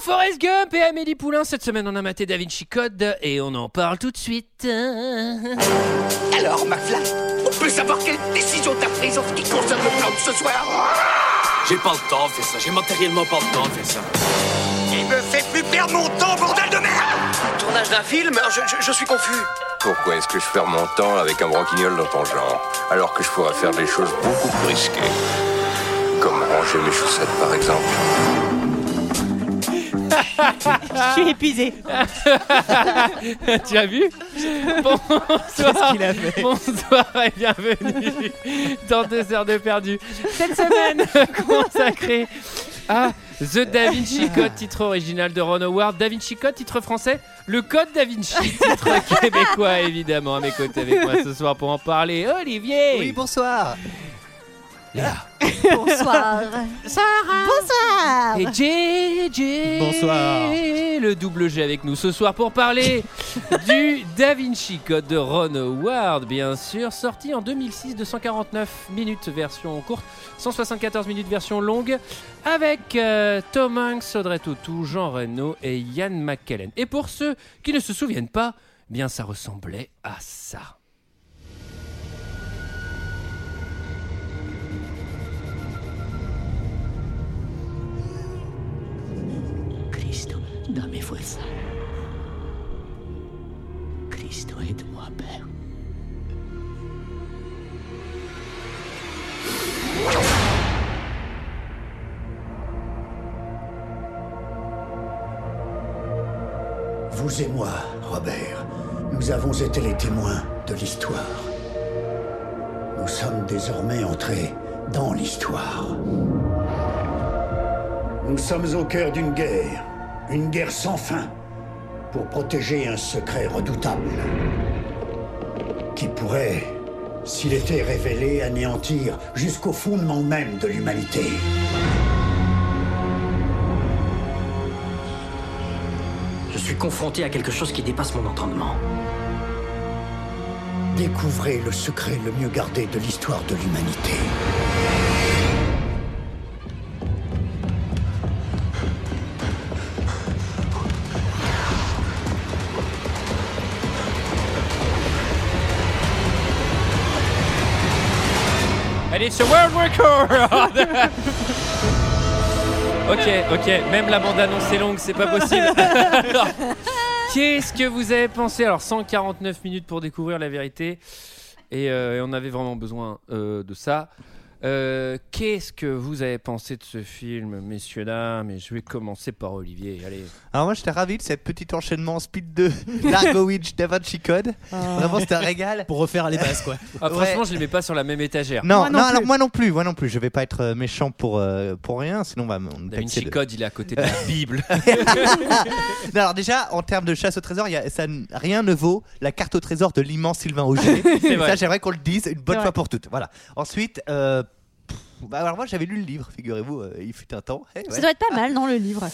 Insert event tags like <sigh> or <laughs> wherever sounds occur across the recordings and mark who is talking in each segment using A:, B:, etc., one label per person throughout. A: Forrest Gump et Amélie Poulain. Cette semaine, on a maté Da Vinci Code et on en parle tout de <laughs> suite.
B: Alors, McFly, on peut savoir quelle décision t'as prise en ce qui concerne le plan de ce soir
C: J'ai pas le temps de faire ça, j'ai matériellement pas le temps de faire ça.
B: Il me fait plus perdre mon temps, bordel de merde
D: Tournage d'un film
B: Ah,
D: je, je- je suis confus.
E: Pourquoi est-ce que je perds mon temps avec un broquignol dans ton genre, alors que je pourrais faire des choses beaucoup plus risquées Comme ranger mes chaussettes, par exemple.
F: Je suis épuisé.
A: tu as <laughs> vu Bonsoir. Bonsoir et <laughs> bienvenue dans deux heures de perdu. Cette <laughs> semaine consacrée à The Da <laughs> Vinci Code, titre original de Ron Howard. Da Vinci Code, titre français. Le Code Da Vinci, <laughs> titre québécois évidemment. À mes côtés avec moi ce soir pour en parler, Olivier.
G: Oui, bonsoir.
H: <laughs>
I: Bonsoir. Bonsoir.
A: Et JJ
G: Bonsoir.
A: Le double G avec nous ce soir pour parler du Da Vinci Code de Ron Howard, bien sûr, sorti en 2006, 249 minutes version courte, 174 minutes version longue, avec euh, Tom Hanks, Audrey Tautou, Jean Reno et Ian McKellen. Et pour ceux qui ne se souviennent pas, bien ça ressemblait à ça.
H: Cristo, dame fuerza. Cristo, aide-moi, Père.
J: Vous et moi, Robert, nous avons été les témoins de l'histoire. Nous sommes désormais entrés dans l'histoire. Nous sommes au cœur d'une guerre, une guerre sans fin, pour protéger un secret redoutable qui pourrait, s'il était révélé, anéantir jusqu'au fondement même de l'humanité.
D: Je suis confronté à quelque chose qui dépasse mon entendement.
J: Découvrez le secret le mieux gardé de l'histoire de l'humanité.
A: Elle est sur World Record <laughs> Ok, ok, même la bande-annonce est longue, c'est pas possible. <laughs> Alors, Qu'est-ce que vous avez pensé Alors, 149 minutes pour découvrir la vérité, et, euh, et on avait vraiment besoin euh, de ça. Euh, Qu'est-ce que vous avez pensé de ce film, messieurs dames Et je vais commencer par Olivier. Allez.
G: Alors moi j'étais ravi de ce petit enchaînement Speed
F: <laughs>
G: 2, Largo Witch, Da Vinci Code.
F: Ah.
G: Vraiment c'était un régal.
K: Pour refaire les bases, quoi.
A: Ah,
G: Ouais.
A: Franchement, je les mets pas sur la même étagère.
G: Non,
F: Moi non
G: non, alors
F: plus.
G: moi non plus, moi non plus, je vais pas être euh, méchant pour, euh, pour rien, sinon on va me
A: Da
G: taxer
A: Vinci
G: de-
A: Code, il est à côté de la <laughs>
I: <laughs>
A: Bible.
G: Non, alors déjà, en termes de chasse au trésor, il y a- ça, n- rien ne vaut la carte au trésor de l'immense Sylvain Auger.
A: <laughs> C'est vrai.
G: ça, j'aimerais qu'on le dise une bonne
F: C'est
G: fois pour toutes. Voilà. Ensuite, euh, pff, bah, alors moi j'avais lu le livre, figurez-vous, euh, il fut un temps. Eh, ouais.
I: Ça doit être pas mal, non, le livre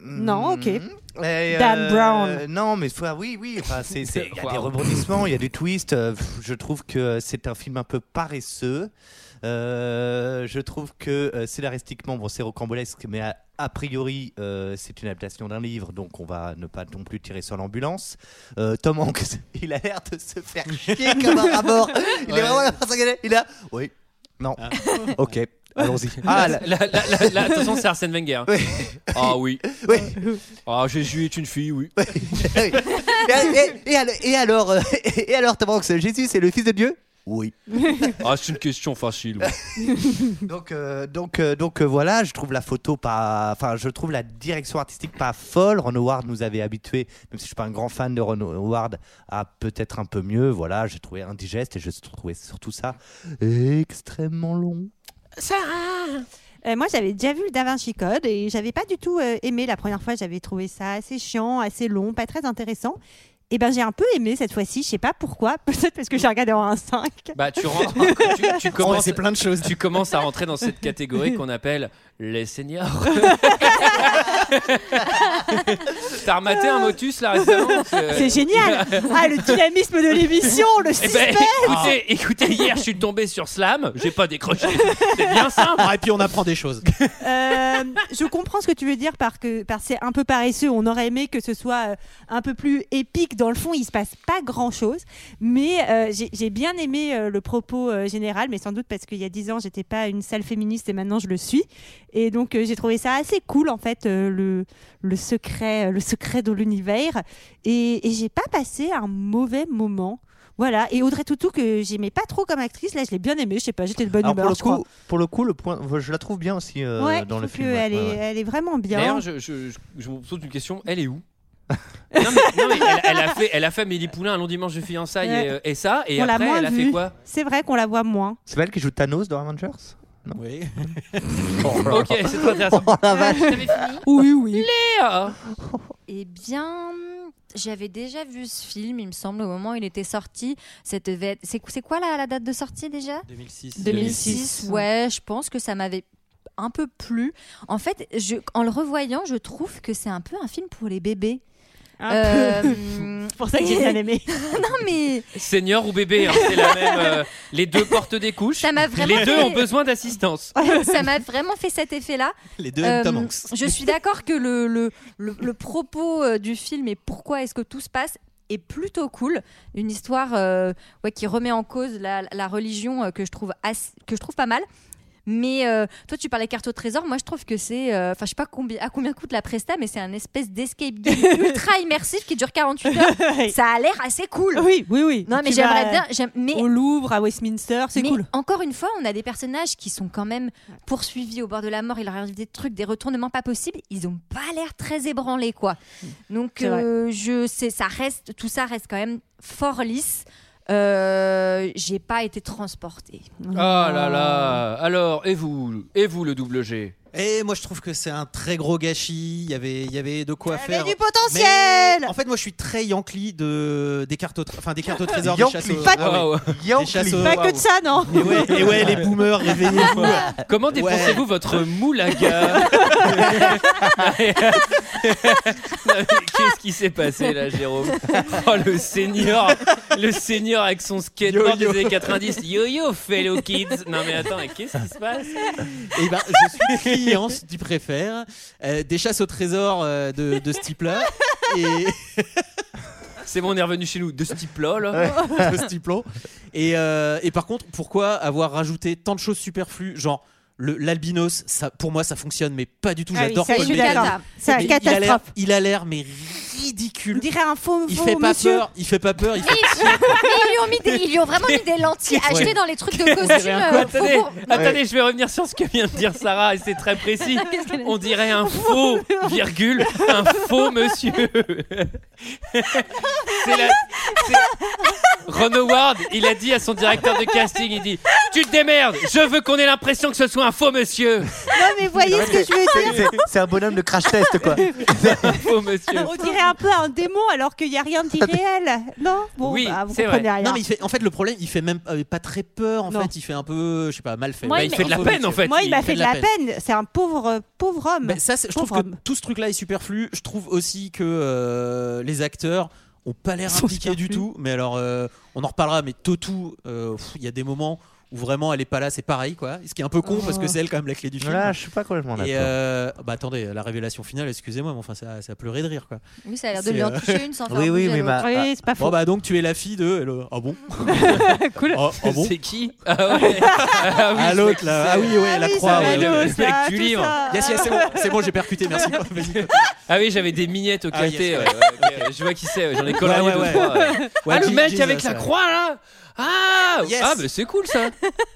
I: Non, ok.
G: Mhm. Et,
F: Dan Brown.
G: Non, mais faut- ah, oui, oui. enfin, c'est- c'est- Il y a des
A: Wow.
G: rebondissements, il y a des twists. euh, pff, Je trouve que c'est un film un peu paresseux. Euh, je trouve que euh, scénaristiquement, bon, c'est rocambolesque, mais a, a priori, euh, c'est une adaptation d'un livre, donc on va ne pas non plus tirer sur l'ambulance. Euh, Tom Hanks, <laughs> il a l'air de se faire chier comme un rabord. Il est
K: Ouais.
G: vraiment la personne qui est- Il a. Oui. Non.
K: Ah.
G: Ok. Allons-y. Ah,
A: Ah,
G: là-
A: la, la, la, la- la- attention, c'est Arsène Wenger. hein. Ah oui.
G: oui.
A: Ah, Jésus est une fille, oui.
G: et, <laughs> et- et al- et alors, euh, <laughs> et alors, Tom Hanks, Jésus, c'est le fils de Dieu Oui.
A: Ah, c'est une question facile. oui.
G: Donc, euh, donc, euh, donc euh, voilà, je trouve la photo pas. Enfin, je trouve la direction artistique pas folle. Ron Howard nous avait habitués, même si je suis pas un grand fan de Ron Howard, à peut-être un peu mieux. Voilà, j'ai trouvé indigeste et je trouvais surtout ça extrêmement long.
F: Euh, moi, j'avais déjà vu le Da Vinci Code et j'avais pas du tout euh, aimé la première fois. J'avais trouvé ça assez chiant, assez long, pas très intéressant. Et ben, j'ai un peu aimé cette fois-ci. Je sais pas pourquoi. <laughs> Peut-être parce que j'ai regardé en 1.5.
A: Bah, tu <laughs> rentres. tu, tu
K: Comment
A: commences,
K: c'est plein de choses.
A: tu commences à rentrer dans cette
F: <laughs>
A: catégorie qu'on appelle les seniors. T'as rematé un motus là récemment <laughs>
F: C'est génial. Ah, le dynamisme de l'émission, le
A: Euh, Eh ben,
F: suspense. Ah.
A: écoutez, écoutez, hier je suis tombé sur Slam, j'ai pas décroché. C'est bien simple.
G: Ah,
K: et puis on apprend des choses.
F: Euh, je comprends ce que tu veux dire par que par c'est un peu paresseux. On aurait aimé que ce soit euh, un peu plus épique. Dans le fond, il se passe pas grand chose, mais euh, j'ai j'ai bien aimé euh, le propos euh, général, mais sans doute parce qu'il y a dix ans, j'étais pas une sale féministe et maintenant je le suis. Et donc euh, j'ai trouvé ça assez cool en fait euh, le le secret le secret de l'univers. Et, et j'ai pas passé un mauvais moment. Voilà, et Audrey Toutou que j'aimais pas trop comme actrice, là je l'ai bien aimée, je sais pas, j'étais de bonne
G: Alors,
F: humeur.
G: pour, le
F: je crois.
G: coup, pour le coup, le point, je la trouve bien aussi euh,
F: Ouais,
G: dans
F: je
G: le
F: trouve
G: film.
F: que
G: ouais,
F: elle,
G: ouais,
F: est,
G: ouais.
F: elle est vraiment bien.
A: D'ailleurs, je, je, je- je vous pose une question. Elle est où non mais, non, mais elle, elle a fait, elle a fait Amélie Poulain un long dimanche de fiançailles et,
F: Ouais.
A: euh, et ça, et
F: On l'a
A: après
F: moins
A: elle a
F: vue.
A: fait quoi
F: C'est vrai qu'on la voit moins.
G: C'est pas elle qui joue Thanos dans Avengers non
K: Oui.
A: Ok, c'est trop intéressant. Oh.
G: Oh la vache
L: J'avais fini.
F: Oui, oui.
A: Léa
L: Eh bien, j'avais déjà vu ce film, il me semble, au moment où il était sorti. Ça devait être- C'est c'est quoi la, la date de sortie déjà
K: 2006.
L: 2006, ouais, je pense que ça m'avait un peu plu. En fait, je, en le revoyant, je trouve que c'est un peu un film pour les bébés. Euh,
F: <laughs> C'est pour ça que j'ai bien aimé.
L: non mais
A: Senior ou bébé, hein, c'est la même. euh, les deux portent des couches.
L: ça m'a vraiment
A: Les deux
L: fait-
A: ont besoin d'assistance.
L: <laughs> ça m'a vraiment fait cet effet-là.
K: Les deux
L: Euh,
K: aiment Tom Hanks.
L: je suis d'accord que le, le, le- le propos euh, du film et pourquoi est-ce que tout se passe est plutôt cool. Une histoire euh, ouais, qui remet en cause la, la religion euh, que, je trouve assez- que je trouve pas mal. Mais euh, toi, tu parlais carte au trésor. Moi, je trouve que c'est. euh, Enfin, je sais pas combien, à combien coûte la Presta, mais c'est un espèce d'escape game
F: <laughs>
L: ultra immersif qui dure 48 heures. Ça a l'air assez cool.
F: Oui, oui, oui.
L: Non, mais
F: Tu
L: j'aimerais
F: vas
L: bien. j'aime- Mais
F: Au Louvre, à Westminster, c'est
L: mais
F: cool.
L: Encore une fois, on a des personnages qui sont quand même poursuivis au bord de la mort. Il leur arrive des trucs, des retournements pas possibles. Ils ont pas l'air très ébranlés, quoi. Donc,
F: C'est vrai.
L: euh, je sais, ça reste, tout ça reste quand même fort lisse. Euh, J'ai pas été transportée.
A: Oh là là.
L: Ah.
A: Alors, et vous Et vous, le double G
K: Et moi, je trouve que c'est un très gros gâchis. Il y avait, il y avait de quoi
F: Mais
K: faire.
F: du
K: Mais
F: potentiel
K: en fait, moi, je suis très Yankee de des cartes, au tr- enfin des cartes au trésor, des
G: Yankee.
K: chasses. au-
F: Pas-
K: Ah ouais.
A: Waouh.
K: Des chasses au-
F: Pas que de ça, non
K: Et ouais, et ouais, les boomers, réveillez-vous.
A: Comment dépensez-vous votre moulaga Non, mais Qu'est-ce qui s'est passé là, Jérôme Oh, le senior Le senior avec son skateboard
K: Yo-yo.
A: des années 90. Yo-yo, fellow kids Non, mais attends, mais qu'est-ce qui se passe
K: Et ben, je suis client, si tu préfères, euh, des chasses au trésor euh, de, de ce type-là. Et,
A: C'est bon, on est revenu chez nous de ce type-là, là.
K: de ce type-là. Et, euh, et par contre, pourquoi avoir rajouté tant de choses superflues Genre, le- l'albinos, ça, pour moi, ça fonctionne, mais pas du tout.
F: Ah oui,
K: J'adore
F: ça, je
K: Paul
F: suis
K: Bettany.
F: d'accord.
L: Eh
F: C'est
K: Mais
F: la
K: il a l'air-
F: catastrophe.
K: Il a l'air, mais
F: On
K: ridicule.
F: dirait un faux,
K: Il
F: faux
K: fait pas
F: monsieur.
K: peur, il fait pas peur, il fait
L: Mais ils lui ont mis des- ils lui ont vraiment mis des lentilles
K: Ouais.
L: achetées dans les trucs de
K: On dirait
L: costume.
K: un
L: euh,
K: quoi,
A: Attendez,
L: faubourg.
A: attendez, je vais revenir sur ce que vient de dire Sarah et c'est très précis.
L: <laughs> Qu'est-ce qu'elle a dit
A: On dirait un faux, virgule, un faux monsieur. <laughs> C'est la- c'est- Ron Howard, il a dit à son directeur de casting, il dit Tu te démerdes, je veux qu'on ait l'impression que ce soit un faux monsieur.
F: Non, mais voyez ce que je veux dire
G: C'est- c'est- C'est un bonhomme de crash test quoi.
A: Un faux
L: Ah,
A: monsieur.
F: On dirait un peu un démon alors qu'il n'y a rien d'irréel. Non Bon,
A: Oui,
F: bah, vous
A: c'est
F: comprenez
K: Non,
F: rien.
K: mais il fait, en fait, le problème, il fait même euh, pas très peur. En
F: Non.
K: fait, il fait un peu, je sais pas, mal fait.
L: Moi,
A: Bah,
L: ben, il
A: il fait de la
K: Un faux
A: peine en
K: monsieur.
A: fait.
F: Moi, il m'a
K: fait
F: fait de
K: de
F: la
K: la
F: peine. C'est un pauvre, euh, pauvre homme.
K: Mais ça, c'est- je trouve
F: Pauvre
K: que
F: homme.
K: tout ce truc-là est superflu. Je trouve aussi que euh, les acteurs ont pas l'air
F: Ils sont
K: impliqués du
F: superflus.
K: tout. Mais alors, euh, on en reparlera. Mais Totu, euh, pff, il y a des moments où vraiment elle est pas là, c'est pareil quoi. Ce qui est un peu con
F: Oh.
K: parce que c'est elle quand même la clé du film.
G: Là, je suis pas complètement
K: Et
G: d'accord.
K: euh, bah attendez, la révélation finale, excusez-moi, mais enfin ça, ça a pleuré de rire quoi.
L: Oui, ça a l'air de
K: C'est,
L: lui en
K: euh,
L: toucher une sans faire
G: Oui, oui,
L: bouger
G: mais
L: l'autre.
G: ma-
F: Oui, c'est pas faux.
K: Bon bah donc tu es la fille de. Elle, euh, Ah bon
F: <laughs> cool.
K: Ah, ah bon
A: C'est qui Ah ouais. <laughs> Ah oui,
K: Ah
A: je sais
K: l'autre
A: qui
K: là.
A: c'est.
K: Ah oui, ouais,
F: Ah
K: la
F: oui,
K: croix.
F: ça
K: ouais,
F: va,
K: ouais.
F: le-
A: mec
F: ça,
A: du
F: tout
A: livre.
F: ça.
K: Yes, yes, c'est bon, c'est bon, j'ai percuté, merci. Vas-y.
A: Ah oui, j'avais des mignettes au
K: Ah, yes,
A: caté.
K: ouais.
A: ouais, ouais, ok, Je vois qui c'est, ouais, j'en ai colorié
K: Ouais, ouais,
A: deux,
K: ouais.
A: trois, ouais.
K: Ouais, euh,
A: ah, le
K: Jin-
A: mec
K: Jin,
A: avec
K: ça,
A: la
K: ouais.
A: croix là Ah
K: Yes.
A: Ah, mais c'est cool ça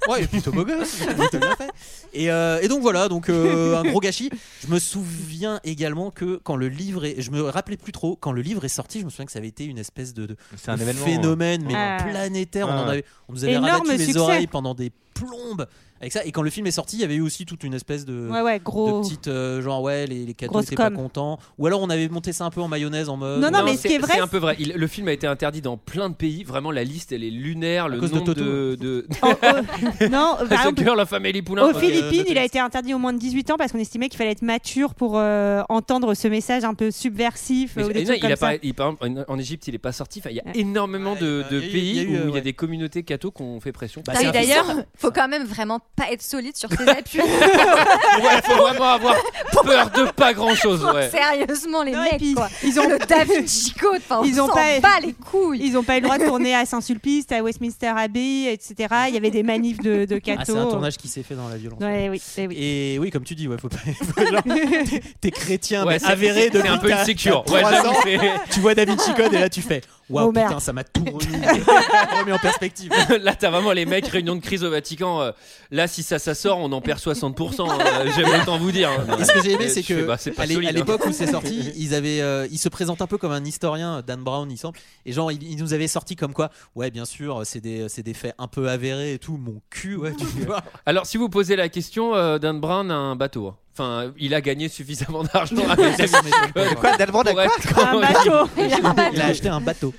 K: Ouais, il est plutôt beau gosse, il est plutôt bien fait. Et, euh, et donc voilà, donc euh, un gros gâchis. Je me souviens également que quand le livre est, je me rappelais plus trop quand le livre est sorti, je me souviens que ça avait été une espèce de, de-
G: ah, C'est un
K: de
G: événement.
K: phénomène mais
A: euh,
F: Ah.
K: planétaire. On, en
G: Ah.
K: avait, on nous avait
F: Énorme
K: rabattu les
F: succès.
K: oreilles pendant des plombe avec ça. Et quand le film est sorti, il y avait eu aussi toute une espèce de,
F: Ouais, ouais, gros-
K: de petite euh, genre ouais les, les cathos
F: Grosse
K: étaient pas
F: com.
K: contents. Ou alors on avait monté ça un peu en mayonnaise en mode. euh,
F: Non, non, mais ce qui est vrai,
A: C'est un peu vrai. Il- le film a été interdit dans plein de pays. Vraiment, la liste, elle est lunaire. le
K: cause de
A: nombre
K: Toto.
A: de. de...
K: <laughs>
F: non, bah,
A: The
F: par exemple,
A: Girl of Amélie Poulain.
F: Aux
A: Ok.
F: Philippines, il a été interdit au moins de 18 ans parce qu'on estimait qu'il fallait être mature pour euh, entendre ce message un peu subversif.
A: Mais
F: euh, ou
A: non,
F: des trucs
A: il a
F: comme
A: pas-
F: ça.
A: il- par exemple, en en Égypte, il est pas sorti. Enfin, il y a énormément de, de
K: Ah, il y a eu-
A: pays
K: il y a eu,
A: où
K: euh,
A: il y
K: ouais.
A: a des communautés cathos qui ont fait pression.
K: bah,
L: Ah, et D'ailleurs, faut quand même vraiment pas être solide sur
F: <laughs>
L: ses appuis. hein,
A: il
K: Ah,
A: faut vraiment avoir peur de pas grand chose. Ouais.
L: Sérieusement, les mecs, quoi.
F: ils ont-
L: le David
F: <laughs>
L: Chico, ils
F: Ils
L: ont
F: ont pas-
L: pas les couilles.
F: Ils n'ont pas eu le droit de tourner à Saint-Sulpice, à Westminster Abbey, etc. Il y avait des manifs de, de
K: Ah, c'est un
F: cathos.
K: tournage qui s'est fait dans la violence.
F: Ouais, oui, eh oui.
K: Et oui, comme tu dis, ouais,
F: <laughs>
K: faut pas. faut- genre, t'es- T'es chrétien,
A: Ouais,
K: mais
A: c'est-
K: avéré
A: c'est-
K: depuis
A: c'est un peu
K: que t'as-
A: insécure.
K: t'as
A: Ouais,
K: 3
A: j'avoue,
K: ans.
A: c'est-
K: tu vois David Chicode et là tu fais Waouh,
A: Oh, merde.
K: putain, ça m'a tout
F: <laughs>
K: remis, remis en perspective.
A: <laughs> Là, t'as vraiment les mecs réunion de crise au Vatican. euh, là, si ça, ça sort, on en perd 60%.
K: <laughs>
A: euh, J'aime autant vous dire.
K: Et ce que j'ai aimé,
A: Euh,
K: c'est
A: je fais,
K: que
A: bah, c'est pas
K: à l'é-
A: solide,
K: à
A: hein.
K: l'époque où c'est sorti, ils avaient, euh, ils se présentent un peu comme un historien, euh, Dan Brown, il semble. Et genre, ils, ils nous avaient sorti comme quoi, ouais, bien sûr, euh, c'est des, c'est des faits un peu avérés et tout. Mon cul, ouais,
A: <laughs>
K: tu vois.
A: Alors, si vous posez la question, euh, Dan Brown a un bateau. hein. Enfin, il a gagné suffisamment
K: <laughs>
A: d'argent avec David Chicode
G: hein. Quoi, Dan Brown
A: <laughs>
G: a
A: pour être-
G: quoi Un bateau.
A: Il a un bateau.
K: Il a acheté
A: <laughs>
K: un bateau.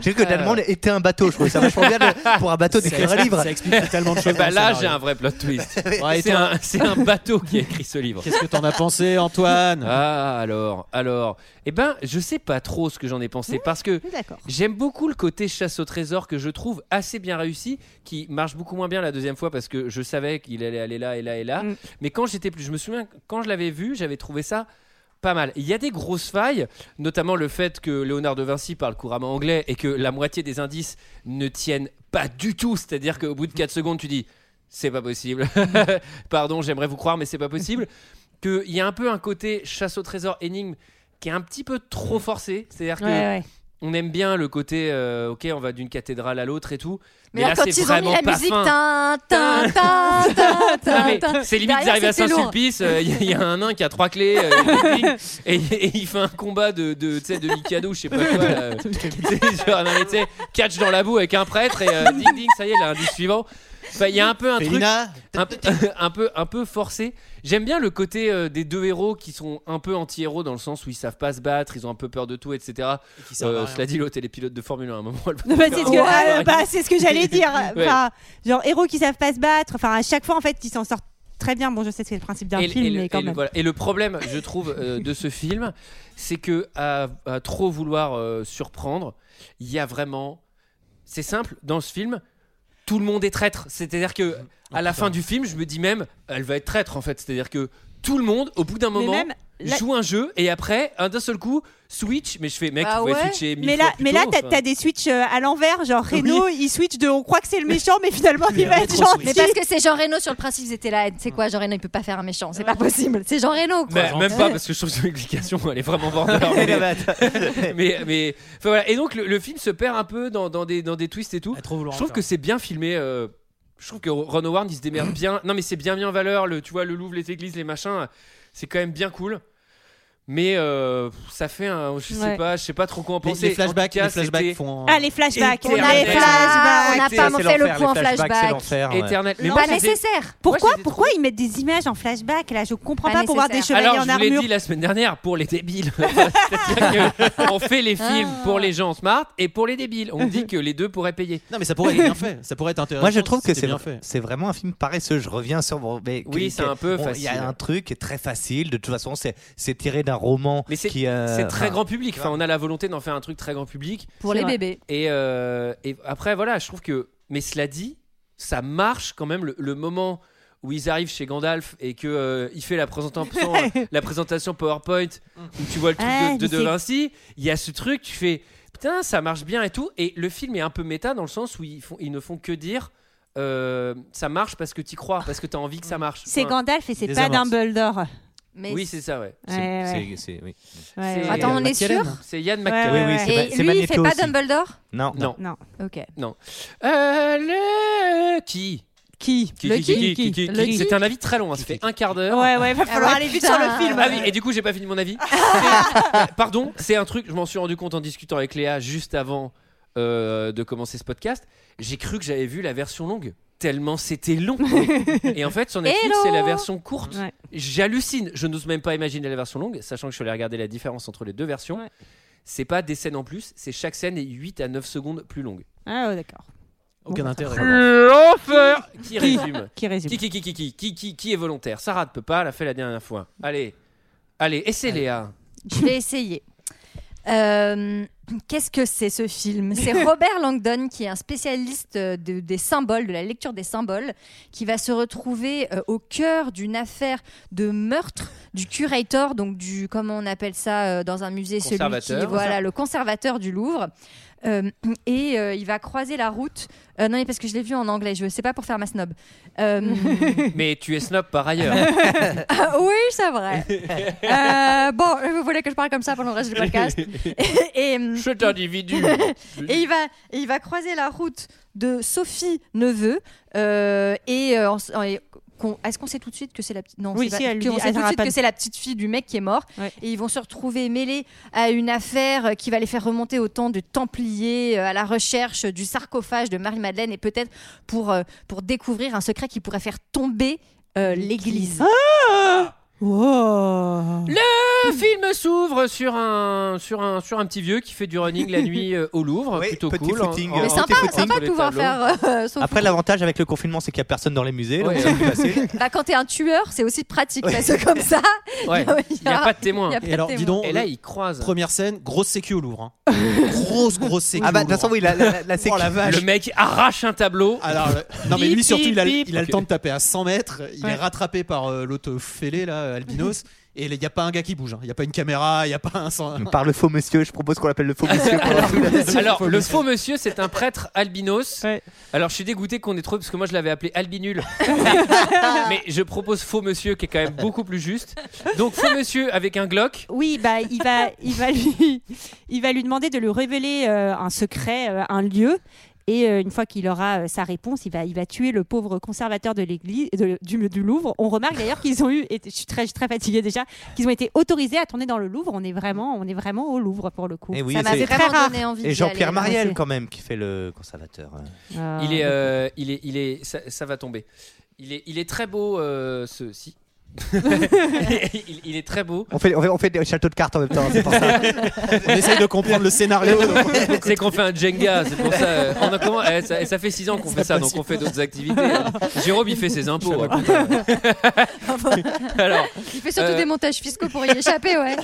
G: J'ai vu que Dan
A: Euh,
G: Brown était un bateau. Je trouvais ça vachement bien de- pour un bateau d'écrire
K: Ça-
G: un livre.
K: ça explique tellement de choses
A: <laughs> Bah,
K: dans le
A: là,
K: scénario.
A: j'ai un vrai plot twist.
K: Ouais, et
A: c'est,
K: toi
A: un, c'est un bateau qui a écrit ce
K: <laughs>
A: livre.
K: Qu'est-ce que t'en as pensé, Antoine
A: Ah, alors, alors. Eh ben, je sais pas trop ce que j'en ai pensé parce que
F: d'accord.
A: j'aime beaucoup le côté chasse au trésor que je trouve assez bien réussi, qui marche beaucoup moins bien la deuxième fois parce que je savais qu'il allait aller là et là et là. Mais quand j'étais plus, je me souviens quand je l'avais vu, j'avais trouvé ça. Pas mal. Il y a des grosses failles, notamment le fait que Léonard de Vinci parle couramment anglais et que la moitié des indices ne tiennent pas du tout. C'est-à-dire qu'au bout de 4 secondes, tu dis c'est pas possible. <laughs> Pardon, j'aimerais vous croire, mais c'est pas possible. Qu'il y a un peu un côté chasse au trésor énigme qui est un petit peu trop forcé. C'est-à-dire que
F: Ouais, <laughs> ouais.
A: on aime bien le côté, euh, ok, on va d'une cathédrale à l'autre et tout.
L: Mais, là, quand
A: c'est
L: ils ont mis
A: vraiment
L: la
A: pas
L: musique,
A: fin.
L: tin, tin, tin, tin,
A: Non,
L: tin,
A: mais
L: tin.
A: c'est limite
L: Derrière,
A: d'arriver à
L: c'était lourd.
A: Saint-Sulpice, euh, il y, a- il y a un nain qui a trois clés euh, il y a des lignes, et, et il fait un combat de, de, tu sais, de Mikado, je sais pas quoi. là.
L: <laughs>
A: <laughs> C'est genre, non, mais tu sais, catch dans la boue avec un prêtre et euh, ding ding, ça y est, l'indice suivant. Enfin, Il y a un peu un truc
K: Félina,
A: un, un peu, <laughs> un peu forcé. J'aime bien le côté euh, des deux héros qui sont un peu anti-héros dans le sens où ils savent pas se battre, ils ont un peu peur de tout, etc.
K: servent à rien.
A: Euh, cela dit, l'autre, elle est pilote de Formule 1 à un moment. elle va
F: Non, bah, c'est ce que,
A: faire
F: ah,
A: un-
F: bah, c'est ce que j'allais dire.
A: Ouais.
F: Enfin, genre héros qui savent pas se battre. Enfin, à chaque fois, en fait, ils s'en sortent très bien. Bon, je sais que c'est le principe d'un
A: Et-
F: film,
A: et le-
F: mais quand
A: et le-
F: même.
A: voilà. Et le problème, je trouve, euh, de ce film, c'est que à, à trop vouloir euh, surprendre, il y a vraiment. C'est simple, dans ce film, tout le monde est traître. C'est-à-dire que
K: Mm.
A: à la
K: hein.
A: fin du film, je me dis même, elle va être traître en fait. C'est-à-dire que tout le monde, au bout d'un
F: Mais
A: moment,
F: même, là-
A: joue un jeu et après, un d'un seul coup, switch. Mais je fais, mec,
L: Ah
A: vous pouvez
L: ouais
A: switcher. mille
F: Mais
A: fois
F: là,
A: plus
F: mais là,
A: tôt,
F: t'as
A: enfin.
F: t'as des switches euh, à l'envers, genre Renault, il switch de on croit que c'est le méchant, mais finalement il va être gentil.
L: Mais parce que c'est Jean Reno sur le principe, ils étaient là. C'est quoi, Jean Reno, il peut pas faire un méchant, c'est pas possible. C'est Jean Reno, quoi.
A: Mais même pas parce que je trouve que l'explication <laughs> elle est vraiment vendeur. mais,
K: <laughs>
A: <laughs> mais, mais- enfin, voilà. Et donc le, le film se perd un peu dans, dans des, dans des twists et tout.
K: Ah,
A: je trouve que c'est bien filmé. euh, je trouve que Ron Howard il se démerde bien. Non mais c'est bien mis en valeur. Le, tu vois le Louvre, les églises, les machins. C'est quand même bien cool. Mais euh, ça fait un. Je sais
F: Ouais.
A: pas, je sais pas trop quoi en
K: Les,
A: penser.
K: les flashbacks,
A: En tout cas,
K: les flashbacks
A: c'était-
K: font.
F: Ah, les flashbacks. On a les
A: Éternel.
F: flashbacks.
L: On n'a
A: Ça,
L: pas
A: Ah, c'est
L: fait le
A: l'enfer,
L: point
A: les flashbacks,
L: flashback.
A: c'est l'enfer, ouais. Éternel. Mais moi,
L: Pas
A: j'ai-
L: nécessaire.
F: Pourquoi, pourquoi ils mettent des images en flashback là Je comprends
L: Pas
F: pas pour voir des
L: nécessaire.
F: chevaliers
A: Alors,
F: en
A: je vous l'ai
F: armure.
A: dit la semaine dernière, pour les débiles. <laughs> C'est-à-dire
F: <laughs>
A: que on fait les
F: Ah.
A: films pour les gens smart et pour les débiles. On dit que les deux pourraient payer.
K: Non, mais ça pourrait être bien fait. Ça pourrait être intéressant.
G: Moi, je trouve
K: si
G: que
K: c'était
G: c'est
K: bien
G: vra-
K: fait.
G: c'est vraiment un film paresseux. Je reviens sur mon. mais que-
A: Oui, c'est
G: que-
A: un peu
G: bon, Il y
A: facile.
G: a un truc qui est très facile. De toute façon, c'est c'est tiré d'un roman
A: Mais c'est
G: qui. euh,
A: c'est très
K: ah.
G: enfin,
A: grand public. Enfin, on a la volonté d'en faire un truc très grand public.
L: Pour les bébés.
A: Et, euh, et après, voilà, je trouve que. Mais cela dit, ça marche quand même le, le moment où ils arrivent chez Gandalf et que euh, il fait la
L: <laughs>
A: présentation, la présentation PowerPoint où tu vois le truc de,
F: Ah,
A: de,
F: mais
A: de
F: c'est-
A: Vinci. Il y a ce truc, tu fais putain, ça marche bien et tout. Et le film est un peu méta dans le sens où ils, font, ils ne font que dire. euh, ça marche parce que tu crois, parce que tu as envie que ça marche.
F: C'est
A: Enfin,
F: Gandalf et c'est
A: Des
F: pas
A: amorces.
F: Dumbledore.
L: Mais
A: Oui, c'est ça, ouais. Euh,
F: Ouais, ouais.
G: c'est- c'est- oui.
F: Ouais,
A: c'est-
F: ouais.
L: Attends, on est sûr
A: C'est Yann
F: Ouais,
A: McKellen.
G: Oui,
F: ouais,
G: oui,
F: ouais.
G: c'est
L: Et
G: ma- c'est
L: lui, il fait
G: Magneto
L: pas
G: aussi.
L: Dumbledore
G: Non.
A: Non.
F: Non.
L: Ok.
A: Non. Euh, le... Qui
F: Qui
A: Qui-
L: Le
A: qui-
L: qui
A: qui- qui- qui-
L: Le
A: qui-
L: qui
A: C'était un avis très long, hein, ça fait un quart d'heure.
F: Ouais, bah ouais, va falloir
L: Ah, ouais,
F: aller vite
L: putain.
F: sur le film.
A: Ah oui, et du coup, j'ai pas fini mon avis. C'est- Pardon, c'est un truc, je m'en suis rendu compte en discutant avec Léa juste avant euh, de commencer ce podcast. J'ai cru que j'avais vu la version longue. tellement c'était long. et en fait, sur Netflix,
L: Hello
A: c'est la version courte. J'hallucine. Je n'ose même pas imaginer la version longue, sachant que je suis allé regarder la différence entre les deux versions. C'est pas des scènes en plus, c'est chaque scène est 8 à 9 secondes plus longue.
F: Ah, ouais, d'accord.
K: Aucun intérêt.
A: L'enfer Qui résume
F: Qui
L: Ah,
F: résume
A: qui, qui, qui, qui, qui, qui, qui, qui est volontaire Sarah ne peut pas, elle a fait la dernière fois. Allez, allez, essaie Léa.
L: Je vais essayer. Euh, Qu'est-ce que c'est ce film <laughs> C'est Robert Langdon qui est un spécialiste euh, de- des symboles, de la lecture des symboles, qui va se retrouver euh, au cœur d'une affaire de meurtre du curator, donc du comment on appelle ça euh, dans un musée, celui qui
A: Conservateur.
L: voilà le conservateur du Louvre. Euh, et euh, il va croiser la route. euh, non, mais parce que je l'ai vu en anglais, je sais pas pour faire ma snob. Euh,
A: <laughs>
F: <laughs>
A: Mais tu es snob par ailleurs.
L: <laughs> ah, oui, c'est
F: <laughs>
L: vrai. Euh, bon, vous voulez que je parle comme ça pendant le reste du
F: <laughs>
L: podcast et, hum,
A: Cet individu.
L: et il va, et il va croiser la route de Sophie Neveu euh, et, euh, en- en- et qu'on- est-ce qu'on sait tout de suite que c'est la petite non, on
F: Oui,
L: sait
F: si,
L: pas-
F: elle lui
L: qu'on
F: dit,
L: sait
F: elle
L: tout de
F: n'aura
L: suite
F: pas
L: que
F: de-
L: c'est la petite fille du mec qui est mort et ils vont se retrouver mêlés à une affaire qui va les faire remonter au temps du Templier euh, à la recherche du sarcophage de Marie Madeleine et peut-être pour euh, pour découvrir un secret qui pourrait faire tomber euh, l'Église.
F: Ah
A: Le film s'ouvre sur un, sur, un, sur un petit vieux qui fait du running la nuit euh, au Louvre. plutôt
G: petit
A: cool. hein.
G: footing,
A: en- en-
G: Mais sympa-
A: petit footing
L: sympa
A: sur
L: de
A: les
L: pouvoir
A: tableaux.
L: faire euh, son
G: Après, l'avantage avec le confinement, c'est qu'il n'y a personne dans les musées. donc
A: Ouais.
G: ça peut passer.
A: <laughs>
L: Bah, quand t'es un tueur, c'est aussi pratique parce que comme ça,
A: Ouais.
L: euh, <laughs> il
A: Il n'y a pas de témoin.
L: il y a pas
K: Et
L: de
K: alors,
L: témoin.
K: dis donc,
A: Et là, il croise.
K: Première scène, grosse sécu au Louvre. hein. grosse, grosse sécu.
G: Ah bah,
K: au
G: de toute façon,
K: Louvre.
G: oui, la, la, la sécu-
K: Oh la vache.
A: Le mec arrache un tableau.
K: Alors, le- non mais lui
A: Bip,
K: surtout,
A: bip,
K: il a,
A: bip.
K: il a le
A: Ok.
K: temps de taper à 100 mètres. Il
F: Ouais.
K: est rattrapé par euh, l'autre fêlé là, euh, albinos. Et il n'y a pas un gars qui bouge. hein. Il n'y a pas une caméra. Il n'y a pas un.
G: <laughs>
K: sang-
G: Par le faux monsieur, je propose qu'on l'appelle le faux
A: <laughs>
G: monsieur. pendant
A: Alors,
G: toute la-
A: alors, le faux monsieur, c'est un prêtre albinos. Alors, je suis dégoûté qu'on ait trop, parce que moi, je l'avais appelé
L: <laughs>
A: albinul. mais, mais je propose faux monsieur, qui est quand même beaucoup plus juste. Donc, faux monsieur avec un Glock.
F: Oui, bah, il, va, il, va lui, <laughs> il va lui demander de lui révéler euh, un secret, euh, un lieu. Et euh, une fois qu'il aura euh, sa réponse, il va, il va tuer le pauvre conservateur de l'église de- du, du Louvre. On remarque d'ailleurs qu'ils ont eu, et je suis très, je suis très fatiguée déjà, qu'ils ont été autorisés à tourner dans le Louvre. On est vraiment, on est vraiment au Louvre pour le coup.
G: Eh oui,
L: ça m'a
G: c'est-
L: vraiment
F: rare.
L: donné envie.
G: Et
L: d'y
G: Jean-Pierre
L: aller.
G: Mariel, quand même, qui fait le conservateur. hein.
F: Euh,
A: Il est, euh, il est, il est, ça, ça va tomber. Il est, il est très beau, euh, ce, si. il, il est très beau.
G: On fait, on, fait, on fait des châteaux de cartes en même temps, c'est pour <laughs> ça.
K: On essaye de comprendre le <laughs> scénario. donc-
A: C'est qu'on fait un Jenga, c'est pour ça. euh, on a comment eh, ça, ça fait 6 ans qu'on fait ça, donc on fait d'autres activités. hein. Jérôme, il fait ses impôts. hein. <laughs> Alors,
L: Il fait surtout
A: Euh,
L: des montages fiscaux pour y échapper, ouais.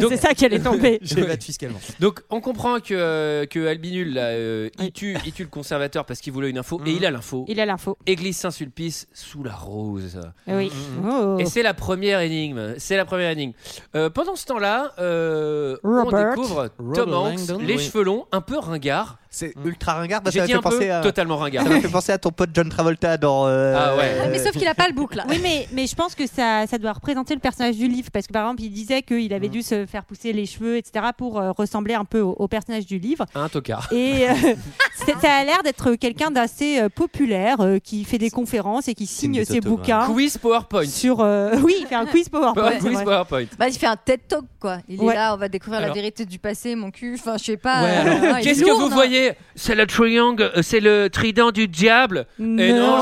A: donc,
F: <laughs> C'est ça
A: <laughs>
F: qu'elle est tombée.
K: J'évade fiscalement.
A: donc, on comprend que, euh, que Albinul, là, euh, il, tue, il tue le conservateur parce qu'il voulait une info, et il a l'info.
F: Il a l'info.
A: Église Saint-Sulpice sous la rose.
F: Eh Oui. Oh.
A: Mm, Et c'est la première énigme. C'est la première énigme. Euh, pendant ce temps-là, euh, on
F: Robert.
A: découvre Tom
K: Robert
A: Hanks,
K: Langdon,
A: les
K: oui.
A: cheveux longs, un peu ringard.
G: C'est ultra ringard, parce que
A: J'ai
G: Ah, bah,
A: dit
G: ça m'a
A: un peu
G: fait penser à.
A: totalement ringard.
G: <laughs> Ça m'a fait penser à ton pote John Travolta dans. euh,
A: Ah ouais.
L: Ouais, Mais <laughs> sauf qu'il a pas le boucle là.
F: Oui, mais, mais je pense que ça, ça doit représenter le personnage du livre. Parce que par exemple, il disait qu'il avait dû se faire pousser les cheveux, etc., pour euh, ressembler un peu au, au personnage du livre.
A: Un tocard.
F: Et euh, c'est- ça a l'air d'être quelqu'un d'assez euh, populaire, euh, qui fait des conférences et qui signe
G: des
F: ses
G: autographes.
F: bouquins.
A: Quiz PowerPoint.
F: Sur, euh, <laughs> oui, il fait un quiz PowerPoint. c'est
A: quiz
F: Ah. vrai.
A: PowerPoint.
L: Bah, il fait un TED Talk quoi. Il
F: Ouais.
L: est là, on va découvrir la
A: Alors-
L: vérité du passé, mon cul. Enfin, je sais pas.
K: Ouais,
L: euh,
K: alors,
L: non, il est
A: Qu'est-ce que
L: lourd,
A: vous
L: non
A: voyez C'est le triangle, euh, c'est le trident du diable. Et non,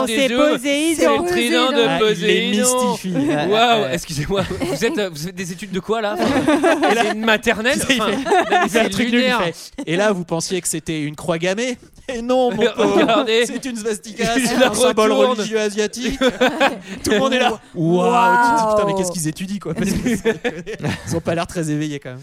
F: Non,
A: je
F: c'est
A: désolé. C'est
F: Poséidon.
A: le trident
L: Ah,
A: de
K: Ah, il les
A: Poséidon.
K: mystifie.
A: Waouh,
K: Ah,
A: excusez-moi, vous êtes, euh, vous faites des études de quoi là
K: <laughs>
A: Enfin, C'est une maternelle Enfin, mais
K: C'est un
A: C'est
K: truc nul, il
A: lunaire.
K: fait. Et là, vous pensiez que c'était une croix gammée <laughs> Et non, mon pauvre.
A: Regardez.
K: C'est une svastika,
A: Il
K: c'est
A: la
K: un symbole
A: retourne.
K: religieux asiatique. <laughs> Tout le monde est là. <laughs> Waouh
L: Waouh.
K: Putain, mais qu'est-ce qu'ils étudient quoi Parce que c'est- <laughs> Ils ont pas l'air très éveillés quand même.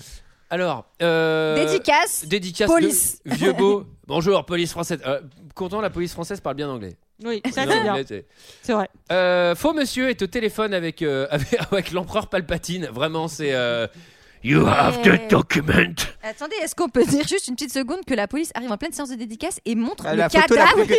A: Alors, euh,
L: Dédicace.
A: dédicace
L: Police.
A: de vieux beau. Bonjour, police française. Euh, content, la police française parle bien anglais.
F: Oui, ça
A: Non,
F: c'est bien.
A: anglais, c'est-
F: C'est vrai.
A: Euh, faux monsieur est au téléphone avec, euh, <laughs> avec, avec l'empereur Palpatine. Vraiment, c'est. euh, You have
L: Ouais.
A: the document.
L: Attendez, est-ce qu'on peut dire juste une petite seconde que la police arrive en pleine séance de dédicace et montre
G: Ah,
L: le
G: la photo,
L: <laughs>
G: la
L: cadavre
G: plus-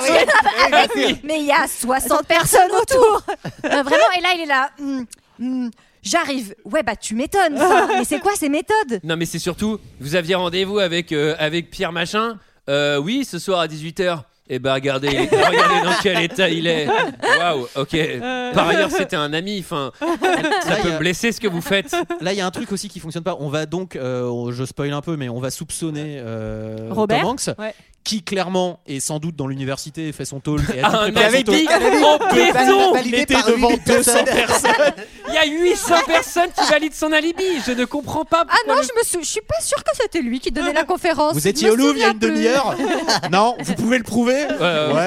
A: Ah,
L: avec- Mais il y a 60 personnes autour. Euh, vraiment, et là, il est là. Hmm, hmm, J'arrive. Ouais, bah tu m'étonnes. ça. Mais c'est quoi ces méthodes
A: Non, mais c'est surtout, vous aviez rendez-vous avec, euh, avec Pierre Machin. Euh, oui, ce soir à 18h. Eh ben, regardez, il est- regardez dans quel état il est. Waouh, ok. Par ailleurs, c'était un ami. Enfin, ça
K: Là, il y
A: peut
K: a-
A: blesser ce que vous faites.
K: Là, il y a un truc aussi qui fonctionne pas. On va donc, euh, on- je spoil un peu, mais on va soupçonner euh,
F: Robert
K: Tom Hanks,
F: Ouais.
K: qui clairement est sans doute dans l'université fait son tôle <laughs> et a
A: Un
K: dû préparer
A: avec
K: son
A: des-
K: tôle
A: avec
K: en
A: des
K: béton,
A: validés
K: était
A: par
K: devant
A: 8 personnes.
K: 200 personnes
A: Il y a 800 personnes qui valident son alibi. Je ne comprends pas.
L: Ah non, je me sou- je suis pas sûre que c'était lui qui donnait la conférence.
K: Vous
L: Je
K: étiez
L: me
K: au Louvre il y a une
L: souviens plus.
K: demi-heure Non, vous pouvez le prouver Ouais,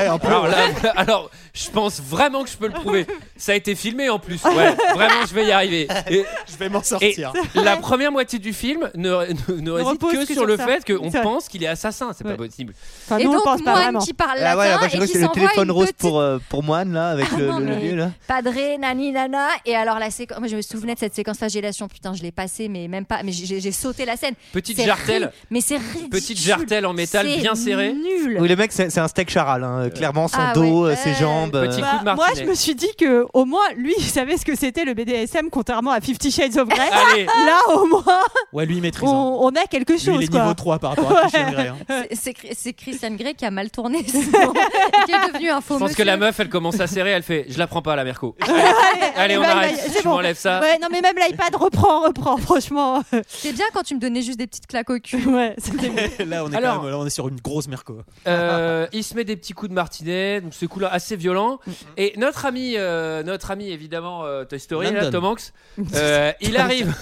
K: un peu.
A: Euh, Alors, là, <laughs> alors, je pense vraiment que je peux le prouver. Ça a été filmé en plus. Ouais, vraiment, je vais y arriver.
K: <laughs> je vais m'en sortir.
A: la première moitié du film ne, ne, ne réside
F: repose
A: que,
F: que
A: sur
F: sur
A: le
F: ça.
A: fait qu'on
F: C'est vrai.
A: pense qu'il est assassin. C'est pas possible.
F: Enfin,
L: et
F: nous, Ah on
L: donc,
F: pense pas
L: Moine
F: vraiment.
L: qui parle
G: Ah
L: latin
G: ouais, moi, j'ai
L: Oh et
G: cru que
L: qui
G: c'est le
L: s'envoie
G: téléphone
L: une
G: rose
L: petite-
G: pour, euh, pour moine, là, avec le,
L: Non,
G: le- le
L: mais
G: lieu, là.
L: Padré, nani, nana. Et alors, la séquence. Moi, je me souvenais de cette séquence flagellation. Putain, je l'ai passée, mais même pas. Mais j'ai j'ai sauté la scène.
A: Petite
L: C'est
A: jartelle.
L: ri- Mais c'est ridicule.
A: Petite jartelle en métal
L: C'est
A: bien serrée.
L: Nul.
G: Oui, le mec, c'est c'est un steak charal, hein, clairement, son
F: Ah
G: dos,
F: ouais.
G: euh, ses jambes.
A: Petit coup de
F: Bah, moi,
A: martinet.
F: je me suis dit que au moins lui, il savait ce que c'était le BDSM, contrairement à Fifty Shades
A: <laughs>
F: of Grey.
A: Allez.
F: Là,
L: Ah
F: au moins,
K: Ouais, lui il maîtrise. hein.
F: on, on a quelque
K: Lui,
F: chose.
K: il est
F: quoi.
K: niveau 3 par rapport à Christian Grey. hein.
L: C'est- C'est Chri- c'est Christian Grey qui a mal tourné, ce nom, et qui est devenu un faux
A: Je pense
L: monsieur.
A: que la meuf, elle commence à serrer. Elle fait Je la prends pas, la Merco. Allez, on
F: bah,
A: arrête.
F: bah, c'est
A: Je
F: bon.
A: m'enlève ça.
F: Ouais, non, mais même l'iPad reprend, reprend, franchement. <laughs>
L: C'est bien quand tu me donnais juste des petites claques au cul.
F: Ouais, c'était
K: <laughs> là, on est
A: Alors-
K: quand même, là, on est sur une grosse merco.
A: Euh, il se met des petits coups de martinet, donc c'est cool, assez violent.
F: Mm.
A: Et notre ami, euh, notre ami évidemment, euh, Toy Story, là,
K: Landon.
A: Tom Hanks,
F: <laughs>
A: euh, il arrive,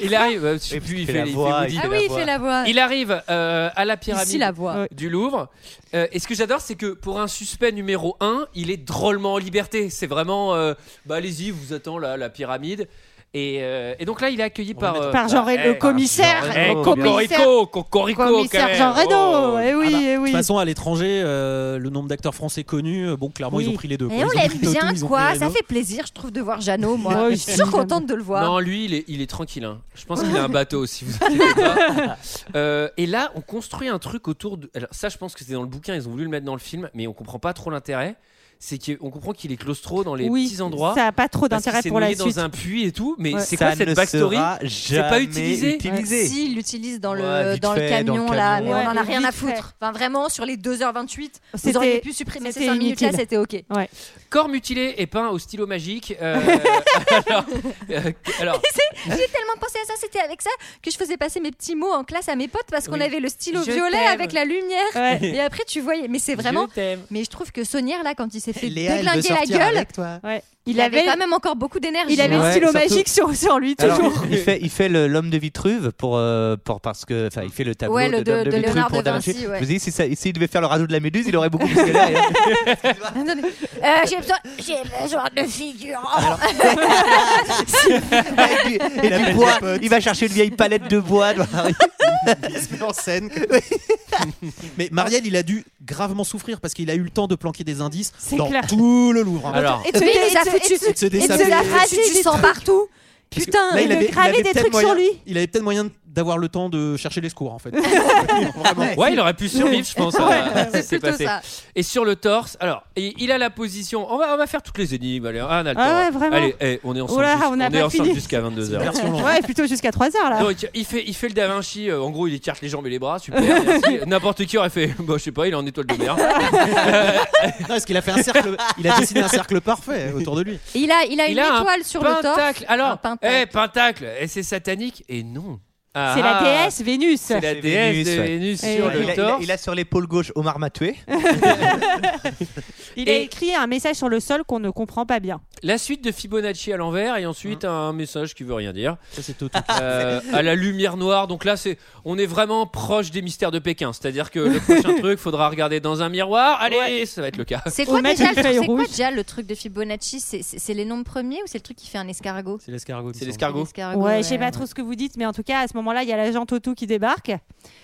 A: il arrive, euh, je sais
G: Et
A: plus,
G: puis,
A: il
G: fait
A: fait,
G: la
A: il fait
G: voix,
A: Woody.
L: Ah oui, il fait la voix.
A: Il arrive euh, à la pyramide
L: Ici, la voix.
A: du Louvre. Euh, et ce que j'adore, c'est que pour un suspect numéro 1, il est drôlement en liberté. C'est vraiment, euh, bah allez-y, vous attend la, la pyramide. Et, euh, et donc là, il est accueilli par, euh,
F: par Jean Reno,
A: eh,
F: le commissaire.
A: eh,
F: le
A: Cocorico, Cocorico, quand
F: commissaire
A: même.
F: Jean Reno.
A: Oh.
F: Eh oui,
K: Ah bah,
F: eh
K: De
F: oui.
K: toute façon, à l'étranger, euh, le nombre d'acteurs français connus, euh, bon, clairement, ils
F: Oui.
K: ont pris les deux. quoi.
L: Et
K: Ils
L: on
K: ont
L: l'aime
K: pris Toto,
L: bien,
K: ils ont
L: quoi.
K: pris
L: Ça
K: Reno.
L: fait plaisir, je trouve, de voir Jeannot, moi.
F: Ouais,
L: je suis toujours
F: évidemment.
L: contente de le voir.
A: Non, lui, il est, il est tranquille. hein. Je pense qu'il a un bateau, si vous inquiétez pas. Euh, et là, on construit un truc autour de. Alors, ça, je pense que c'est dans le bouquin, ils ont voulu le mettre dans le film, mais on comprend pas trop l'intérêt. C'est qu'on comprend qu'il est claustro dans les
F: oui,
A: petits endroits.
F: Ça n'a pas trop
A: parce qu'il
F: d'intérêt
A: s'est
F: pour la
A: noyé
F: suite.
A: dans un puits et tout, mais
F: Ouais.
A: c'est
G: Ça
A: quoi cette
G: ne
A: backstory
G: sera
A: C'est pas
G: jamais
A: utilisé.
G: utilisé.
L: Si, il l'utilise dans
G: Ouais,
L: le,
G: vite
L: dans le
G: fait, dans le
L: camion, là, mais
G: camion.
L: on en a
F: Ouais,
L: rien
F: vite
L: à foutre. Enfin, vraiment, sur les 2h28, vous
F: C'était-
L: auriez pu supprimer ces
F: c'était
L: 5 minutes-là,
F: inutile.
L: c'était OK.
F: Ouais.
A: Corps mutilé et peint au stylo magique. euh, <laughs> alors, euh, alors,
L: J'ai tellement pensé à ça, c'était avec ça que je faisais passer mes petits mots en classe à mes potes parce qu'on
A: Oui.
L: avait le stylo
F: Je
L: violet
F: t'aime.
L: avec la lumière. <laughs>
F: Ouais.
L: Et après, tu voyais. Mais c'est vraiment.
A: je t'aime.
L: Mais je trouve que Sonier, là, quand il s'est fait
K: Léa, elle veut
L: déglinguer la
K: sortir
L: gueule,
K: avec toi.
F: Ouais.
L: il avait quand même encore beaucoup d'énergie.
F: il avait
G: Ouais,
F: le stylo
G: surtout-
F: magique sur, sur lui,
G: Alors,
F: toujours.
G: il fait, il fait le- l'homme de Vitruve pour, euh, pour parce que, enfin, il fait le tableau
L: Ouais,
G: de,
L: le
G: l'homme
L: de-
G: de,
L: de
G: Vitruve
L: Léonard
G: pour
L: de
G: Da Vinci.
L: Vinci, ouais.
G: Vous dites, si ça- s'il devait faire le radeau de la Méduse, il aurait
L: <laughs>
G: beaucoup plus que là. et-
L: Attendez. Euh, j'ai besoin, j'ai besoin de figurants.
G: et du- et du bois. Il va
K: <laughs>
G: chercher une vieille palette
L: <laughs>
G: de bois.
K: Il se met en scène. <laughs> Mais Marielle, il a dû gravement souffrir parce qu'il a eu le temps de planquer des indices
F: C'est
K: dans
F: clair.
K: tout le Louvre. hein.
A: Alors,
F: Et de-
L: Mais il les a
F: et de-
L: foutus.
F: et de-
K: Et de se
F: et de-
K: dessaper.
F: et de la raser
L: Tu- tu
F: du
L: sens
F: sang
L: partout.
K: Parce que
F: Putain,
K: là, il
F: il
K: avait,
F: avait
K: il
F: gravé
K: avait
F: des
K: peut-être
F: trucs
K: moyen-
F: sur lui.
K: Il avait peut-être moyen d'avoir le temps de chercher les secours en fait.
A: ouais, il aurait pu survivre, je pense. à- à ce qui
L: C'est
A: s'est
L: plutôt
A: passé.
L: ça.
A: Et sur le torse, alors, et- il a la position. On va, on va faire toutes les énigmes. Allez, ah, on a le
F: Ah
A: temps.
F: ouais, vraiment.
A: Allez, eh, on est ensemble,
F: Oula,
A: jus-
F: on n'a
A: on est
F: pas
A: ensemble
F: fini.
A: jusqu'à 22h.
K: Version longue.
F: Ouais, plutôt jusqu'à 3h là.
A: Donc il fait, il fait le Da Vinci, euh, en gros il écarte les jambes et les bras, super. <laughs> merci. N'importe qui aurait fait, bah, je sais pas, il est en étoile de mer.
K: Non, parce qu'il a fait un cercle, il a dessiné un cercle parfait autour de lui.
L: Et Il a, il a
A: Il
L: une
A: a un
L: étoile sur le torse.
A: pentacle, alors,
L: Un pentacle.
A: eh, pentacle, eh, c'est satanique et non. Ah,
F: C'est la
A: ah,
F: déesse Vénus.
A: C'est la
G: C'est
A: déesse
G: Vénus,
A: de
G: ouais.
A: Vénus
F: Et
A: sur
F: ouais.
A: le
G: il, a, il a-
A: torse.
G: il a sur l'épaule gauche Omar Matoué.
F: Il a
A: Et-
F: écrit un message sur le sol qu'on ne comprend pas bien.
A: La suite de Fibonacci à l'envers et ensuite
G: Hein
A: un message qui veut rien dire.
K: Ça c'est Toto.
A: Euh, à la lumière noire. Donc là, c'est, on est vraiment proche des mystères de Pékin. C'est-à-dire que le
L: <laughs>
A: prochain truc, faudra regarder dans un miroir. Allez, ça va être le cas.
L: C'est
F: Faut
L: quoi,
F: mettre
L: déjà,
F: une
L: le-
F: feuille
L: c'est quoi
F: rouge.
L: déjà le truc de Fibonacci C'est- C'est c'est les nombres premiers ou c'est le truc qui fait un escargot
K: C'est l'escargot. il me
A: C'est
K: semble.
A: l'escargot.
L: L'escargot,
F: Ouais, je sais pas trop ce que vous dites, mais en tout cas, à ce moment-là, il y a l'agent Toto qui débarque.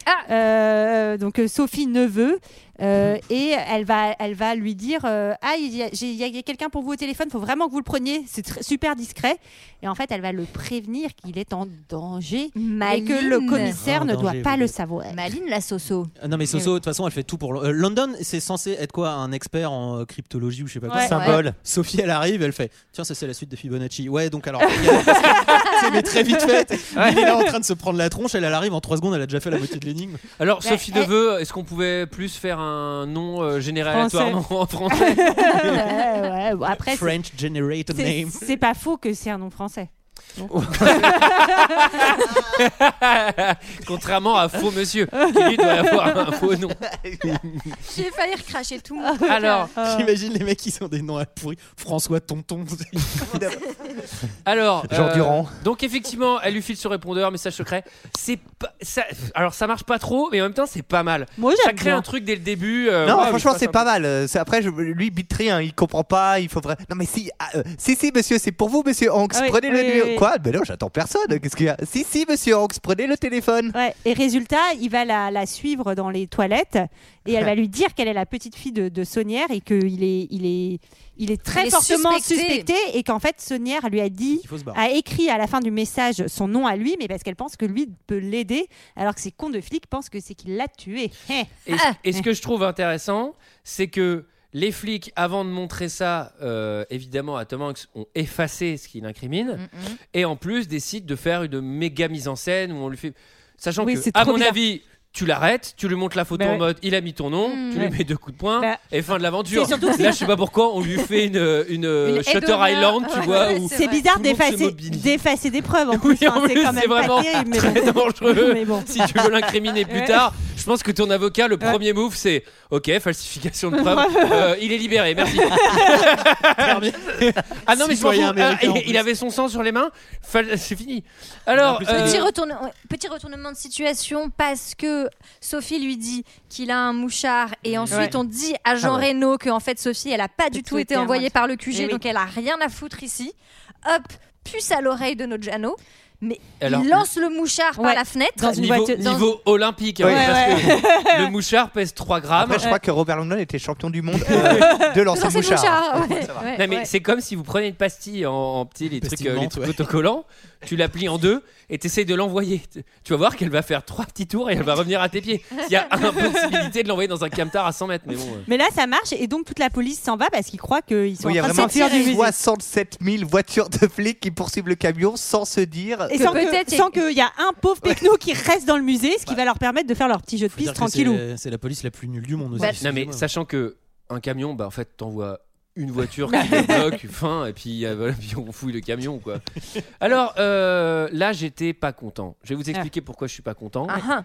L: Ah.
F: Euh, donc euh, Sophie Neveu euh, et elle va, elle va lui dire euh, ah il y a, j'ai- il y a- il y a quelqu'un pour vous au téléphone, faut vraiment que vous le preniez, c'est tr- super discret. Et en fait, elle va le prévenir qu'il est en danger
L: Maline.
F: et que le commissaire
K: Ah, en
F: ne
K: danger,
F: doit pas
K: oui.
F: le savoir.
L: Maline la Soso.
K: Ah Non mais Soso, de toute façon, elle fait tout pour. l'en- euh, London, c'est censé être quoi Un expert en euh, cryptologie ou je sais pas quoi.
F: Ouais.
G: Symbole.
K: Sophie, elle arrive, elle fait Tiens, ça c'est la suite de Fibonacci. Ouais, donc
F: <laughs>
K: alors. il y a- c'est mais très vite fait. Il est là en train de se prendre la tronche, elle, elle arrive en 3 secondes, elle a déjà fait la moitié de l'énigme.
A: Alors,
F: Bah,
A: Sophie
F: eh.
A: Neveu, est-ce qu'on pouvait plus faire un nom euh, généré
F: Français.
A: aléatoirement en
L: <laughs>
A: français
F: <laughs> Ouais, ouais, bon, après, c'est-
K: French Generated
F: c'est
K: Name.
F: c'est pas faux que c'est un nom français.
A: Contrairement à Faux Monsieur, qui lui doit avoir un faux nom.
L: <laughs> J'ai failli recracher tout mon
A: <laughs> Alors,
K: j'imagine les mecs qui sont des noms à pourri. François Tonton.
A: Alors, euh,
G: Jean Durand.
A: Donc effectivement, elle lui file ce répondeur, message secret. C'est pas, ça, alors ça marche pas trop, mais en même temps c'est pas mal.
G: Moi, j'aime
A: ça crée
G: bien.
A: un truc dès le début. euh,
G: non,
A: ouais,
G: franchement,
A: mais
G: c'est
A: ça,
G: pas mal. Euh, c'est- Après, je- lui, Bitry, il comprend pas. Il faut vra- Non, mais si, ah, euh, si, si, monsieur, c'est pour vous, monsieur Hanks.
F: Ah oui,
G: prenez le
F: oui,
G: numéro.
F: oui, oui.
G: Quoi Ben non, j'attends personne. Qu'est-ce qu'il y a Si, si, monsieur Hanks, prenez le téléphone.
F: Ouais, et résultat, il va la, la suivre dans les toilettes
G: <laughs>
F: et elle va lui dire qu'elle est la petite fille de, de Saunière et qu'il est, il est, il est très
L: Il est
F: fortement
L: suspecté.
F: suspecté. et qu'en fait Saunière lui a dit,
L: faut se barrer.
F: a écrit à la fin du message son nom à lui, mais parce qu'elle pense que lui peut l'aider, alors que ces cons de flics pensent que c'est qu'il l'a tué. Eh, Hé.
A: Et, ce- et ce que je trouve intéressant, c'est que les flics, avant de montrer ça, euh, évidemment, à Tom Hanks, ont effacé ce qu'il incrimine.
F: Mm.
L: Mm,
A: Et en plus, décident de faire une méga mise en scène où on lui fait. Sachant
F: Oui,
A: que,
F: c'est
A: à
F: trop
A: mon
F: bizarre.
A: avis. Tu l'arrêtes, tu lui montres la photo
F: Bah
A: en
F: ouais.
A: mode il a mis ton nom,
F: Mmh.
A: tu lui
F: Ouais.
A: mets deux coups de poing
F: Bah,
A: et fin de l'aventure.
F: c'est surtout-
A: Là, je sais pas pourquoi, on lui fait une, euh, une,
F: Une aide
A: Shutter
F: au nain.
A: Island, tu vois. où
F: C'est
A: tout
F: bizarre
A: le monde se
F: d'effacer
A: mobilise.
F: d'effacer des preuves en plus,
A: Oui,
F: hein,
A: en
F: c'est
A: plus,
F: quand même
A: c'est
F: pas
A: vraiment
F: terrible, mais
A: très
F: bon.
A: dangereux.
F: <laughs> Mais bon.
A: <laughs> Si tu veux l'incriminer plus
F: Ouais.
A: tard, je pense que ton avocat, le premier move, c'est OK, falsification de preuve. euh, il est libéré, merci. ah non, mais je m'en
K: Citoyen
A: fous. Ah,
K: américain, en
A: il- il avait son sang sur les mains. Fal- C'est fini. Alors, euh,
L: Petit, retourne- ouais, petit retournement de situation parce que Sophie lui dit qu'il a un mouchard et ensuite
F: Ouais.
L: on dit à Jean
F: Ah ouais.
L: Reno que en fait Sophie elle a pas du
F: Tout
L: tout été
F: était
L: envoyée
F: inventé.
L: par le QG
F: Eh oui.
L: donc elle a rien à foutre ici. Hop, puce à l'oreille de notre Jano. Mais
A: Alors,
L: il lance le mouchard par
F: Ouais.
L: la fenêtre.
A: niveau,
L: Dans-
A: niveau olympique, hein,
G: Ouais,
A: parce que le mouchard pèse 3 grammes.
G: Après, je crois que Robert Langdon était champion du monde euh, de l'ancien
L: Dans ses
G: Bouchard.
L: mouchards, ouais, ouais,
A: Non, mais
L: ouais.
A: c'est comme si vous prenez une pastille en, en petit, les trucs,
K: Pastille
A: euh, les
K: menthe,
A: trucs
K: ouais.
A: autocollants, tu la plies en deux et t'essayes de l'envoyer. Tu- Tu vas voir qu'elle va faire trois petits tours et elle va revenir à tes pieds. Il y
L: <laughs>
A: a impossibilité de l'envoyer dans un camtar à 100 mètres, mais bon. euh.
F: Mais là, ça marche et donc toute la police s'en va parce qu'ils croient qu'ils sont
G: Oui, il y a
F: en train
G: vraiment
F: de se faire du
G: 67 000 voitures de flics qui poursuivent le camion sans se dire.
F: Et sans
L: peut-être-
F: que- sans qu'il y a un pauvre techno qui reste dans le musée, ce qui va leur permettre de faire leur petit jeu de
K: Faut dire
F: piste
K: que c'est
F: tranquillou.
K: la- C'est la police la plus nulle du monde aussi.
L: Bah,
A: non, mais
K: excusez-moi.
A: sachant que un camion, bah en fait, t'envoies une voiture
L: <laughs>
A: qui le bloque, fin, et puis, euh, voilà, puis on fouille le camion, quoi. Alors euh, là, j'étais pas content. Je vais vous expliquer pourquoi je suis pas content.
L: Ah, ah.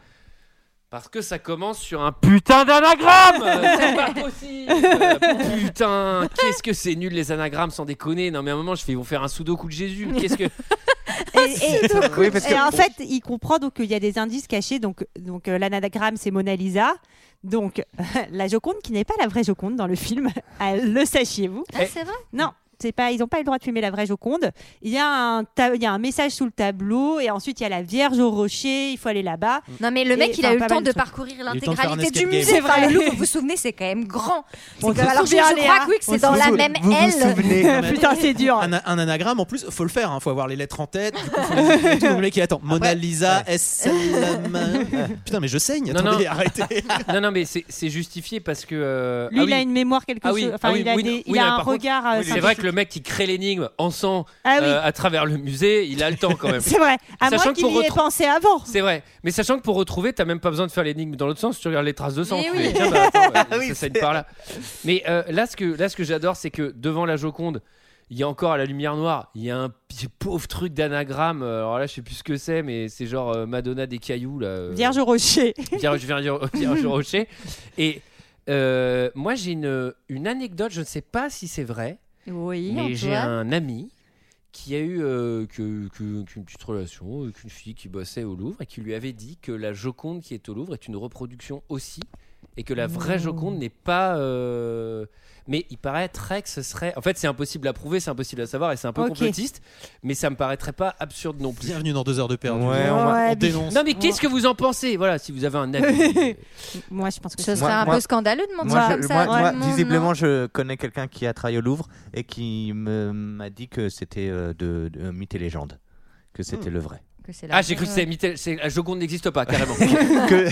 A: Parce que ça commence sur un putain d'anagramme
F: <laughs>
A: Euh, C'est pas possible Euh, Putain, qu'est-ce que c'est nul les anagrammes, sans déconner. Non mais à un moment, je fais, ils vont faire un sudoku de
F: <laughs>
A: Jésus. mais Qu'est-ce que... Ah,
F: Et, et-
G: Oui, parce que-
F: et en fait, il comprend donc qu'il y a des indices cachés. Donc, donc euh, l'anagramme, c'est Mona Lisa. Donc, <laughs> la Joconde, qui n'est pas la vraie Joconde dans le film, <laughs> elle- le sachiez-vous.
L: Ah, c'est vrai.
F: Non, c'est pas, ils n'ont pas eu le droit de fumer la vraie Joconde. Il y, a un ta- il y a un message sous le tableau, et ensuite, il y a la Vierge au rocher, il faut aller là-bas.
L: Non mais le mec
F: Et-
L: il a
F: enfin,
L: eu le
F: pas
L: temps
F: mal
L: de
F: de trucs.
L: parcourir
K: eu le temps de faire un
L: l'intégralité du
K: escape game.
L: musée.
F: C'est
L: Enfin, le
F: vrai.
L: Louvre, vous vous souvenez, c'est quand même grand. C'est
F: On
L: quand-
F: se
L: Alors je,
F: souvient,
L: je crois
F: Léa.
L: que oui que
F: On
L: c'est
F: se
L: dans la
F: souvient.
L: même
G: Vous vous
L: aile. <laughs>
G: souvenez
K: quand même.
F: Ah, Putain, c'est dur.
K: Un, un anagramme en plus, faut le faire, hein, faut avoir les lettres en tête. Du coup, faut les écrire et tout, donc le mec il attend. Mona Lisa, S. Putain, mais je saigne.
A: Non,
K: Attendez,
A: non.
K: arrêtez.
A: Non, non, mais c'est c'est justifié parce que... euh,
F: Lui,
A: ah
F: il a
A: oui.
F: une mémoire quelque
A: Ah
F: chose.
A: oui,
F: enfin,
A: ah oui,
F: il a,
A: oui,
F: des-
A: oui,
F: il
A: non,
F: a
A: mais
F: un
A: par contre,
F: regard. euh,
A: C'est vrai
F: scientifique.
A: que le mec qui crée l'énigme en sang
F: Ah oui.
A: euh, à travers le musée, il a le temps quand
F: <laughs>
K: Euh,
A: même.
F: C'est vrai. À
A: Sachant
F: moins
A: que
F: qu'il
A: pour
F: y ait
A: retrou-
F: pensé avant.
A: C'est vrai, mais sachant que pour retrouver, t'as même pas besoin de faire l'énigme dans l'autre sens, tu regardes les traces de sang.
L: Mais
A: tu
L: oui.
A: fais, tiens, bah, attends, euh,
G: Ah oui,
A: ça saigne
G: c'est-
A: par là. Mais euh, là, ce que, là, ce que j'adore, c'est que devant la Joconde, il y a encore à la lumière noire, il y a un petit pauvre truc d'anagramme. euh, Alors là, je sais plus ce que c'est, mais c'est genre euh, Madonna des cailloux. Là, euh,
F: Vierge
L: <laughs>
F: au rocher.
A: Vierge, Vierge- Vierge Rocher. Et euh, moi, j'ai une, une anecdote, je ne sais pas si c'est vrai,
L: Oui,
A: mais j'ai un ami qui a eu euh, que- que- qu'une petite relation, euh, qu'une fille qui bossait au Louvre et qui lui avait dit que la Joconde qui est au Louvre est une reproduction aussi et que la vraie Joconde n'est pas. euh, Mais il paraîtrait que ce serait. En fait, c'est impossible à prouver, c'est impossible à savoir et c'est un peu
F: Ok.
A: complotiste, mais ça me paraîtrait pas absurde non plus.
K: <laughs> Bienvenue dans deux heures de perdu.
G: Ouais, on
K: on,
G: va-
F: Ouais, mais-
K: dénonce.
A: Non, mais qu'est-ce que vous en pensez Voilà, si vous avez un avis.
F: Moi, je pense que
L: Ce
F: c'est
L: serait
G: Moi-
L: un
G: moi-
L: peu scandaleux de mentir
G: Moi,
L: comme
G: je-
L: ça.
G: moi-
L: à tout
G: moi,
L: le monde,
G: visiblement,
L: non
G: je connais quelqu'un qui a travaillé au Louvre et qui me- m'a dit que c'était euh, de, de mythe et légende, que c'était le vrai.
L: Que c'est la
A: Ah, j'ai cru que
L: vraie-
A: c'était mythe- c'est- la Joconde n'existe pas, carrément.
G: <laughs> Que-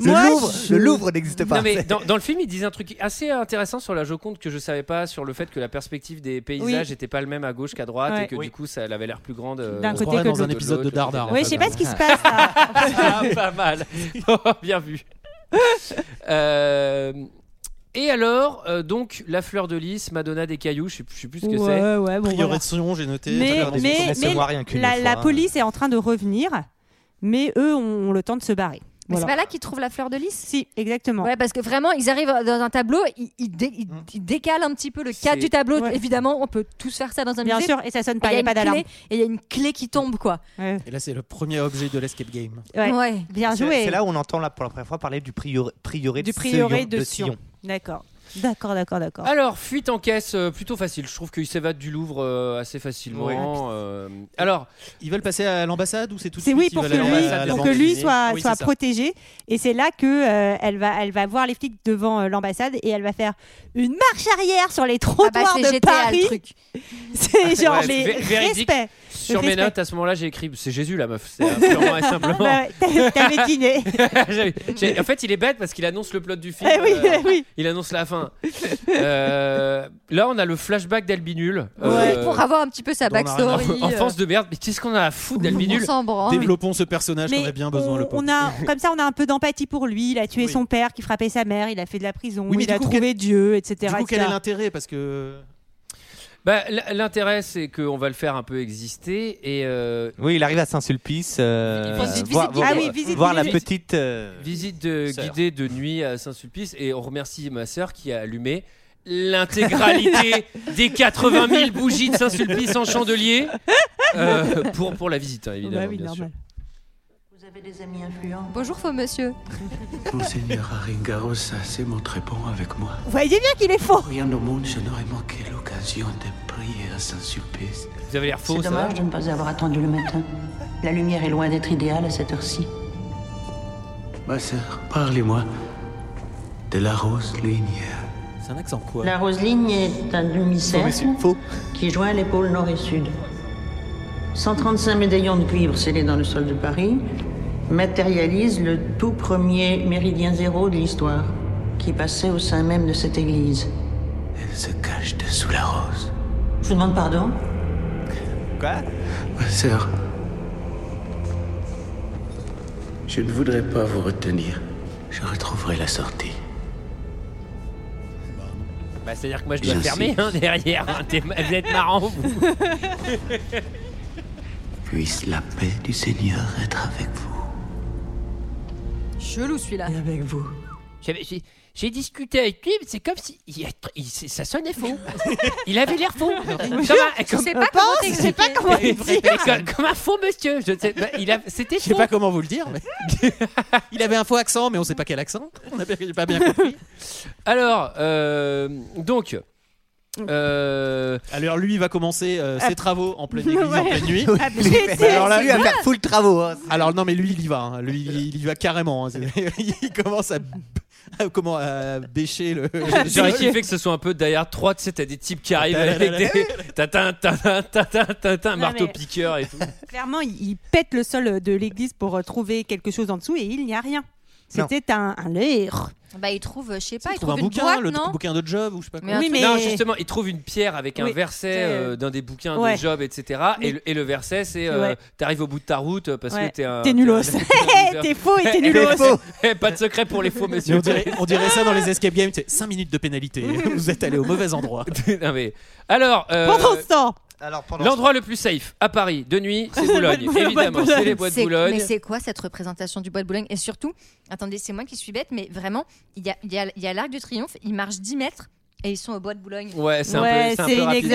G: le,
F: <laughs> Moi,
G: Louvre,
F: je-
G: le Louvre n'existe pas.
A: non, mais dans, dans le film, ils disent un truc assez intéressant sur la Joconde que je savais pas, sur le fait que la perspective des paysages
F: Oui.
A: n'était pas le même à gauche qu'à droite
F: Ouais.
A: et que
G: Oui.
A: du coup, ça elle avait l'air plus grande. euh,
F: D'un
A: on
F: côté
A: croirait
F: que de
A: dans un
K: l'autre.
A: épisode de Dardar.
F: Oui, je sais pas ce qui se passe.
K: <laughs>
F: là.
A: <laughs> Ah, pas mal. Oh, bien vu. Euh, Et alors, euh, donc, la fleur de lys, Madonna des cailloux, je sais, je sais plus ce que
F: Ouais,
A: c'est.
F: euh, ouais, bon,
K: Priorisation, j'ai noté.
F: mais,
K: Fleur des
F: mais-
K: Lys.
F: mais la,
K: hein.
F: la police est en train de revenir, mais eux ont, ont le temps de se barrer.
L: Mais c'est
F: Voilà.
L: pas là qu'ils trouvent la fleur de lys
F: Si, exactement.
L: Ouais, parce que vraiment, ils arrivent dans un tableau, ils, ils dé- ils- ils décalent un petit peu le cadre du tableau. Évidemment, on peut tous faire ça dans un
F: Bien
L: musée.
F: sûr, et ça sonne pas,
L: il y a
F: pas
L: une
F: d'alarme.
L: clé- Et il y a une clé qui tombe, quoi.
K: Et là, c'est le premier objet de l'escape game.
F: Ouais. Bien
G: C'est-
F: joué.
G: C'est là où on entend là, pour la première fois parler du priori- prioré,
F: du
G: de
F: prioré
G: Sion-
F: de Sion. D'accord. D'accord, d'accord,
K: Ah,
F: d'accord.
A: Alors, fuite en caisse, euh, plutôt facile. Je trouve qu'ils s'évadent du Louvre euh, assez facilement.
K: Oui.
A: euh, alors,
K: ils veulent passer à l'ambassade ou c'est tout de
F: C'est
K: suite
F: oui
K: ils
F: pour que
K: veulent aller à la- à la
F: lui, pour
K: banque
F: que lui
K: privée
F: soit,
K: Oui,
F: soit
K: c'est ça.
F: protégé. Et c'est là que euh, elle va elle va voir les flics devant euh, l'ambassade et elle va faire une marche arrière sur les trottoirs
L: Ah bah, c'est
F: de
L: GTA, le
F: Paris.
L: truc.
F: C'est genre
A: Ah, Ouais,
F: mais
A: vé- véridique.
F: respect.
A: Sur mes
F: Respect.
A: notes, à ce moment-là, j'ai écrit c'est Jésus la
F: <laughs>
A: meuf. C'est euh, purement et simplement.
F: Bah ouais, t'avais-
A: <laughs>
F: t'avais deviné.
A: J'ai- Ah, j'ai- en fait, il est bête parce qu'il annonce le plot du film. euh,
F: Eh oui, eh oui.
A: Il annonce la fin. Euh, là, on a le flashback d'Albinul.
L: Ouais,
A: euh,
L: Pour avoir un petit peu sa
A: dont on a rien à-
L: backstory. euh,
A: Enfance de merde, mais qu'est-ce qu'on a à foutre
L: On
A: d'Albinul
L: s'en branle.
K: Développons ce personnage
F: Mais
K: qu'on a Ah, bien besoin, le pauvre.
F: On a comme ça on a un peu d'empathie pour lui. Il a tué son père, qui frappait sa mère, il a fait de la prison,
K: Oui, mais
F: il
K: du
F: a
K: coup,
F: trouvé Dieu, etc.
K: Du coup, quel
F: etc..
K: est l'intérêt Parce que.
A: Bah, l- L'intérêt, c'est qu'on va le faire un peu exister. Et, euh,
G: Oui, il arrive à Saint-Sulpice. euh,
A: Visite- visite
G: voir,
A: guidée.
G: voir-
A: Ah oui, visite
G: voir la
A: guidée.
G: petite. euh,
A: Visite de-
G: Sœur.
A: guidée de nuit à Saint-Sulpice et on remercie ma sœur qui a allumé l'intégralité des 80 000 bougies de Saint-Sulpice en chandelier euh, pour, pour la visite, hein, évidemment.
F: oui,
A: bien sûr.
M: Vous avez des amis influents
L: Bonjour, faux monsieur.
H: Monseigneur Aringarosa s'est montré bon avec moi.
F: Vous voyez bien qu'il est faux.
H: Rien au monde, je n'aurais manqué l'occasion de prier à Saint-Sulpice.
A: Vous avez l'air
M: C'est dommage de ne pas avoir attendu le matin. La lumière est loin d'être idéale à cette heure-ci.
H: Ma sœur, parlez-moi de la rose lumière.
K: C'est un accent quoi
M: La roseligne est un demi-cercle qui joint les pôles nord et sud. 135 médaillons de cuivre scellés dans le sol de Paris matérialisent le tout premier méridien zéro de l'histoire qui passait au sein même de cette église.
H: Elle se cache dessous la rose.
M: Je vous demande pardon
G: Quoi
H: Ma sœur, je ne voudrais pas vous retenir. Je retrouverai la sortie.
A: Bah, C'est-à-dire que moi, je dois
H: Je
A: fermer
H: sais.
A: hein, derrière. hein. T'es- vous êtes marrant, vous.
H: Puisse la paix du Seigneur être avec vous.
L: Chelou celui-là.
M: avec vous.
A: J'avais- j'ai- J'ai discuté avec lui, mais c'est comme si il a- il- c'est- ça sonnait faux. Il avait l'air faux. Comme
L: Je
A: un- comme-
L: sais pas comment t'expliquer.
A: Mais- mais comme, comme un faux monsieur. Je ne sais pas, il a- C'était
K: Je sais
A: faux.
K: pas comment vous le dire, mais. <laughs> il avait un faux accent, mais on sait pas quel accent. On n'a pas- j'ai <laughs> pas bien compris.
A: Alors, euh, donc. euh,
K: Alors lui, il va commencer euh, ses travaux en pleine <laughs> église, en
A: Ouais.
K: pleine nuit.
A: Ah,
G: <laughs>
A: putain,
K: Alors là,
A: lui, il va faire
K: full travaux.
G: hein.
K: Alors non, mais lui, il y va. hein. Lui, il, il y va carrément. hein. C'est- <laughs> il commence à, à- comment à bêcher le.
A: J'aurais kiffé que ce soit un peu derrière 3, tu sais, t'as des types qui arrivent avec des. Tatin, tatin, tatin, tatin,
F: Non,
A: marteau
F: mais-
A: piqueur et tout.
F: Clairement, il, il pète le sol de l'église pour euh, trouver quelque chose en dessous et il n'y a rien. C'était un, un leurre.
L: Bah, il trouve, je sais pas,
K: Il
L: il
K: trouve un
L: trouve une
K: bouquin,
L: boîte,
K: le
L: non
K: bouquin de Job ou je sais pas quoi.
L: Mais un Oui, truc- mais-
A: Non, justement, il trouve une pierre avec un
L: Oui,
A: verset
L: c'est, euh,
A: euh, d'un des bouquins
F: ouais.
A: de Job, etc. Et, le, et le verset, c'est euh,
F: Ouais.
A: T'arrives au bout de ta route euh, parce
F: Ouais.
A: que t'es un.
F: T'es nulos. <laughs>
A: <laughs> un-
F: T'es faux et t'es nulos.
A: Eh, Pas de secret pour les faux,
K: Mais
A: messieurs.
K: on, <laughs> dirait, on dirait ça dans les escape games, c'est 5 minutes de pénalité. Vous êtes allé au mauvais
A: <laughs>
K: endroit. <laughs>
A: Non, mais- Alors. euh,
F: Pendant ce temps,
A: L'endroit le plus safe à Paris de nuit, c'est
F: Le
A: Boulogne.
F: bois de Boulogne.
A: Évidemment, c'est les bois de
L: C'est-
A: Boulogne.
L: Mais c'est quoi cette représentation du bois de Boulogne Et surtout, attendez, c'est moi qui suis bête, mais vraiment, il y a, il y a- il y a l'Arc de Triomphe, ils marchent 10 mètres et ils sont au bois de Boulogne.
A: Ouais, c'est un peu- c'est un peu rapide.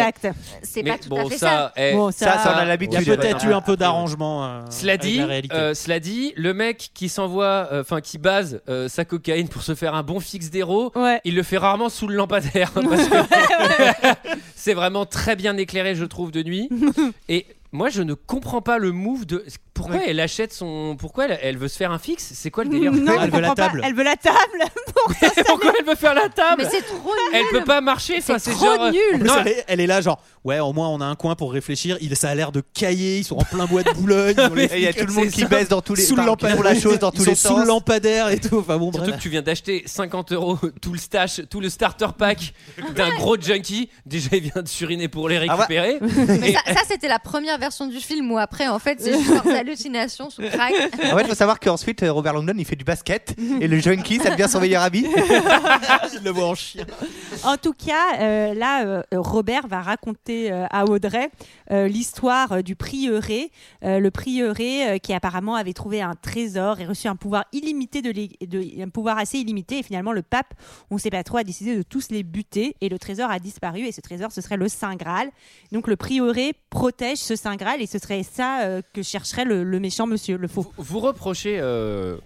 L: C'est
A: Mais
L: pas tout
A: bon,
L: à fait
A: ça,
L: ça.
A: eh, Bon, ça- ça, on
G: Ah,
A: a l'habitude.
K: Il y a peut-être
A: Ouais.
K: eu un peu d'arrangement. euh,
A: Cela
K: avec
A: dit,
K: la réalité.
A: euh, cela dit, le mec qui s'envoie, euh, enfin qui base euh, sa cocaïne pour se faire un bon fixe d'héros, il le fait rarement sous le
L: <laughs>
A: lampadaire. parce que c'est vraiment très bien éclairé, je trouve, de
L: <laughs>
A: nuit. Et moi, je ne comprends pas le move de pourquoi elle achète son, pourquoi elle, elle veut se faire un fixe. C'est quoi le délire
F: Non, on comprend pas. Elle veut la table. <laughs>
A: Pourquoi elle veut faire la table
L: Mais c'est trop
A: <laughs> Elle
L: nul.
A: peut pas marcher. enfin,
L: C'est
A: C'est
L: trop
A: genre, euh,
K: En
L: nul.
K: plus,
A: Non,
K: elle, est, elle est là, genre, ouais, au moins on a un coin pour réfléchir. Il, ça a l'air de cailler. Ils sont en plein bois de
G: <laughs>
K: Boulogne. ils ont les
G: Et il y a
K: flics,
G: tout le monde
K: c'est
G: qui
K: ça.
G: baisse dans tous les-
K: Sous le
G: enfin, qui font la chose dans
K: ils
G: tous les
K: sont Sous le
G: sens.
K: lampadaire et tout. Enfin bon, bref.
A: Surtout que tu viens d'acheter 50 euros tout le stash, tout le starter pack d'un gros junkie. Déjà, il vient de suriner pour les récupérer.
L: Mais ça, ça, c'était la première version du film où après, en fait,
A: <laughs>
L: c'est juste leurs hallucinations sous crack.
G: En fait, il faut savoir qu'ensuite, euh, Robert Langdon, il fait
A: <laughs>
G: du basket et le junkie, ça devient son meilleur ami.
K: il le voit en chien.
F: En tout cas, euh, là, euh, Robert va raconter euh, à Audrey euh, l'histoire euh, du prieuré, euh, le prieuré euh, qui apparemment avait trouvé un trésor et reçu un pouvoir illimité de, l'é- de- un pouvoir assez illimité. Et finalement, le pape, on ne sait pas trop, a décidé de tous les buter et le trésor a disparu. Et ce trésor, ce serait le Saint Graal. Donc le prieuré protège ce Saint Graal et ce serait ça euh, que chercherait le, le méchant monsieur, le faux.
A: Vous reprochez euh,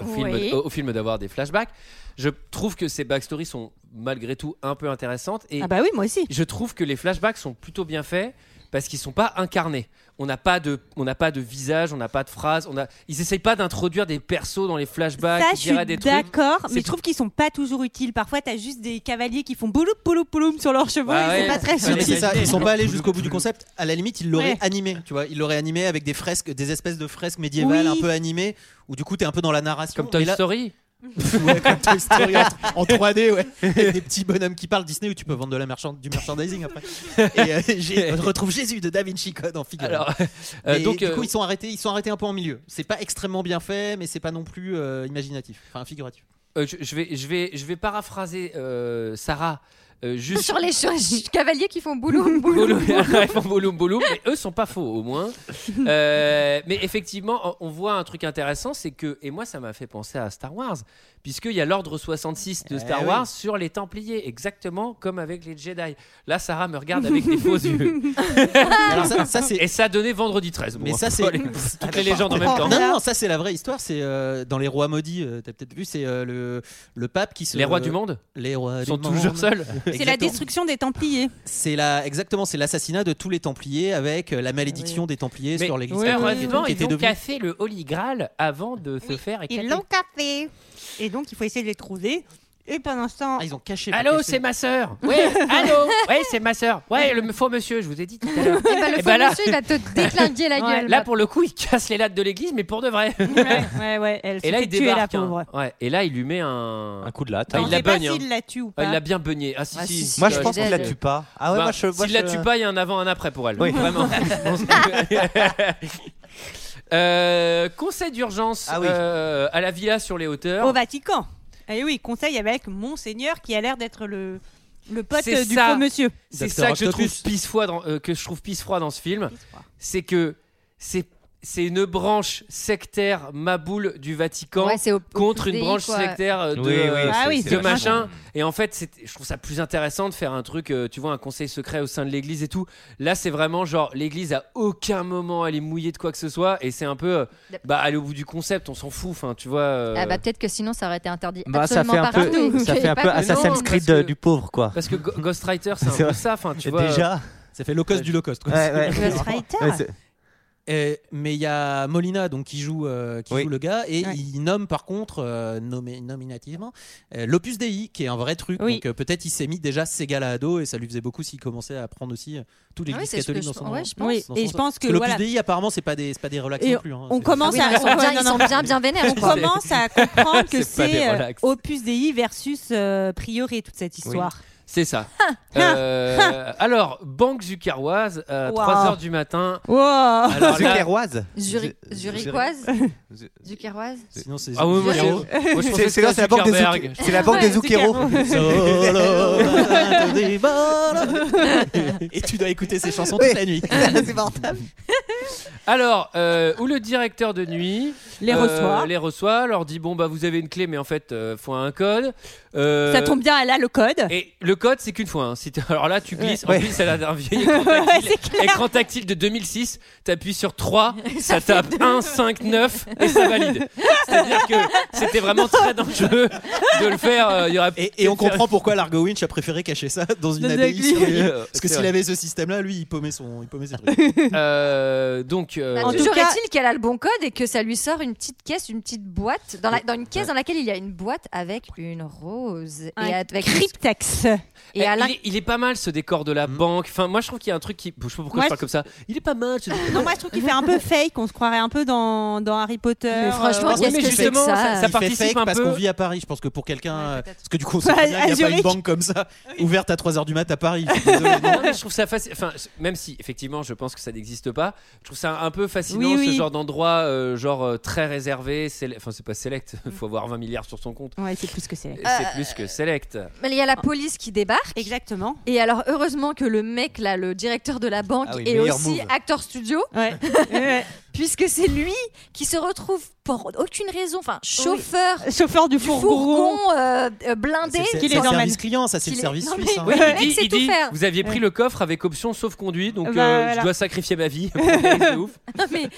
A: au,
F: Oui.
A: film, au- au film d'avoir des flashbacks. Je trouve que ces backstories sont malgré tout un peu intéressantes. Et
F: Ah bah oui, moi aussi.
A: Je trouve que les flashbacks sont plutôt bien faits parce qu'ils sont pas incarnés. On n'a pas de, on n'a pas de visage, on n'a pas de phrase. On a, ils essayent pas d'introduire des persos dans les flashbacks.
F: Ça,
A: ils
F: je
A: diraient
F: suis
A: des trucs.
F: d'accord,
A: C'est
F: mais je trouve qu'ils sont pas toujours utiles. Parfois, t'as juste des cavaliers qui font bouloup, bouloup, bouloum sur leurs chevaux
K: Ah
F: et
K: ouais.
F: c'est pas très
K: C'est
F: joli.
K: ça, ils sont pas allés jusqu'au bout du concept. À la limite, ils l'auraient
F: Ouais.
K: animé, tu vois. Ils l'auraient animé avec des fresques, des espèces de fresques médiévales
A: Oui.
K: un peu animées, où du coup, t'es un peu dans la narration.
A: Comme Toy
K: Mais là-
A: Story.
K: <laughs> ouais, comme Toy
A: <laughs>
K: Story en, en 3D, ouais. Avec des petits bonhommes qui parlent Disney où tu peux vendre de la marchand, du merchandising après. Et euh, <laughs> j'ai- je retrouve Jésus de Da Vinci Code en figure.
A: Alors, <laughs> euh,
K: Et
A: donc,
K: du coup,
A: euh,
K: ils sont arrêtés, ils sont arrêtés un peu en milieu. C'est pas extrêmement bien fait, mais c'est pas non plus euh, imaginatif, enfin figuratif.
A: Euh, je, je vais, je vais, je vais paraphraser euh, Sarah. euh, juste
L: Sur les ch- cavaliers qui font boulou, boulou.
A: Boulou-
K: <laughs>
A: ils font boulou, boulou, mais eux sont pas faux au moins. Euh, mais effectivement, on on voit un truc intéressant, c'est que et moi ça m'a fait penser à Star Wars, puisqu'il y a l'ordre 66 de Star
K: Eh oui.
A: Wars sur les Templiers, exactement comme avec les Jedi. Là, Sarah me regarde avec des faux yeux.
K: <laughs>
F: Ah.
K: Alors ça- ça,
A: et ça donnait vendredi 13. Bon,
K: Mais ça,
A: faut
K: c'est
A: pas les- <laughs> toutes les légendes en même temps.
K: Oh, Non, non, non, ça c'est la vraie histoire. C'est euh, dans les rois maudits. euh, T'as peut-être vu, c'est euh, le, le pape qui se.
A: Les rois du monde
K: Les rois
A: Sont
K: du monde.
A: toujours seuls
F: C'est la
K: Exactement.
F: destruction des Templiers.
K: C'est la exactement, c'est l'assassinat de tous les Templiers avec euh,
F: Ah
K: la malédiction des Templiers
A: Mais
K: sur l'Église. catholique
A: heureusement,
K: qui
A: ils
K: était
A: ont
K: devenue-
A: cassé le Holy Grail avant de se faire éclater.
F: Ils l'ont café. Et donc, il faut essayer de les trouver. Et pendant ce
A: Ah,
F: temps.
K: Ah, ils ont caché.
A: Allô, c'est ma sœur. Ouais, allô. Ouais, c'est ma sœur. Ouais, le faux monsieur, je vous ai dit tout à l'heure.
L: Et bah, le
A: Eh
L: faux
A: ben là-
L: monsieur, il
A: <laughs>
L: va te déclinguer la
A: Ouais,
L: gueule.
A: là, pour le coup, il casse les lattes de l'église, mais pour de vrai.
F: Ouais, ouais, elle
A: Et là,
F: s'est
A: il
F: tuée,
A: débarque.
F: la
A: hein.
F: pauvre.
A: Ouais, et là, il lui met un,
G: coup de latte.
A: Ah,
F: On
A: il
F: sait
A: la
F: pas
A: bogne. hein.
F: s'il la tue ou
A: Ah,
F: pas.
A: il l'a bien beugné. Ah, si,
F: Ah,
A: si.
F: si, si,
G: Moi, je
A: Ouais,
G: pense
A: j'ai-
G: qu'il la tue pas. Ah ouais,
A: Bah,
G: moi, je. moi,
A: S'il la
G: je-
A: tue pas, il y a un avant, un après pour elle.
G: Oui.
A: Vraiment. Euh, conseil d'urgence
F: Ah oui.
A: euh, à la villa sur les hauteurs.
F: Au Vatican. Et oui, conseil avec Monseigneur qui a l'air d'être le, le pote
A: C'est
F: euh, du
A: ça.
F: faux monsieur.
A: C'est ça que je trouve pisse froid dans, euh, que je trouve pisse froid dans ce film, c'est que c'est c'est une branche sectaire maboule du Vatican
L: Ouais, c'est op-
A: contre
L: opus
A: une
L: Dei,
A: branche
L: quoi.
A: sectaire euh, de,
G: Oui, oui,
A: euh,
G: Ah c'est- oui,
A: de
G: c'est
A: machin.
G: vachement.
A: Et en fait, c'est- je trouve ça plus intéressant de faire un truc, euh, tu vois, un conseil secret au sein de l'Église et tout. Là, c'est vraiment genre l'Église à aucun moment elle est mouillée de quoi que ce soit et c'est un peu euh, bah aller au bout du concept, on s'en fout, enfin, tu vois. euh,
L: Ah bah peut-être que sinon ça aurait été interdit.
G: Bah, ça
L: absolument
G: fait un
L: partout,
G: peu,
L: donc
G: <laughs> ça
L: il y
G: fait
L: a
G: un
L: pas
G: peu
L: de-
A: Non,
G: Assassin's
A: parce
G: Creed
A: que-
G: euh, du pauvre, quoi.
A: Parce que Go- Ghostwriter,
G: <laughs>
A: c'est
G: C'est
A: un peu
G: vrai.
A: ça, enfin, tu
G: Et
A: vois.
G: déjà.
K: Ça fait low cost du low cost. quoi.
G: Ouais, ouais.
F: <laughs> Ghostwriter
G: Ouais, c'est-
K: Et- mais il y a Molina donc qui joue euh, qui joue le gars et il nomme par contre euh, nommé- nominativement euh, l'opus Dei qui est un vrai truc donc euh, peut-être il s'est mis déjà ces gars là à dos et ça lui faisait beaucoup s'il commençait à prendre aussi euh, toute
L: Ah oui,
K: l'église
L: c'est ce que
K: catholique
L: je-
K: dans son
L: ouais, je
K: dans
L: pense.
K: son
L: Oui, et je
K: sens.
L: pense
K: Parce
L: que,
K: l'opus
L: voilà.
K: Dei apparemment c'est pas des c'est pas des relax
F: Et
K: non plus hein.
F: on
K: C'est-
F: commence
L: Ah oui,
F: à,
L: non, ils sont
F: ouais,
L: bien-
F: non,
L: ils
F: non,
L: sont
F: mais-
L: bien- bien vénères,
F: On
L: quoi.
F: commence à comprendre
A: <laughs>
F: que
A: C'est pas des
F: c'est euh,
A: relax.
F: Opus Dei versus euh, Priori toute cette
A: Oui.
F: histoire.
A: C'est
L: <laughs>
A: ça.
F: Ha,
A: Euh,
F: ha.
A: alors, banque zucaroise, à
F: Wow.
A: 3h du matin.
F: Wow.
A: Alors là-
G: Zuckeroise
L: Zuri- Zurichoise Zuckeroise
K: sinon c'est
A: Ah ouais, moi,
K: Zucchero.
A: je- moi, je pensais
G: C'est-
A: que
G: c'est- non,
A: c'était
G: c'est la banque des
A: Zuckerberg.
G: Zuc- c'est la
F: Oh,
G: banque des Zucchero.
K: <laughs> Solo, des balles. et tu dois écouter ces chansons toute la nuit
L: <laughs>
G: C'est mortel.
A: Alors, euh, où le directeur de nuit
F: <laughs>
A: euh,
F: Les reçoit.
A: les reçoit, leur dit bon bah vous avez une clé, mais en fait euh, faut un code. Euh,
F: Ça tombe bien, elle a le code. <laughs>
A: Et le code c'est qu'une fois. hein. Si t'es- Alors là tu glisses,
G: Ouais.
A: en plus elle a un
F: <laughs>
A: vieil écran
F: Ouais,
A: tactile,
F: c'est clair.
A: écran tactile de 2006. T'appuies sur 3, ça,
L: Ça
A: tape 1, 5, 9 et ça valide. C'est-à-dire que c'était vraiment très dangereux de le faire. euh, il y aurait
K: Et, et on comprend pourquoi Largo Winch a préféré cacher ça dans une
A: Dans une
K: abbaye. sur
A: abbaye.
K: l'île.
A: Euh,
K: Parce
A: c'est
K: que s'il
A: vrai.
K: avait ce système-là, lui, il
F: Ah,
K: paumait, son, il paumait ses trucs.
A: Euh, donc, euh,
L: Bah, Toujours est-il qu'elle a le bon code et que ça lui sort une une petite caisse, une petite boîte, dans, la- dans une caisse dans laquelle il y a une boîte avec une rose.
F: Un
L: avec
F: <laughs> cryptex.
L: Et à l'in-
A: Eh, il, est, il est pas mal ce décor de la
K: Hmm.
A: banque. Enfin, moi je trouve qu'il y a un truc qui. Je sais pas pourquoi
F: Moi,
A: je parle comme ça. Il est pas mal. ce décor.
F: Non, moi je trouve qu'il fait un peu fake, on se croirait un peu dans, dans Harry Potter.
L: Mais franchement,
F: euh,
L: Oui, qu'est-ce mais que c'est justement, que ça ça- ça
K: Il fait
A: participe
K: fake
A: un
K: parce
A: peu.
K: qu'on vit à Paris. Je pense que pour quelqu'un, euh, parce que du coup, on
A: Bah,
K: sait très bien
A: à
K: qu'il n'y a pas une
A: Zurich.
K: banque comme ça ouverte à 3h du mat à Paris.
A: Non, <laughs> mais je trouve ça facile. Enfin, c- même si effectivement, je pense que ça n'existe pas. Je trouve ça un peu fascinant
K: Oui,
A: ce
K: oui.
A: genre d'endroit, euh, genre euh, très réservé. séle- Enfin, c'est pas select. <laughs> Il faut avoir 20 milliards sur son compte.
F: Ouais, c'est plus que select.
A: C'est
L: Euh,
A: plus que select.
L: Mais il y a la police qui débarque.
F: Exactement.
L: Et alors, heureusement que le mec, là, le directeur de la banque,
A: Ah oui,
L: est
A: meilleur
L: aussi
A: move.
L: acteur studio.
F: <laughs>
L: Puisque c'est lui qui se retrouve pour aucune raison, enfin, chauffeur.
F: Chauffeur du fourgon.
L: fourgon euh, euh, blindé
F: C'est- c'est-
K: Qui
F: les
K: les
F: emmène.
K: service client, ça c'est le
L: Qui les-
K: service
L: Non, mais-
K: suisse. hein.
L: Oui,
A: Il
L: Le mec
A: dit-
L: sait
A: il
L: tout
A: dit,
L: faire.
A: vous aviez pris le coffre avec option sauf conduit, donc
L: Bah,
A: euh,
L: voilà.
A: je dois sacrifier ma vie. <laughs> C'est ouf.
L: Non, mais-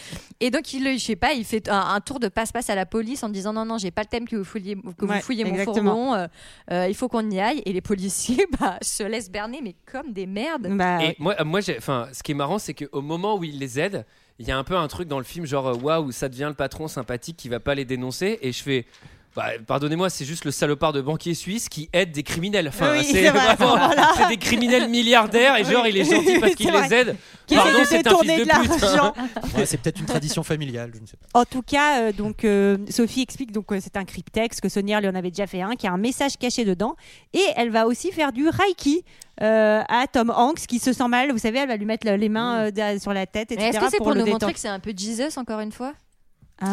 L: et donc il, je sais pas, il fait un, un tour de passe-passe à la police en disant non non j'ai pas le thème que vous fouillez, que
F: Ouais,
L: vous fouillez mon
F: exactement.
L: fourgon, euh, euh, il faut qu'on y aille et les policiers <laughs> bah, se laissent berner mais comme des merdes.
F: Bah, Ah
A: Et moi, euh, moi j'ai- enfin, ce qui est marrant, c'est qu'au moment où il les aide, il y a un peu un truc dans le film, genre euh, waouh, ça devient le patron sympathique qui va pas les dénoncer. Et je fais. bah, pardonnez-moi, c'est juste le salopard de banquier suisse qui aide des criminels. Enfin,
F: Oui,
A: c'est
F: c'est vrai,
A: vraiment-
F: <laughs> voilà.
A: c'est des criminels milliardaires et genre
F: Oui.
A: il est gentil parce
F: <laughs> C'est
A: qu'il
F: vrai.
A: les aide.
F: Qui essaie
A: Pardon,
F: de
A: c'est un
F: détourner
A: fils de,
F: de
A: pute. hein. <laughs>
F: l'argent.
K: Ouais, c'est peut-être une tradition familiale, je ne sais pas.
F: En tout cas, euh, donc euh, Sophie explique donc que c'est un cryptex, que Sonia lui en avait déjà fait un, qu'il y a un message caché dedans, et elle va aussi faire du reiki euh, à Tom Hanks qui se sent mal. Vous savez, elle va lui mettre le- les mains euh, derrière- sur la tête,
L: Mais
F: etc.
L: Est-ce que c'est pour, nous
F: le
L: montrer
F: détendre. Ah
L: que c'est un peu Jesus encore une fois
A: bah,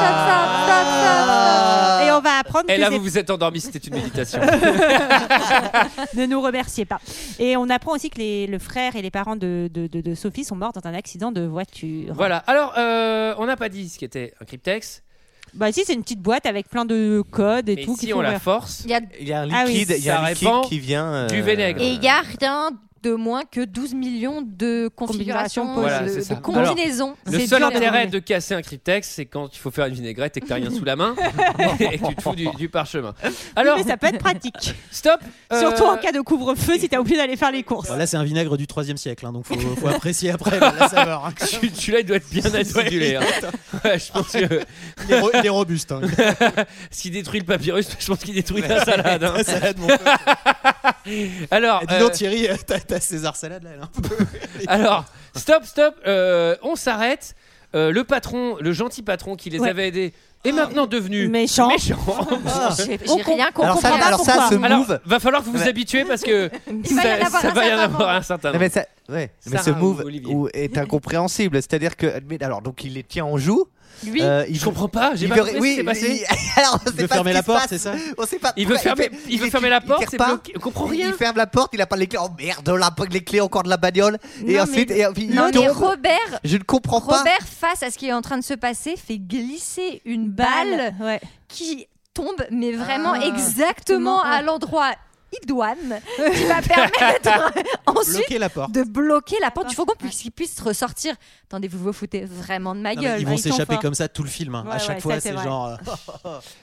K: Ah.
F: Ah Et on va apprendre
A: Et
F: que
A: là,
F: c'est-
A: euh, vous vous êtes endormi, c'était une méditation.
F: ne nous remerciez pas. Et on apprend aussi que les- le frère et les parents de, de- de- de Sophie sont morts dans un accident de voiture.
A: voilà. Alors, euh, on n'a pas dit ce qu'était un cryptex.
F: Bah si, c'est une petite boîte avec plein de codes et
A: Mais
F: tout.
A: si
F: qu'il
A: on
F: faut
A: la
F: ouvrir.
A: force,
L: Il y a-
G: Il y a un
F: Ah oui.
G: liquide, il y a
A: Ça
G: un liquide
A: répand
G: qui vient. euh,
A: du vinaigre.
L: Et il y a rien de moins que 12 millions de configurations, euh,
A: Voilà,
L: de,
A: c'est ça.
L: de combinaisons.
A: Alors, le
L: C'est
A: seul
L: dur de
A: intérêt
L: deviner.
A: de casser un cryptex, c'est quand il faut faire une vinaigrette et que t'as rien sous la
L: <laughs>
A: main <laughs> et que tu te fous du, du parchemin. Alors,
F: mais ça peut être pratique.
A: Stop. euh,
F: Surtout en cas de couvre-feu si t'as oublié d'aller faire les courses.
K: Bon, là, c'est un vinaigre du 3 siècle, hein, donc faut, faut apprécier après la saveur. hein.
A: celui-là, il doit
L: <laughs>
A: être
K: <laughs>
A: bien acidulé. hein. Ouais, je pense que
K: Il est, ro- il est robuste. hein.
A: ce qui détruit le papyrus, je pense qu'il détruit la salade.
L: <laughs>
A: hein.
K: La salade, mon pote.
A: Alors,
K: Et dis donc,
A: euh,
K: Thierry, euh, t'as t'as César Salade là, elle est un peu- <laughs>
A: Alors, stop, stop, euh, on s'arrête. Euh, le patron, le gentil patron qui les
F: Ouais.
A: avait aidés, est maintenant
L: <gasps>
A: devenu
F: Méchant.
A: méchant.
L: <laughs> J'ai
F: On
L: j'ai rien compris.
G: Alors ça, alors ça, ce
A: <laughs> Alors,
G: move.
A: va falloir que vous vous
G: Ouais.
A: habituez parce que
L: <laughs> Il va y
A: ça,
L: en avoir
A: ça
L: un
A: va y en
L: certain
A: avoir
L: nombre.
A: un certain
G: Non,
A: nombre.
G: mais ça- ouais, mais
A: Sarah
G: ce move
A: ou Olivier.
G: ou- est incompréhensible. C'est-à-dire que, mais alors, donc il les tient en joue.
L: Lui,
G: euh, il
A: Je comprends pas, j'ai
G: il
A: pas
G: veut-
A: compris ce qui
G: oui, <laughs>
A: s'est passé.
G: il- alors, on sait
K: veut
G: pas
K: fermer
G: ce qui
K: la
G: se
K: porte,
G: passe.
K: c'est ça
G: On sait pas.
A: Il veut
G: pourquoi-
A: fermer- il veut fermer la
G: il
A: porte,
G: tire
A: c'est
G: pas.
A: bloqué, on comprend
G: Il-
A: rien.
G: Il ferme la porte, il a pas les clés. Oh merde, la, les clés encore de la bagnole. et
F: Non,
G: ensuite,
F: mais-
G: et puis, il
L: non, mais
G: tombe.
L: Robert,
G: Je ne comprends pas.
L: Robert, face à ce qui est en train de se passer, fait glisser une balle
F: Balle. Ouais.
L: qui tombe, mais vraiment
F: Ah,
L: exactement
F: exactement, ouais.
L: à l'endroit
K: <laughs>
L: idoine qui va permettre <laughs> ensuite
K: Bloquer la porte. Ah.
L: de bloquer la porte du fourgon pour qu'ils puissent ressortir. Attendez, vous vous foutez vraiment de ma
K: Non, Ah, mais
L: gueule.
K: ils vont
F: sont
K: s'échapper
F: forts.
K: comme ça tout le film. hein.
F: Ouais,
K: à chaque
F: ouais,
K: fois,
F: ça, c'est
K: c'est
F: vrai.
K: genre. euh,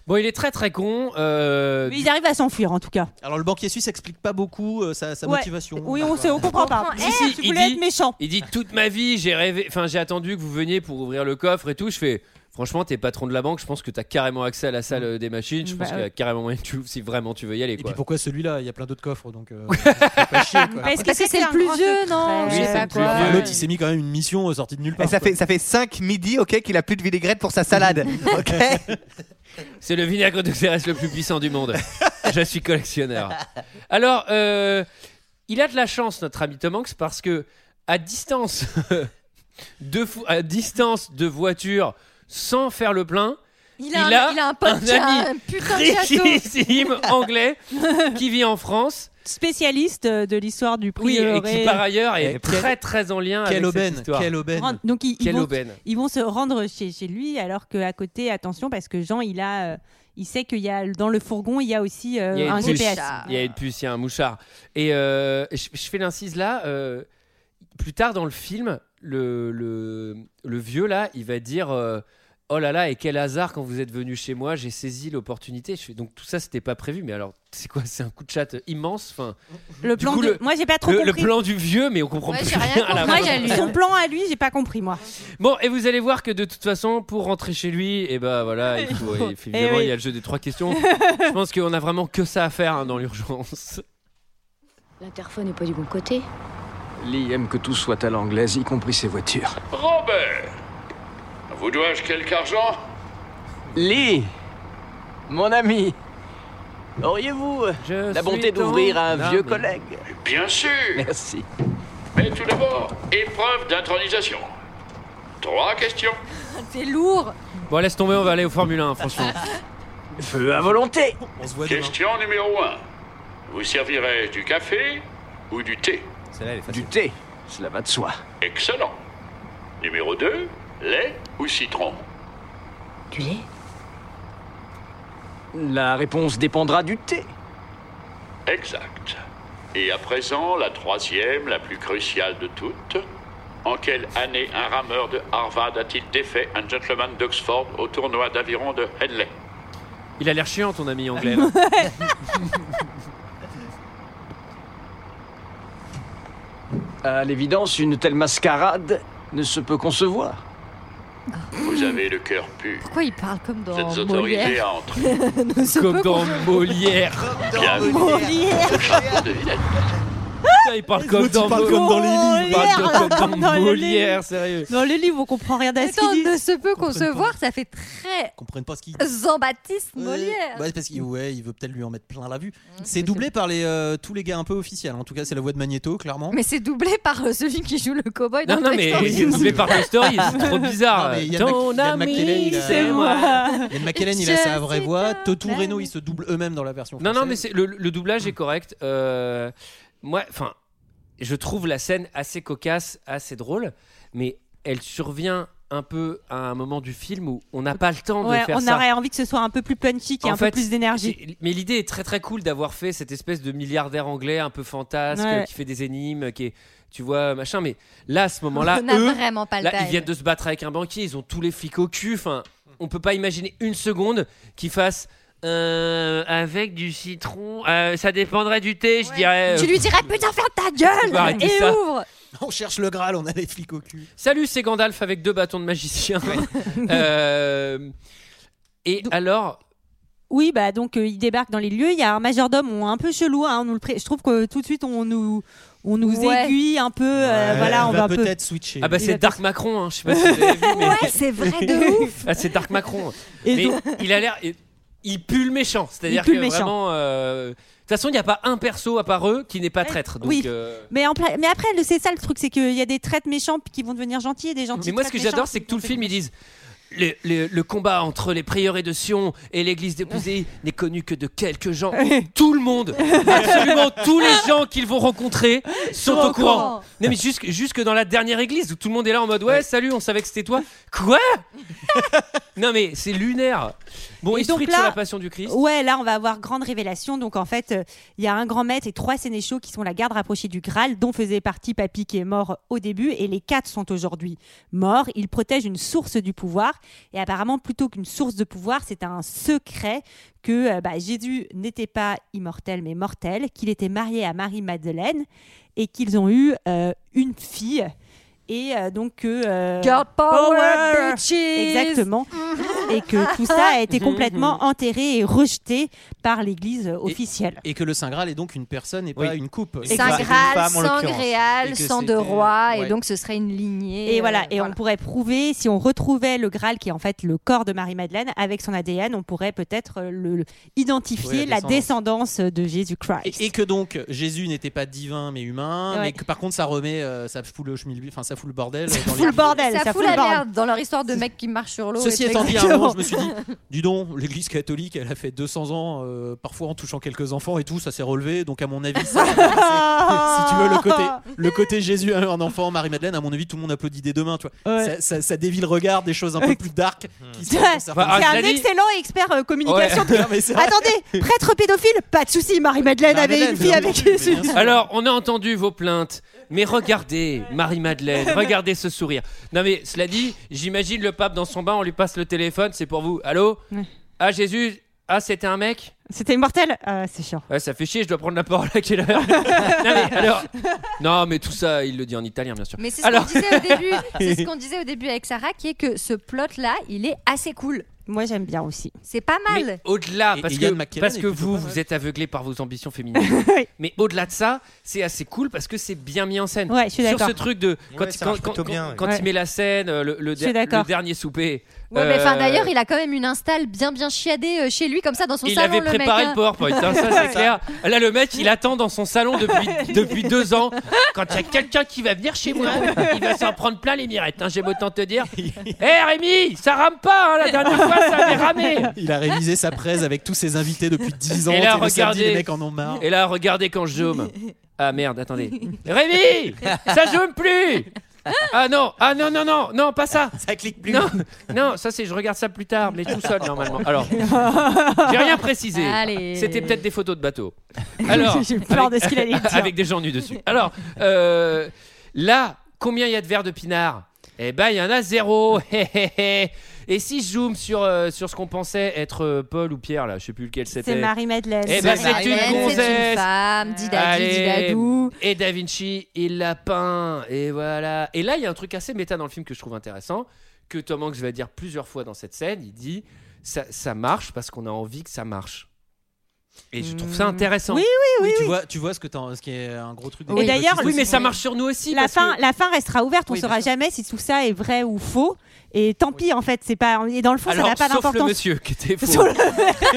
A: Bon, il est très très con. euh,
F: Mais ils arrivent à s'enfuir en tout cas.
K: Alors, le banquier suisse explique pas beaucoup euh, sa, sa
F: Ouais.
K: motivation. euh,
F: Oui, on, sait, on comprend pas. Eh,
L: comprend.
A: Oh. Si, si,
F: tu
A: il
F: voulais
A: dit-
F: être méchant.
A: Il dit toute ma vie, j'ai rêvé, enfin j'ai attendu que vous veniez pour ouvrir le coffre et tout. Je fais franchement, t'es patron de la banque, je pense que t'as carrément accès à la salle euh, des machines. Je
F: Bah
A: pense qu'il y a carrément moyen que tu ouvres si vraiment tu veux y aller.
K: Et
A: Quoi.
K: puis pourquoi celui-là Il y a plein d'autres coffres, donc.
F: <laughs>
K: euh, c'est pas chier, quoi.
F: Parce que
L: Parce que c'est le plus vieux, non
A: Oui,
L: Je
A: c'est
L: sais pas
A: le plus
L: quoi.
K: Enfin,
A: vieux.
K: L'autre, il s'est mis quand même une mission euh, sortie de nulle
G: Et
K: part.
G: ça
K: quoi.
G: fait, ça fait 5 midi, ok, qu'il a plus de vinaigrette pour sa salade. Ok
A: C'est le vinaigre de Xérès le plus puissant du
K: <laughs>
A: monde. Je suis collectionneur. Alors, euh, il a de la chance, notre ami Tom Hanks, parce que à distance <laughs> de, fou- à distance de voiture, sans faire le plein,
L: Il a,
A: Il
L: un,
A: a
L: il a un pote
A: un
L: qui a
A: ami
L: un putain de château.
A: richissime anglais qui vit en France,
F: Spécialiste euh, de l'histoire du prix.
A: oui, et qui par ailleurs est
K: Et quel-
A: très très en lien avec
K: Quelle
A: cette
K: aubaine
A: histoire.
K: Quelle aubaine
F: Donc ils, ils
A: Quelle
F: vont,
A: aubaine.
F: ils vont se rendre chez, chez lui alors qu'à côté, attention, parce que Jean, il a, euh, il sait qu'il y a dans le fourgon, il y a aussi euh,
A: Il y a une
F: un
A: puce.
F: GPS.
A: Il y a une puce, il y a un mouchard. Et euh, je, je fais l'incise là. euh, plus tard dans le film, le, le, le vieux là, il va dire. euh, Oh là là, et quel hasard quand vous êtes venu chez moi, j'ai saisi l'opportunité. Je fais- Donc tout ça, c'était pas prévu, mais alors c'est quoi C'est un coup de chat euh, immense. Enfin,
F: Le
A: du
F: plan
A: coup,
F: de- moi, j'ai pas trop
A: le, le
F: compris.
A: plan du vieux, mais on comprend
F: Ouais,
A: plus
F: j'ai
A: rien.
F: rien
A: à la
F: compris.
A: fin.
F: Moi, j'ai lu. Son plan à lui, j'ai pas compris moi.
A: Bon, et vous allez voir que de toute façon, pour rentrer chez lui, et ben voilà, il faut- et
K: <laughs>
F: Eh
A: évidemment,
F: oui.
A: il y a le jeu des trois questions. Je pense qu'on a vraiment que ça à faire hein, dans l'urgence.
N: L'interphone n'est pas du bon côté.
C: Lee aime que tout soit à l'anglaise, y compris ses voitures.
O: Robert Vous dois-je quelque argent
P: Lee Mon ami Auriez-vous euh, la bonté d'ouvrir à un vieux collègue
O: Bien sûr
P: Merci.
O: Mais tout d'abord, épreuve d'intronisation. Trois questions.
L: C'est lourd.
A: Bon, laisse tomber, on va aller au Formule 1, franchement.
P: Feu à volonté
O: Question numéro 1. Vous servirez du café ou du thé
P: Du thé, cela va de soi.
O: Excellent. Numéro 2. Lait ou citron
P: Du lait La réponse dépendra du thé.
O: Exact. Et à présent, la troisième, la plus cruciale de toutes. En quelle année un rameur de Harvard a-t-il défait un gentleman d'Oxford au tournoi d'aviron de Henley
A: Il a l'air chiant, ton ami anglais.
K: <laughs>
A: là.
P: À l'évidence, une telle mascarade ne se peut concevoir.
O: Vous avez le cœur pur.
L: Pourquoi il parle comme dans
O: Vous êtes autorisé
L: Molière
O: à entrer.
L: Ne se peut qu'on-
A: Molière.
O: Bienvenue.
L: Molière.
O: Au château de Villette.
A: Putain, il parle comme dans,
F: Molière,
A: Il parle
F: là,
A: comme dans
F: comme dans les
A: Molière,
F: livres.
A: sérieux.
F: Dans les livres, on comprend
K: Bah,
F: rien à ce
L: Attends,
F: qu'il dit.
L: ne se peut concevoir, ça fait très
K: comprennent pas ce qu'il
L: Jean-Baptiste Molière.
K: Ouais, bah parce qu'il ouais, il veut peut-être lui en mettre plein la vue. C'est doublé par les, euh, tous les gars un peu officiels. En tout cas, c'est la voix de Magneto, clairement.
L: Mais c'est doublé par euh, celui qui joue le cowboy dans
K: Non, non,
L: Toy
K: mais-
L: Story.
K: c'est doublé par Toy Story, c'est <laughs> trop bizarre. Non, mais il y a
A: Ton
K: le Mac- il y a le
A: ami,
K: McKellen, il a-
A: c'est moi.
K: Ian McKellen, il a
A: Je
K: sa vraie voix. Toto Reno, ils se doublent eux-mêmes dans la version.
A: Non, non, mais c'est- le, le doublage est correct. Euh, moi, enfin, je trouve la scène assez cocasse, assez drôle, mais elle survient un peu à un moment du film où on n'a pas le temps
F: Ouais,
A: de faire
F: on
A: ça.
F: aurait envie que ce soit un peu plus punchy, qu'il y ait
A: En
F: un
A: fait,
F: peu plus d'énergie.
A: c'est- Mais l'idée est très très cool d'avoir fait cette espèce de milliardaire anglais un peu fantasque
F: Ouais.
A: qui fait des énigmes, qui est, tu vois, machin. Mais là, à ce
F: <laughs>
A: moment-là,
L: On n'a
A: eux,
L: vraiment pas le
A: là, ils
L: time.
A: viennent de se battre avec un banquier, ils ont tous les flics au cul. Enfin, on peut pas imaginer une seconde qu'ils fassent. euh, avec du citron, euh, ça dépendrait du thé, je dirais.
L: Tu lui dirais putain ferme ta gueule
A: Bah, arrêtez
L: et
A: ça.
L: ouvre.
K: On cherche le Graal, on a les flics au cul.
A: Salut, c'est Gandalf avec deux bâtons de magicien. <laughs> Euh, et alors,
F: Oui, bah donc euh, il débarque dans les lieux. Il y a un majordome on- un peu chelou. hein, on nous le pré- Je trouve que tout de suite on nous on nous
L: Ouais.
F: aiguille un peu. euh, voilà, on va un peu-
K: switcher.
A: Ah bah
F: Il
A: c'est
F: va
A: Dark Macron, hein, je sais pas si vous avez vu. Mais...
L: <laughs> Ouais, c'est vrai de ouf.
A: Ah, c'est Dark Macron.
F: Et
A: mais
F: donc-
A: il a l'air. Il pue le méchant. C'est-à-dire
F: Il pue
A: que
F: le méchant.
A: vraiment. euh, De toute façon, il n'y a pas un perso à part eux qui n'est pas traître. Donc,
F: oui.
A: euh,
F: Mais, en pla- mais après, le- c'est ça le truc, c'est qu'il y a des traites méchants qui vont devenir gentils et des gentils.
A: Mais moi, ce que
F: traites méchants.
A: j'adore, c'est que tout le film, ils disent. Le, le- le combat entre les prieurés de Sion et l'église de Pousée n'est connu que de quelques gens. tout le
F: <laughs>
A: monde, absolument tous les gens qu'ils vont rencontrer sont
K: Sont au
A: au courant.
K: courant.
A: Non, mais jusque, jusque dans la dernière église où tout le monde est là en mode Ouais, salut, on savait que c'était toi.
F: <laughs>
A: Quoi Non, mais c'est lunaire. Bon,
F: Et
A: il se
F: donc
A: frite
F: là-
A: sur la passion du Christ.
F: Ouais, là, on va avoir grande révélation. Donc, en fait, euh, il y a un grand maître et trois sénéchaux qui sont la garde rapprochée du Graal, dont faisait partie Papy qui est mort au début, et les quatre sont aujourd'hui morts. Ils protègent une source du pouvoir, et apparemment, plutôt qu'une source de pouvoir, c'est un secret que euh, bah, Jésus n'était pas immortel, mais mortel, qu'il était marié à Marie-Madeleine, et qu'ils ont eu euh, une fille. Et euh, donc que... euh,
L: Girl power, bitches.
F: Exactement. Mhm. Et que tout ça a été complètement enterré et rejeté par l'Église officielle.
K: Et que le Saint Graal est donc une personne et pas une coupe.
F: Et
L: Saint
K: Une
L: Graal,
K: femme, en
L: sans
K: l'occurrence. Et
L: Gréal,
K: que
L: sans de
K: c'était-
L: roi,
K: ouais.
L: et donc ce serait une lignée.
F: Et
L: euh,
F: voilà, et on pourrait prouver, si on retrouvait le Graal, qui est en fait le corps de Marie-Madeleine, avec son ADN, on pourrait peut-être euh, le, le- identifier
K: Oui, la
F: la, descendance de Jésus-Christ.
K: Et, et que donc Jésus n'était pas divin mais humain,
F: Ouais.
K: mais que par contre ça remet, euh, ça fout le schmilblick, enfin ça fout le bordel. dans
F: Fout le
K: les-
F: bordel,
L: Ça,
F: ça
L: fout
F: fout
L: la
F: le bordel.
L: merde dans leur histoire de mec qui marche sur l'eau.
K: Ceci
L: et tout.
K: étant dit, hein, à un
L: Exactement.
K: moment, je me suis dit, dis donc, l'église catholique, elle a fait 200 ans, euh, parfois en touchant quelques enfants et tout, ça s'est relevé. Donc, à mon avis,
F: <laughs>
K: ça- si tu veux, le côté, le côté Jésus, un enfant, Marie-Madeleine, à mon avis, tout le monde applaudit dès demain, tu vois.
F: Ouais.
K: Ça, ça- ça dévie le regard des choses un peu
A: <laughs>
K: plus dark qui sont
F: C'est
K: dans certains-
A: Bah,
F: un excellent expert euh, communication.
K: Ouais. <laughs> Non, mais c'est vrai.
F: Attendez, prêtre pédophile Pas de souci, Marie-Madeleine avait une fille avec Jésus.
A: Alors, on a entendu vos plaintes, mais regardez, Marie-Madeleine regardez ce sourire. Non mais cela dit, j'imagine le pape dans son bain, on lui passe le téléphone, c'est pour vous. Allô Ah Jésus Ah c'était un mec
F: C'était immortel Ah, C'est chiant.
A: Ouais, ça fait chier, je dois prendre la parole à quelle heure <laughs> Non mais alors Non mais tout ça, il le dit en italien bien sûr.
L: <laughs> Mais c'est ce
A: alors...
L: qu'on disait au début. C'est ce qu'on disait au début avec Sarah, qui est que ce plot là, il est assez cool.
F: Moi j'aime bien aussi.
L: C'est pas mal.
A: Mais au-delà, parce
K: et Ian
A: que,
K: McKellen
A: parce
K: est
A: que
K: plutôt
A: vous,
K: pas mal.
A: vous êtes aveuglé par vos ambitions féminines.
L: <laughs>
A: mais au-delà de ça, c'est assez cool parce que c'est bien mis en scène.
F: Ouais, je suis
A: Sur
F: d'accord.
A: ce truc de. Quand,
F: Ouais,
A: il-
F: ça
A: quand-
F: marche plutôt
A: quand-
F: bien, ouais.
A: quand
F: Ouais.
A: il met la scène, euh, le, le
F: Je suis
A: der-
F: d'accord.
A: le dernier souper.
L: Ouais, mais enfin
A: euh,
L: d'ailleurs, il a quand même une install bien bien chiadée euh, chez lui comme ça dans son
A: il
L: salon
A: avait
L: le
A: préparé
L: mec. hein.
A: le PowerPoint,
L: <laughs>
A: hein, ça c'est clair. Là, le mec, il attend dans son salon depuis, depuis deux ans. Quand il y a quelqu'un qui va venir chez moi, il va s'en prendre plein les mirettes. hein, J'aime autant te
F: <laughs>
A: dire. Hé Rémi, ça rame pas, hein, la dernière fois, ça avait ramé.
K: Il a révisé sa presse avec tous ses invités depuis
A: <laughs>
K: 10 ans.
A: Et là,
K: tu sais, le samedi,
A: regardez.
K: les mecs en ont marre.
A: Et là, regardez quand je zoome. Ah merde, attendez. Rémi Ça zoome plus Ah non, ah non, non, non, non, pas ça Ça clique plus
K: <laughs>
A: Non, non ça c'est, je regarde ça plus tard, mais tout seul normalement.
F: <laughs>
A: Alors, j'ai rien précisé.
L: Allez.
A: C'était peut-être des photos de
F: <laughs>
A: bateaux. Alors,
F: J'ai eu peur
A: avec-
F: de ce qu'il allait dire.
A: Avec des gens nus dessus. Alors, euh, là, combien il y a de verres de pinard Eh ben, il y en a zéro Hé, hé, hé. Et si je zoome sur, euh, sur ce qu'on pensait être euh, Paul ou Pierre, là, je sais plus lequel c'était.
F: C'est Marie-Madeleine.
A: Eh ben, c'est une
L: Marie-Madeleine, C'est Bah, une
A: gonzesse
L: femme, didadi,
A: Allez.
L: didadou.
A: Et Da Vinci, il l'a peint. Et voilà. Et là, il y a un truc assez méta dans le film que je trouve intéressant, que Tom Hanks va dire plusieurs fois dans cette scène. Il dit ça, ça marche parce qu'on a envie que ça marche. Et je trouve ça intéressant.
F: Hmm. Oui, oui, oui,
K: Tu
F: oui.
K: vois, tu vois ce, que t'en- ce qui est un gros truc.
F: Et d'ailleurs,
A: oui, mais ça marche sur nous aussi.
F: La
A: parce
F: fin,
A: que-
F: la fin restera ouverte. On
A: Oui,
F: saura jamais si tout ça est vrai ou faux. Et tant pis, en fait, c'est pas. Et dans le fond,
A: Alors,
F: ça n'a pas
A: sauf le
F: d'importance.
A: monsieur qui était faux.
F: Sur le-
A: <laughs>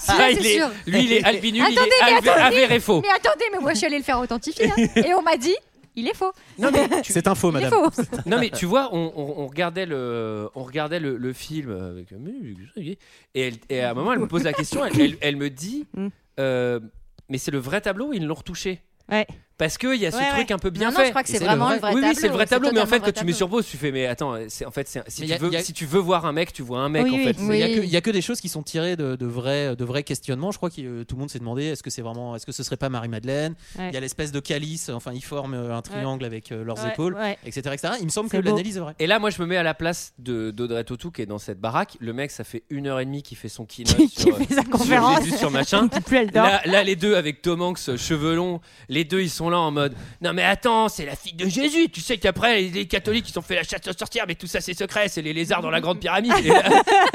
A: Ça, il
L: c'est
A: est-
L: sûr.
A: lui, il est albinul,
L: attendez,
A: il est
L: mais
A: alvé-
L: attendez,
A: avéré faux.
L: Mais attendez, mais moi je suis allée le faire authentifier
F: <laughs>
L: hein, et on m'a dit il est faux.
A: Non, mais tu-
K: C'est un faux,
L: Il est
K: madame.
L: faux.
A: Non mais tu vois, on, on- on regardait le, on regardait le, le film euh, avec la musique, et, elle- et à un moment elle me pose la question, elle, elle- elle me
L: <laughs>
A: dit,
L: Mm.
A: euh, mais c'est le vrai tableau ou ils l'ont retouché
F: Ouais.
A: Parce qu'il y a ce
F: Ouais,
A: truc
F: ouais.
A: un peu bien
L: Non, non,
A: fait.
L: je crois que c'est
A: Et
L: vraiment le vrai
A: Oui, oui, c'est le
L: tableau,
A: vrai
L: c'est
A: tableau, mais en fait
L: totalement
A: quand
L: le
A: tu
L: vrai
A: mets
L: tableau.
A: sur pause, tu fais mais attends, c'est en fait c'est- si,
K: Mais
A: tu
K: y a-
A: veux,
K: y a-
A: si tu veux voir un mec, tu vois un mec en fait.
K: Il n'y a, que des choses qui sont tirées de, de vrais, de vrais questionnements. Je crois que euh, tout le monde s'est demandé est-ce que c'est vraiment, est-ce que ce serait pas Marie-Madeleine Il
A: Ouais.
K: y a l'espèce de calice, enfin, ils forment euh, un triangle avec euh, leurs
A: Ouais,
K: épaules,
A: ouais.
K: etc., etc. Il me semble que l'analyse est vraie.
A: Et là, moi, je me mets à la place de- d'Audrey Tautou qui est dans cette baraque. Le mec, ça fait une heure et demie qu'il fait son
L: <laughs>
A: keynote sur,
F: fait
A: euh,
F: sa conférence.
A: sur, Jésus, sur machin.
F: Plus elle dort.
A: Là, là, les deux avec Tom Hanks, euh, cheveux longs, les deux, ils sont là en mode Non, mais attends, c'est la fille de Jésus. Tu sais qu'après, les, les catholiques, ils ont fait la chasse aux sorcières, mais tout ça, c'est secret. C'est les lézards dans la grande pyramide. Et là,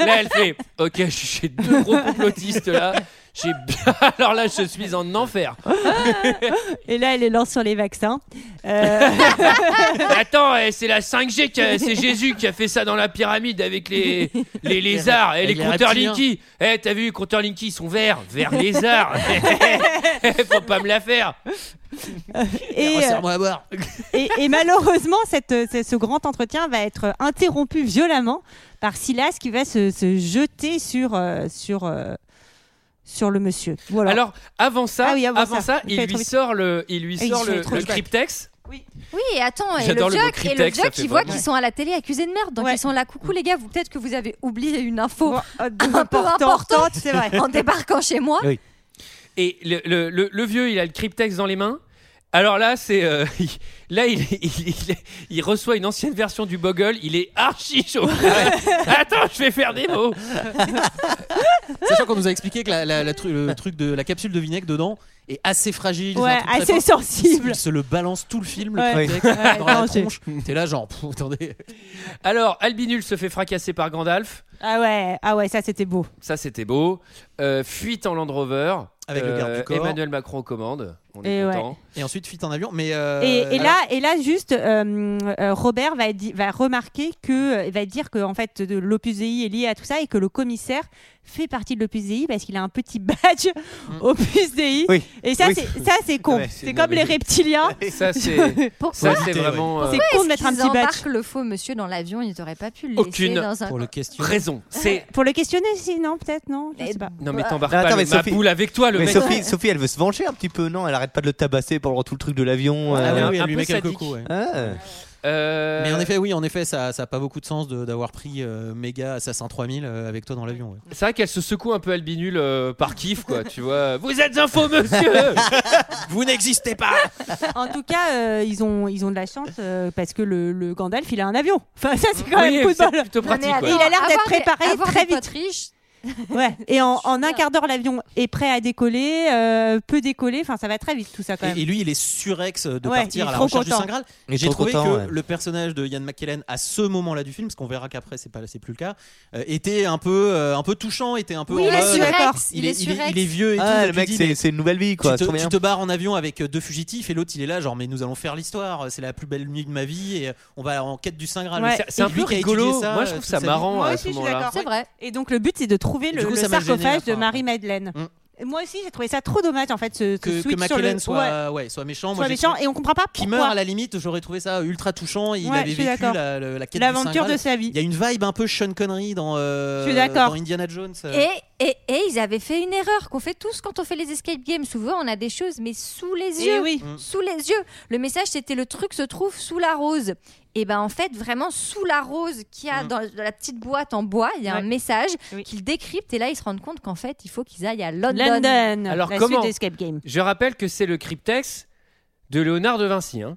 A: là, elle fait Ok, je suis chez deux gros complotistes là. J'ai bien. <laughs> Alors là, je suis en enfer.
F: Et là, elle est lance sur les vaccins.
A: <laughs>
F: Euh,
A: Mais Attends, eh, c'est la 5G, qui a- c'est Jésus qui a fait ça dans la pyramide avec les, les lézards et
K: Avec
A: les,
K: les
A: compteurs
K: reptiliens.
A: Linky. Eh, t'as vu, les compteurs Linky, ils sont verts, verts lézards. <laughs> Eh, Faut pas me la faire.
F: et, euh,
K: Resserre-moi à boire.
F: et, et malheureusement, cette, ce, ce grand entretien va être interrompu violemment par Silas qui va se, se jeter sur, euh, sur, euh, sur le monsieur. Voilà.
A: Alors, avant ça,
F: Ah oui, avant
A: avant,
F: ça.
A: ça,
F: Je
A: il
F: fais trop
A: lui
F: vite.
A: sort le, il lui
F: Et il
A: sort
F: fait
A: le,
F: trop
A: le
F: vite.
A: cryptex.
L: Oui, et attends, et le
A: J'adore le mot
L: joc, et le
A: cryptex, ça
L: joc,
A: fait
L: il voit
A: vraiment-
L: qu'ils sont à la télé accusés de meurtre. Donc ils sont là, coucou les gars, vous peut-être que vous avez oublié une info
F: un
L: peu importante
F: c'est <laughs> vrai.
L: en débarquant chez
F: <laughs>
L: moi.
A: Et le, le- le- le vieux, il a le cryptex dans les mains. Alors là, c'est euh, <laughs> il- là il, il- il- il reçoit une ancienne version du Bogle. Il est archi
F: <laughs>
A: chaud. Attends, je vais faire des mots.
K: Sachant qu'on nous a expliqué que la, la- la tru- le truc de la capsule de vinaigre dedans est assez fragile, c'est
F: Ouais,
K: un truc très
F: assez
K: fort.
F: sensible.
K: Il se le balance tout le film, le
F: Ouais.
K: truc,
F: Ouais.
K: avec- dans la
F: Non, c'est-
K: tronche. T'es là, genre, pff, attendez.
A: Alors, Albinul se fait fracasser par Gandalf.
F: Ah ouais, ah ouais, ça c'était beau.
A: Ça, c'était beau. Euh, fuite en Land Rover. Euh,
K: Avec le garde du corps.
A: Emmanuel Macron aux commandes. On est
F: Et ouais.
A: content.
K: Et ensuite, fuite en avion. Mais euh,
F: Et, et
K: alors-
F: là, et là, juste, euh, euh, Robert va, di- va remarquer que, euh, va dire que en fait, de- l'Opus Dei est lié à tout ça et que le commissaire fait partie de l'Opus Dei parce qu'il a un petit <laughs> badge Opus Dei.
G: Oui.
F: Et ça,
G: Oui.
F: c'est ça, c'est con.
G: Ouais, c'est
F: c'est comme
G: mauvais.
F: les
G: Ah.
F: reptiliens. <laughs>
A: Ça, c'est
L: Pourquoi
A: ça, c'est
G: éviter, ouais.
A: vraiment. euh,
F: C'est con de mettre un
L: Ils
F: petit badge.
L: embarquent le faux monsieur dans l'avion, ils n'auraient pas pu le laisser
A: aucune
L: dans un.
A: raison. C'est
F: Pour le questionner, sinon peut-être non.
L: Eh
F: Je sais pas.
L: ben.
A: non mais t'embarques
G: Non,
A: pas
G: attends,
A: le-
G: mais Sophie-
A: ma boule avec toi, le
G: mais
A: mec.
G: Sophie, Sophie, elle veut se venger un petit peu, non Elle arrête pas de le tabasser pendant tout le truc de l'avion.
K: Ah
G: euh,
K: oui, oui,
A: un
K: elle lui
A: peu
K: met quelques
A: sadique.
K: coups. ouais.
G: ah.
A: Euh,
K: Mais en effet, oui, en effet, ça n'a pas beaucoup de sens de- d'avoir pris euh, Mega Assassin 3000 euh, avec toi dans l'avion. ouais.
A: C'est vrai qu'elle se secoue un peu albinule euh, par kiff, quoi. tu vois, <laughs> vous êtes un faux <laughs> monsieur
K: Vous n'existez pas
F: En tout cas, euh, ils, ont, ils ont de la chance euh, parce que le, le Gandalf, il a un avion. Enfin, ça, c'est quand
A: Oui,
F: même coup de
A: c'est
F: bol.
A: plutôt Non, mais pratique, ouais.
F: Et Il a l'air
L: attends,
F: d'être
L: avoir des-
F: préparé
L: avoir
F: très
L: des potes
F: vite. Ouais. <laughs> Et en, en un quart d'heure, l'avion est prêt à décoller, euh, peut décoller. Enfin, ça va très vite tout ça quand même.
K: Et, et lui, il est surex de
F: Ouais, il est
K: partir à la
F: trop
K: recherche
F: content.
K: du Saint Graal.
G: Il est
K: J'ai
G: trop
K: trouvé
G: content,
K: que
G: ouais.
K: le personnage de Ian McKellen à ce moment-là du film, parce qu'on verra qu'après c'est pas c'est plus le cas, euh, était un peu euh, un peu touchant, était un peu.
G: Oui,
K: en
G: il est
K: mode- euh,
G: surex,
K: Il
G: il
K: est,
G: est
K: il est-
G: surex.
K: il est vieux et
G: Ah,
K: tout,
G: le
K: tu
G: mec,
K: dis,
G: c'est-
K: mais
G: c'est une nouvelle vie, quoi,
K: Tu te,
G: trop bien.
K: tu te barres en avion avec euh, deux fugitifs et l'autre il est là genre mais nous allons faire l'histoire, c'est la plus belle nuit de ma vie et euh, on va en quête du Saint Graal.
A: Ouais.
K: Mais
A: C'est- c'est un
K: lui
A: peu
K: qui a étudié
A: rigolo. Moi, je
K: euh,
A: trouve
K: toute
A: ça
K: sa vie.
A: marrant, Moi à aussi, ce
F: Je suis d'accord.
L: C'est vrai.
F: Et donc le but c'est de trouver le,
K: Du coup,
F: le
K: ça m'a gêné,
F: sarcophage
K: la
F: de
K: fin,
F: Marie-Madeleine. Et Moi aussi j'ai trouvé ça trop dommage en fait ce, ce
K: que, que
F: switch sur
K: McKellen
F: le...
K: soit, ouais, soit méchant.
F: Soit
K: j'ai
F: méchant,
K: trouvé-
F: et on comprend pas
K: Qui
F: pourquoi.
K: meurt à la limite, j'aurais trouvé ça ultra touchant. Il
F: Ouais,
K: avait
F: je suis
K: vécu
F: d'accord.
K: la, le- la quête du Saint
F: L'aventure
K: Graal.
F: de sa vie.
K: Il y a une vibe un peu Sean Connery dans, euh,
F: Je suis d'accord.
K: dans Indiana Jones. euh.
L: Et, et, et ils avaient fait une erreur qu'on fait tous quand on fait les escape games. Souvent, on a des choses, mais sous les
F: Eh
L: yeux.
F: oui.
K: Mm.
L: Sous les yeux. Le message, c'était le truc se trouve sous la rose. Et ben en fait, vraiment, sous la rose qu'il y
A: Mm.
L: a dans, dans la petite boîte en bois, il y a un message qu'ils décryptent. Et là, ils se rendent compte qu'en fait, il faut qu'ils aillent à London.
A: Alors comment Je rappelle que c'est le cryptex de Léonard de Vinci. hein.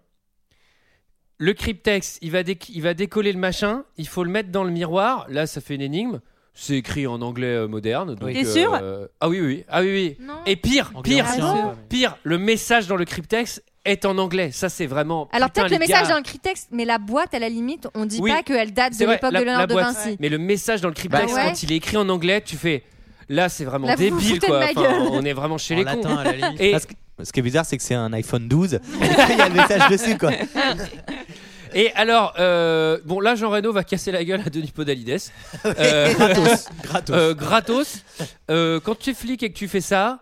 A: Le cryptex, il va, dé- il va décoller le machin, il faut le mettre dans le miroir. Là, ça fait une énigme. C'est écrit en anglais euh, moderne. donc,
F: T'es sûr
A: Ah oui, oui, oui. Ah oui, oui. Et pire,
K: Anglais
A: pire,
K: ancien, Ah bon quoi,
A: pire, le message dans le cryptex est en anglais. Ça, c'est vraiment.
L: Alors
A: Putain,
L: peut-être le
A: les
L: message
A: gars.
L: dans le critexte, mais la boîte, à la limite, on dit
A: Oui,
L: pas qu'elle date
A: c'est
L: de
A: vrai,
L: l'époque de
A: la- la
L: Léonard de
A: boîte.
L: Vinci.
A: Mais le message dans le cryptex,
L: Bah ouais.
A: quand il est écrit en anglais, tu fais. Là, c'est vraiment
L: Là, vous vous
A: débile,
L: foutez de
A: quoi.
L: ma
A: Enfin,
L: gueule.
A: on est vraiment chez
K: En
A: les
K: latin,
A: cons.
K: à la limite.
A: Et-
G: Parce que- Ce qui est bizarre, c'est que c'est un iPhone 12. <laughs> Il y a le message dessus, quoi.
A: Et alors, euh, bon, là, Jean Reno va casser la gueule à Denis Podalides.
K: Gratos, gratos.
A: Euh, gratos. Euh, quand tu es flic et que tu fais ça,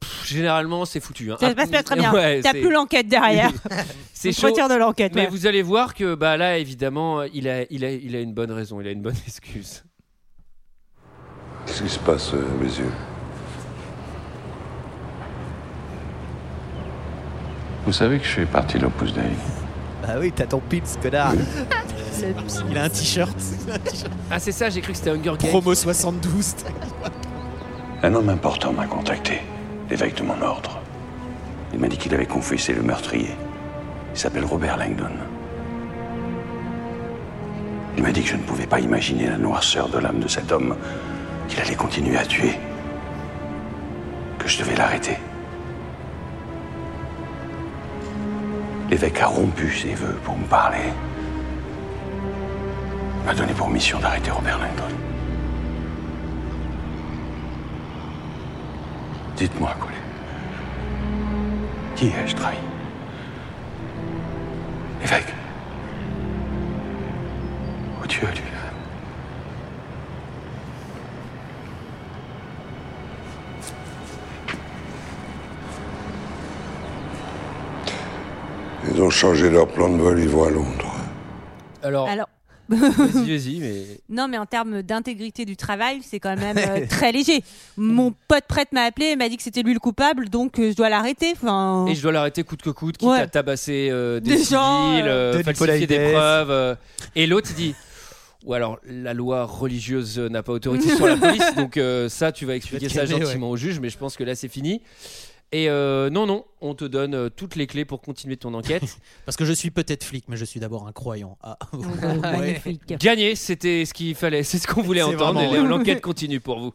A: pff, généralement, c'est foutu.
K: Ah,
A: hein.
F: Ça se passe pas très bien.
A: Ouais,
F: T'as
A: c'est-
F: plus
K: <laughs>
F: l'enquête derrière.
A: <laughs> C'est
F: On
A: chaud.
F: se retire de l'enquête.
A: Mais
F: ouais.
A: vous allez voir que bah, là, évidemment, il a, il, a, il a une bonne raison, il a une bonne <laughs> excuse.
Q: Qu'est-ce qui se passe, euh, mes yeux
H: Vous savez que je fais partie de l'Opus Dei.
G: Bah oui, t'as ton pips, connard.
K: Il a un t-shirt.
A: Ah, c'est ça, j'ai cru que c'était Hunger Games.
K: Promo 72.
H: Un homme important m'a contacté, l'évêque de mon ordre. Il m'a dit qu'il avait confessé le meurtrier. Il s'appelle Robert Langdon. Il m'a dit que je ne pouvais pas imaginer la noirceur de l'âme de cet homme qu'il allait continuer à tuer. Que je devais l'arrêter. L'évêque a rompu ses vœux pour me parler. Il m'a donné pour mission d'arrêter Robert Langdon. Dites-moi, Colin. Qui ai-je trahi Évêque. Oh Dieu, lui.
Q: Ils ont changé leur plan de vol, ils vont à Londres.
A: Alors.
F: Alors.
A: Vas-y, vas-y, mais.
F: <laughs> Non, mais en termes d'intégrité du travail, c'est quand même euh, très léger. Mon pote prêtre m'a appelé et m'a dit que c'était lui le coupable, donc euh, je dois l'arrêter. Enfin, <laughs>
A: Et je dois l'arrêter coûte que coûte, quitte
F: Ouais.
A: à tabasser euh, des,
F: Des
A: civils,
F: gens, euh,
A: euh,
G: Denis
A: falsifier des
G: Podalides.
A: preuves. euh. et l'autre, il dit. Ou alors la loi religieuse euh, n'a pas autorité sur la police, donc euh, ça tu vas expliquer
K: te
A: ça
K: calmer,
A: gentiment au juge, mais je pense que là c'est fini. Et euh, non, non, on te donne euh, toutes les clés pour continuer ton enquête.
K: Parce que je suis peut-être flic, mais je suis d'abord un croyant. Ah.
F: Oh, magnifique.
A: Gagné, c'était ce qu'il fallait, c'est ce qu'on voulait
K: C'est
A: entendre.
K: vraiment,
A: et
K: ouais. <laughs>
A: L'enquête continue pour vous.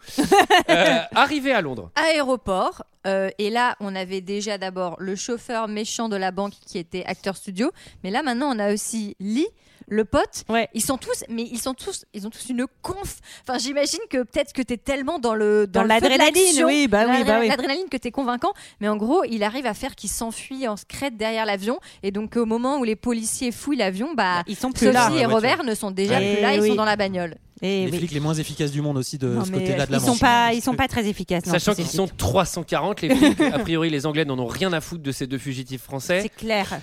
A: Euh, arrivé à Londres.
L: aéroport. euh, et là, on avait déjà d'abord le chauffeur méchant de la banque qui était acteur studio, mais là maintenant, on a aussi Lee, le pote. Ils sont tous, mais ils sont tous, ils ont tous une conf. Enfin, j'imagine que peut-être que t'es tellement dans le
F: Dans
L: le feu de
F: l'adrénaline,
L: l'action,
F: oui, bah oui,
L: l'adré-
F: bah oui.
L: L'adrénaline que t'es convaincant, mais en gros, il arrive à faire qu'il s'enfuit en secrète derrière l'avion, et donc au moment où les policiers fouillent l'avion, bah,
F: Ah, ils sont
K: plus
L: Sophie
K: là. Dans
L: et
K: la voiture.
L: Robert ne sont déjà
F: Eh
L: plus là, ils
F: oui.
L: sont dans la bagnole.
F: Et
K: les flics les moins efficaces du monde aussi de
F: Eh Non,
K: euh, ce
F: mais
K: côté-là de la hein.
F: ils sont
K: Manche.
F: pas, ils sont pas très efficaces. non,
A: Sachant
F: ces
A: qu'ils
F: flics.
A: sont 340, les
K: <laughs>
A: flics, a priori les Anglais n'en ont rien à foutre de ces deux fugitifs français.
F: C'est clair.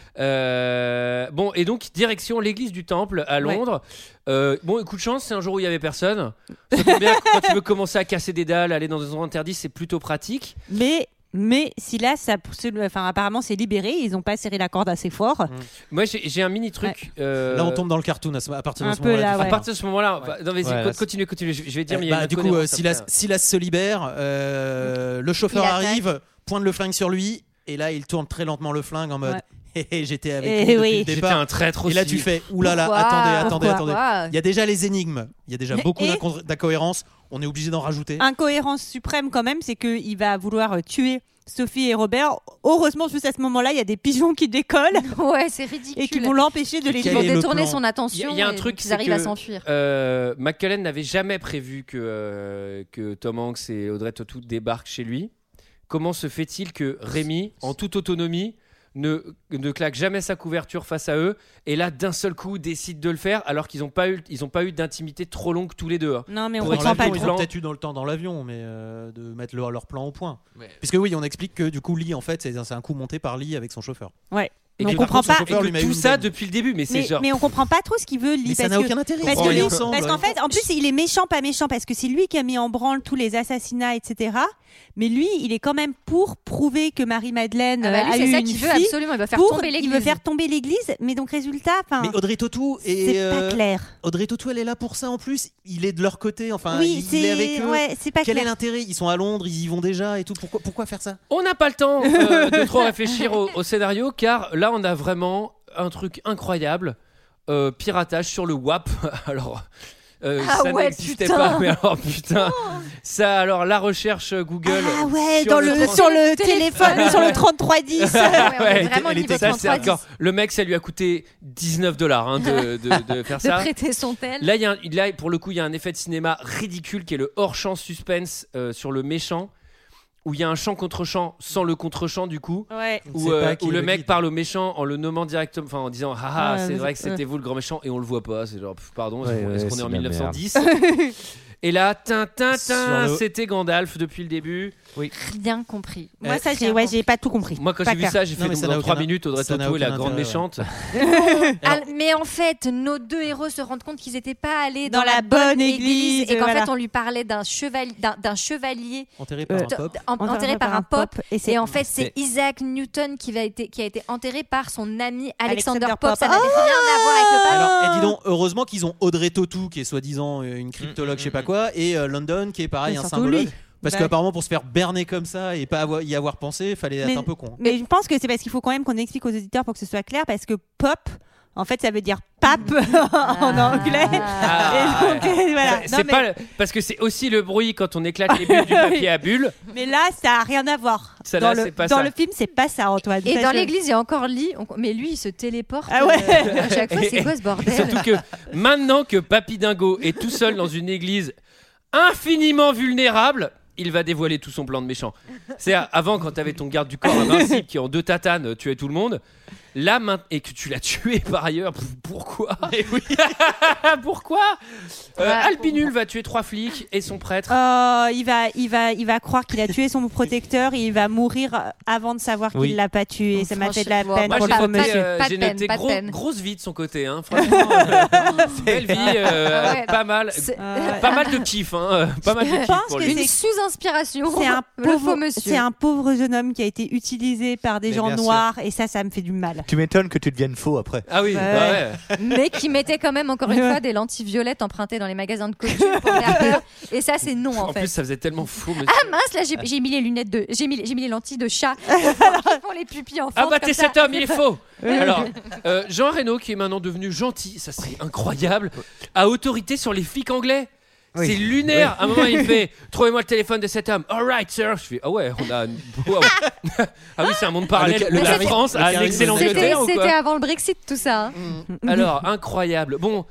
A: Euh, bon, et donc direction l'église du Temple à Londres. Euh, bon, et coup de chance, c'est un jour où il y avait personne. Ça tombe bien que quand tu veux commencer à casser des dalles, aller dans des endroits interdits, c'est plutôt pratique.
F: Mais Mais si là, ça, enfin, apparemment, c'est libéré. Ils n'ont pas serré la corde assez fort.
A: Moi, j'ai j'ai un mini truc. euh,
K: Là, on tombe dans le cartoon à, ce- à partir de
A: Un
K: ce
A: peu
K: moment-là.
A: là, ouais. À partir de ce moment-là, bah, non, vas-y,
K: Ouais, là,
A: co-
K: c'est-
A: continue, continue, je- je vais dire,
K: Eh
A: mais il y a hein,
K: bah,
A: une
K: du coup,
A: cohérence
K: euh, Silas, Silas se libère, euh, le chauffeur
A: Il attaque.
K: arrive, pointe le flingue sur lui, et là, il tourne très lentement le flingue en mode.
L: Ouais.
K: <laughs> Hé, hé, j'étais avec
L: Eh
K: lui depuis
L: oui.
K: le départ.
A: J'étais un traître
K: Et là,
A: aussi.
K: tu fais oulala,
L: Pourquoi
K: attendez, attendez,
L: Pourquoi
K: attendez. Il y a déjà les énigmes, il y a déjà
F: Mais-
K: beaucoup
F: et- Ah,
K: d'inco- d'incohérences, on est obligé d'en rajouter.
F: Incohérence suprême quand même, c'est qu'il va vouloir euh, tuer Sophie et Robert. Heureusement, juste à ce moment-là, il y a des pigeons qui décollent.
L: Ouais, c'est ridicule.
F: Et qui vont l'empêcher de les
L: Ils
F: tuer.
L: vont détourner son attention.
A: Il y a un
L: et
A: truc,
L: donc
A: c'est
L: ils arrivent à
A: que,
L: s'enfuir.
A: euh, McCullen n'avait jamais prévu que, euh, que Tom Hanks et Audrey Tautou débarquent chez lui. Comment se fait-il que Rémi, en toute autonomie, ne, ne claque jamais sa couverture face à eux et là d'un seul coup décide de le faire alors qu'ils n'ont pas eu ils ont pas eu d'intimité trop longue tous les deux. hein.
F: Non, mais on
A: Pour
K: Dans
A: être sur
K: l'avion,
A: le
K: Ils
A: plan-
K: ont peut-être eu dans le temps dans l'avion, mais euh, de mettre leur, leur plan au point. Puisque oui, on explique que du coup, Lee, en fait, c'est c'est un coup monté par Lee avec son chauffeur.
F: Ouais.
K: Et
F: Mais
K: que
F: on
K: par
F: comprend
K: contre, son
F: pas.
K: chauffeur
F: Et
K: lui
F: que
K: met
A: tout
K: une
A: ça
K: baigne.
A: depuis le début, mais c'est
F: Mais,
A: genre.
F: mais on comprend pas trop ce qu'il veut, Lee.
K: Mais ça
F: parce
K: n'a
F: que-
K: aucun intérêt. Oh,
F: Parce,
A: On
F: que
A: comprend
F: lui-
A: rien.
F: parce qu'en fait, en plus, il est méchant, pas méchant, parce que c'est lui qui a mis en branle tous les assassinats, etc. Mais lui, il est quand même pour prouver que Marie-Madeleine
L: Ah bah lui,
F: euh, a
L: c'est
F: eu
L: ça
F: une
L: qu'il veut
F: fille
L: absolument, il veut faire
F: pour-
L: tomber
F: Il veut
L: l'église.
F: faire tomber l'église, mais donc résultat, enfin.
K: Mais Audrey Tautou est.
F: C'est pas
K: euh,
F: clair.
K: Audrey Tautou, elle est là pour ça en plus. Il est de leur côté. Enfin,
F: Oui,
K: il est
F: c'est-
K: avec eux.
F: ouais, c'est pas
K: Quel
F: clair.
K: est l'intérêt Ils sont à Londres, ils y vont déjà et tout. Pourquoi, pourquoi faire ça
A: On n'a pas le temps
F: <laughs>
A: euh, de trop réfléchir au, au scénario car là on a vraiment un truc incroyable Euh, piratage sur le WAP. <laughs> Alors euh,
F: Ah
A: ça
F: ouais,
A: n'existait
F: putain. Oh.
A: pas mais alors putain ça alors la recherche euh, Google
F: Ah ouais,
A: sur
F: dans le,
A: trans-
L: <laughs>
F: sur le téléphone, sur le 3310.
A: Ah Ouais,
F: vraiment
A: elle
F: niveau
A: était- ça,
F: 33.
A: c'est hardcore. le mec ça lui a coûté 19 dollars hein, de, de-
F: <laughs>
A: de faire
L: de
A: ça
L: prêter son tel.
A: Là, il y a un- là, pour le coup, il y a un effet de cinéma ridicule qui est le hors-champ suspense euh, sur le méchant, où il y a un champ contre champ sans le contre champ du coup,
F: Ouais.
K: On
A: où,
K: sait
A: euh,
K: pas qui
A: où
K: est
A: le
K: le
A: mec
K: guide.
A: parle au méchant en le nommant directement, enfin en disant ah ah,
K: Ouais,
A: c'est
K: mais
A: vrai que
K: c'est-
A: c'était vous le grand méchant et on le voit pas, c'est genre pff, pardon, est-ce
K: Ouais,
A: qu'on-
K: ouais,
A: est-ce qu'on
K: c'est
A: est en
K: de la merde.
A: 1910 <laughs> Et là, tintin,
K: Sur le-
A: c'était Gandalf depuis le début. Oui.
L: Rien compris.
F: Moi, ça, j'ai ouais, j'ai pas tout compris.
A: Moi, quand
F: Pas
A: j'ai vu
F: clair.
A: ça, j'ai
K: Non,
A: fait
K: mais ça
A: dans
K: n'a
A: 3
K: aucun-
A: minutes, Audrey
K: ça n'a
A: Tautou est la
K: aucun
A: grande
K: intérêt, ouais. <laughs>
A: méchante.
L: Ah, mais en fait, nos deux héros se rendent compte qu'ils n'étaient pas allés dans,
F: Dans la bonne église,
L: et qu'en
F: voilà.
L: fait on lui parlait d'un cheval- d'un- d'un chevalier
K: Enterré par
L: euh,
K: un pop.
L: en- enterré par un pop.
F: Et
L: Et,
F: c'est-
L: en fait, c'est
F: c'est-
L: Isaac Newton qui, va été, qui a été enterré par son ami Alexander, Oh
F: Alexander
L: Pope.
F: Pope.
L: Ça n'avait rien à voir avec le pape.
K: Alors, et dis donc, heureusement qu'ils ont Audrey Tautou, qui est soi-disant euh, une
A: Mm,
K: cryptologue, je sais pas quoi, et euh, London, qui est
A: Ah,
K: pareil,
F: Mais
K: un
F: surtout
K: symbologue.
F: lui.
K: Parce
F: Bah.
K: qu'apparemment, pour se faire berner comme ça et pas avoir- y avoir pensé, fallait être un peu con.
F: mais je pense que c'est parce qu'il faut quand même qu'on explique aux auditeurs pour que ce soit clair, parce que pop, en fait, ça veut dire pape
L: Mm.
F: <laughs> en
L: Ah.
F: anglais.
A: Ah,
F: Et donc, euh, voilà.
A: C'est
F: Non, mais-
A: pas le- parce que c'est aussi le bruit quand on éclate les
K: <laughs>
A: bulles du
K: Ah
A: papier à bulles.
F: Mais là, ça a rien à voir.
A: Ça,
F: dans
A: là,
F: le,
A: c'est pas
F: dans
A: ça.
F: le film, c'est pas ça, Antoine.
L: Et
F: Ça,
L: dans
F: je-
L: l'église, il y a encore Lee, on- mais lui, il se téléporte
F: Ah ouais. <laughs>
L: euh, à chaque fois. C'est quoi ce
A: Et
L: bordel
A: Surtout que maintenant que Papy Dingo est tout seul dans une église infiniment vulnérable, il va dévoiler tout son plan de méchant. C'est avant quand t'avais ton garde du corps invincible qui en deux tatanes euh, tuait tout le monde. Là main- et que tu l'as tué par ailleurs, Pff, pourquoi <laughs> Pourquoi Euh, Albinul va tuer trois flics et son prêtre.
L: Ah,
F: Oh, il va, il va, il va croire qu'il a tué son protecteur et il va mourir euh, avant de savoir
A: Oui.
F: qu'il l'a pas tué. Ça m'a fait de la
L: franchement,
F: peine
A: Moi
F: pour
A: j'ai
F: le
A: noté,
L: <laughs>
F: monsieur.
A: euh,
L: pas de
A: j'ai
L: peine,
A: noté
L: pas de
A: gros-
L: peine.
A: grosse vie de son côté, hein, franchement. euh, belle vie, euh,
L: Ah Ouais.
A: pas mal,
L: C'est-
F: Ah.
L: <laughs>
A: pas mal de kiff, hein, euh, pas mal de
F: Je
A: kiff
F: pense
A: pour
F: que
A: lui.
L: Une sous-inspiration.
F: C'est un
L: le faux
F: pauvre,
L: monsieur.
F: c'est un pauvre jeune homme qui a été utilisé par des
G: Mais
F: gens
G: bien sûr.
F: noirs et ça, ça me fait du mal.
G: Tu m'étonnes que tu deviennes faux après.
A: Ah oui,
F: Ouais.
L: mais qui mettait quand même encore une fois des lentilles violettes empruntées dans les magasins de couture pour faire
F: <laughs>
L: peur. Et ça, c'est non en,
A: En
L: fait.
A: plus, ça faisait tellement fou. monsieur.
L: Ah mince, là j'ai j'ai mis les lunettes de, j'ai mis, j'ai mis les lentilles de
F: <laughs>
L: chat qui font les pupilles en
A: Ah
L: forme
A: bah
L: comme
A: t'es
L: ça.
A: cet homme, il est
L: <laughs>
A: faux Alors, euh, Jean Reno, qui est maintenant devenu gentil, ça c'est incroyable, a autorité sur les flics anglais.
G: Oui.
A: C'est lunaire.
G: Oui.
A: À un moment,
L: <laughs>
A: il fait Trouvez-moi le téléphone de cet homme. Alright, sir. Je fais Ah ouais, on a.
L: <laughs>
A: wow. ah oui, c'est un monde parallèle.
K: le
A: de la
K: charisme.
A: France
K: Le
A: à
K: charisme.
L: C'était
A: l'excellent-Angleterre ou
L: c'était
A: quoi Mm.
L: avant le Brexit tout ça. hein.
A: Alors, incroyable. Bon,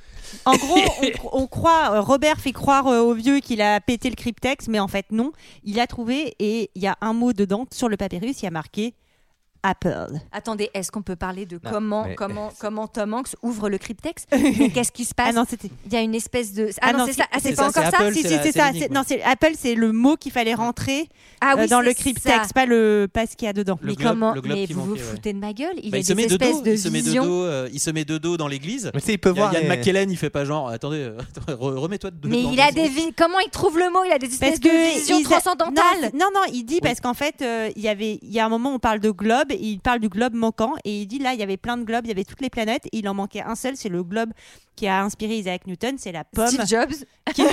F: En gros, on, cro- on croit, euh, Robert fait croire euh, au vieux qu'il a pété le cryptex, mais en fait non. Il a trouvé et il y a un mot dedans sur le papyrus, il y a marqué <laughs> Apple.
L: Attendez, est-ce qu'on peut parler de
F: Non,
L: comment,
F: mais-
L: comment, comment Tom Hanks ouvre le
F: <laughs>
L: cryptex Mais Qu'est-ce qui se
F: Ah
L: passe Il y a une espèce de. Ah, non, c'est ça. Ah, c'est pas encore ça
F: Si, si, c'est ça. C'est- Non, c'est Apple, c'est le mot qu'il fallait rentrer
L: Ah
F: euh,
L: oui,
F: dans le
L: c'est
F: cryptex,
L: ça.
F: pas le pas ce qu'il y a dedans.
K: Le
L: Mais
K: globe-
L: comment
K: le globe
L: Mais
K: qui
L: vous vous
K: manquait, ouais.
L: foutez de ma gueule Il
K: Bah,
L: y a
K: il, se
L: des
K: met de
L: espèces
K: dos,
L: de
K: il se met de
L: visions.
K: dos, euh, il se met de dos dans l'église.
G: Mais il peut
K: y a,
G: voir
K: Yann
G: les-
K: McKellen, il fait pas genre, attendez, euh, <laughs> attends, re- remets-toi de dos.
L: Mais
K: dans
L: il a
K: le dos.
L: des vies. Comment il trouve le mot Il a des espèces
F: Parce
L: de
F: que
L: visions
F: ils a-
L: transcendantales.
F: Non, non, il dit parce qu'en fait, euh, il y avait, il y a un moment où on parle de globe, et il parle du globe manquant, et il dit là, il y avait plein de globes, il y avait toutes les planètes, et il en manquait un seul, c'est le globe qui a inspiré Isaac Newton, c'est la pomme.
L: Steve Jobs.
F: Qui-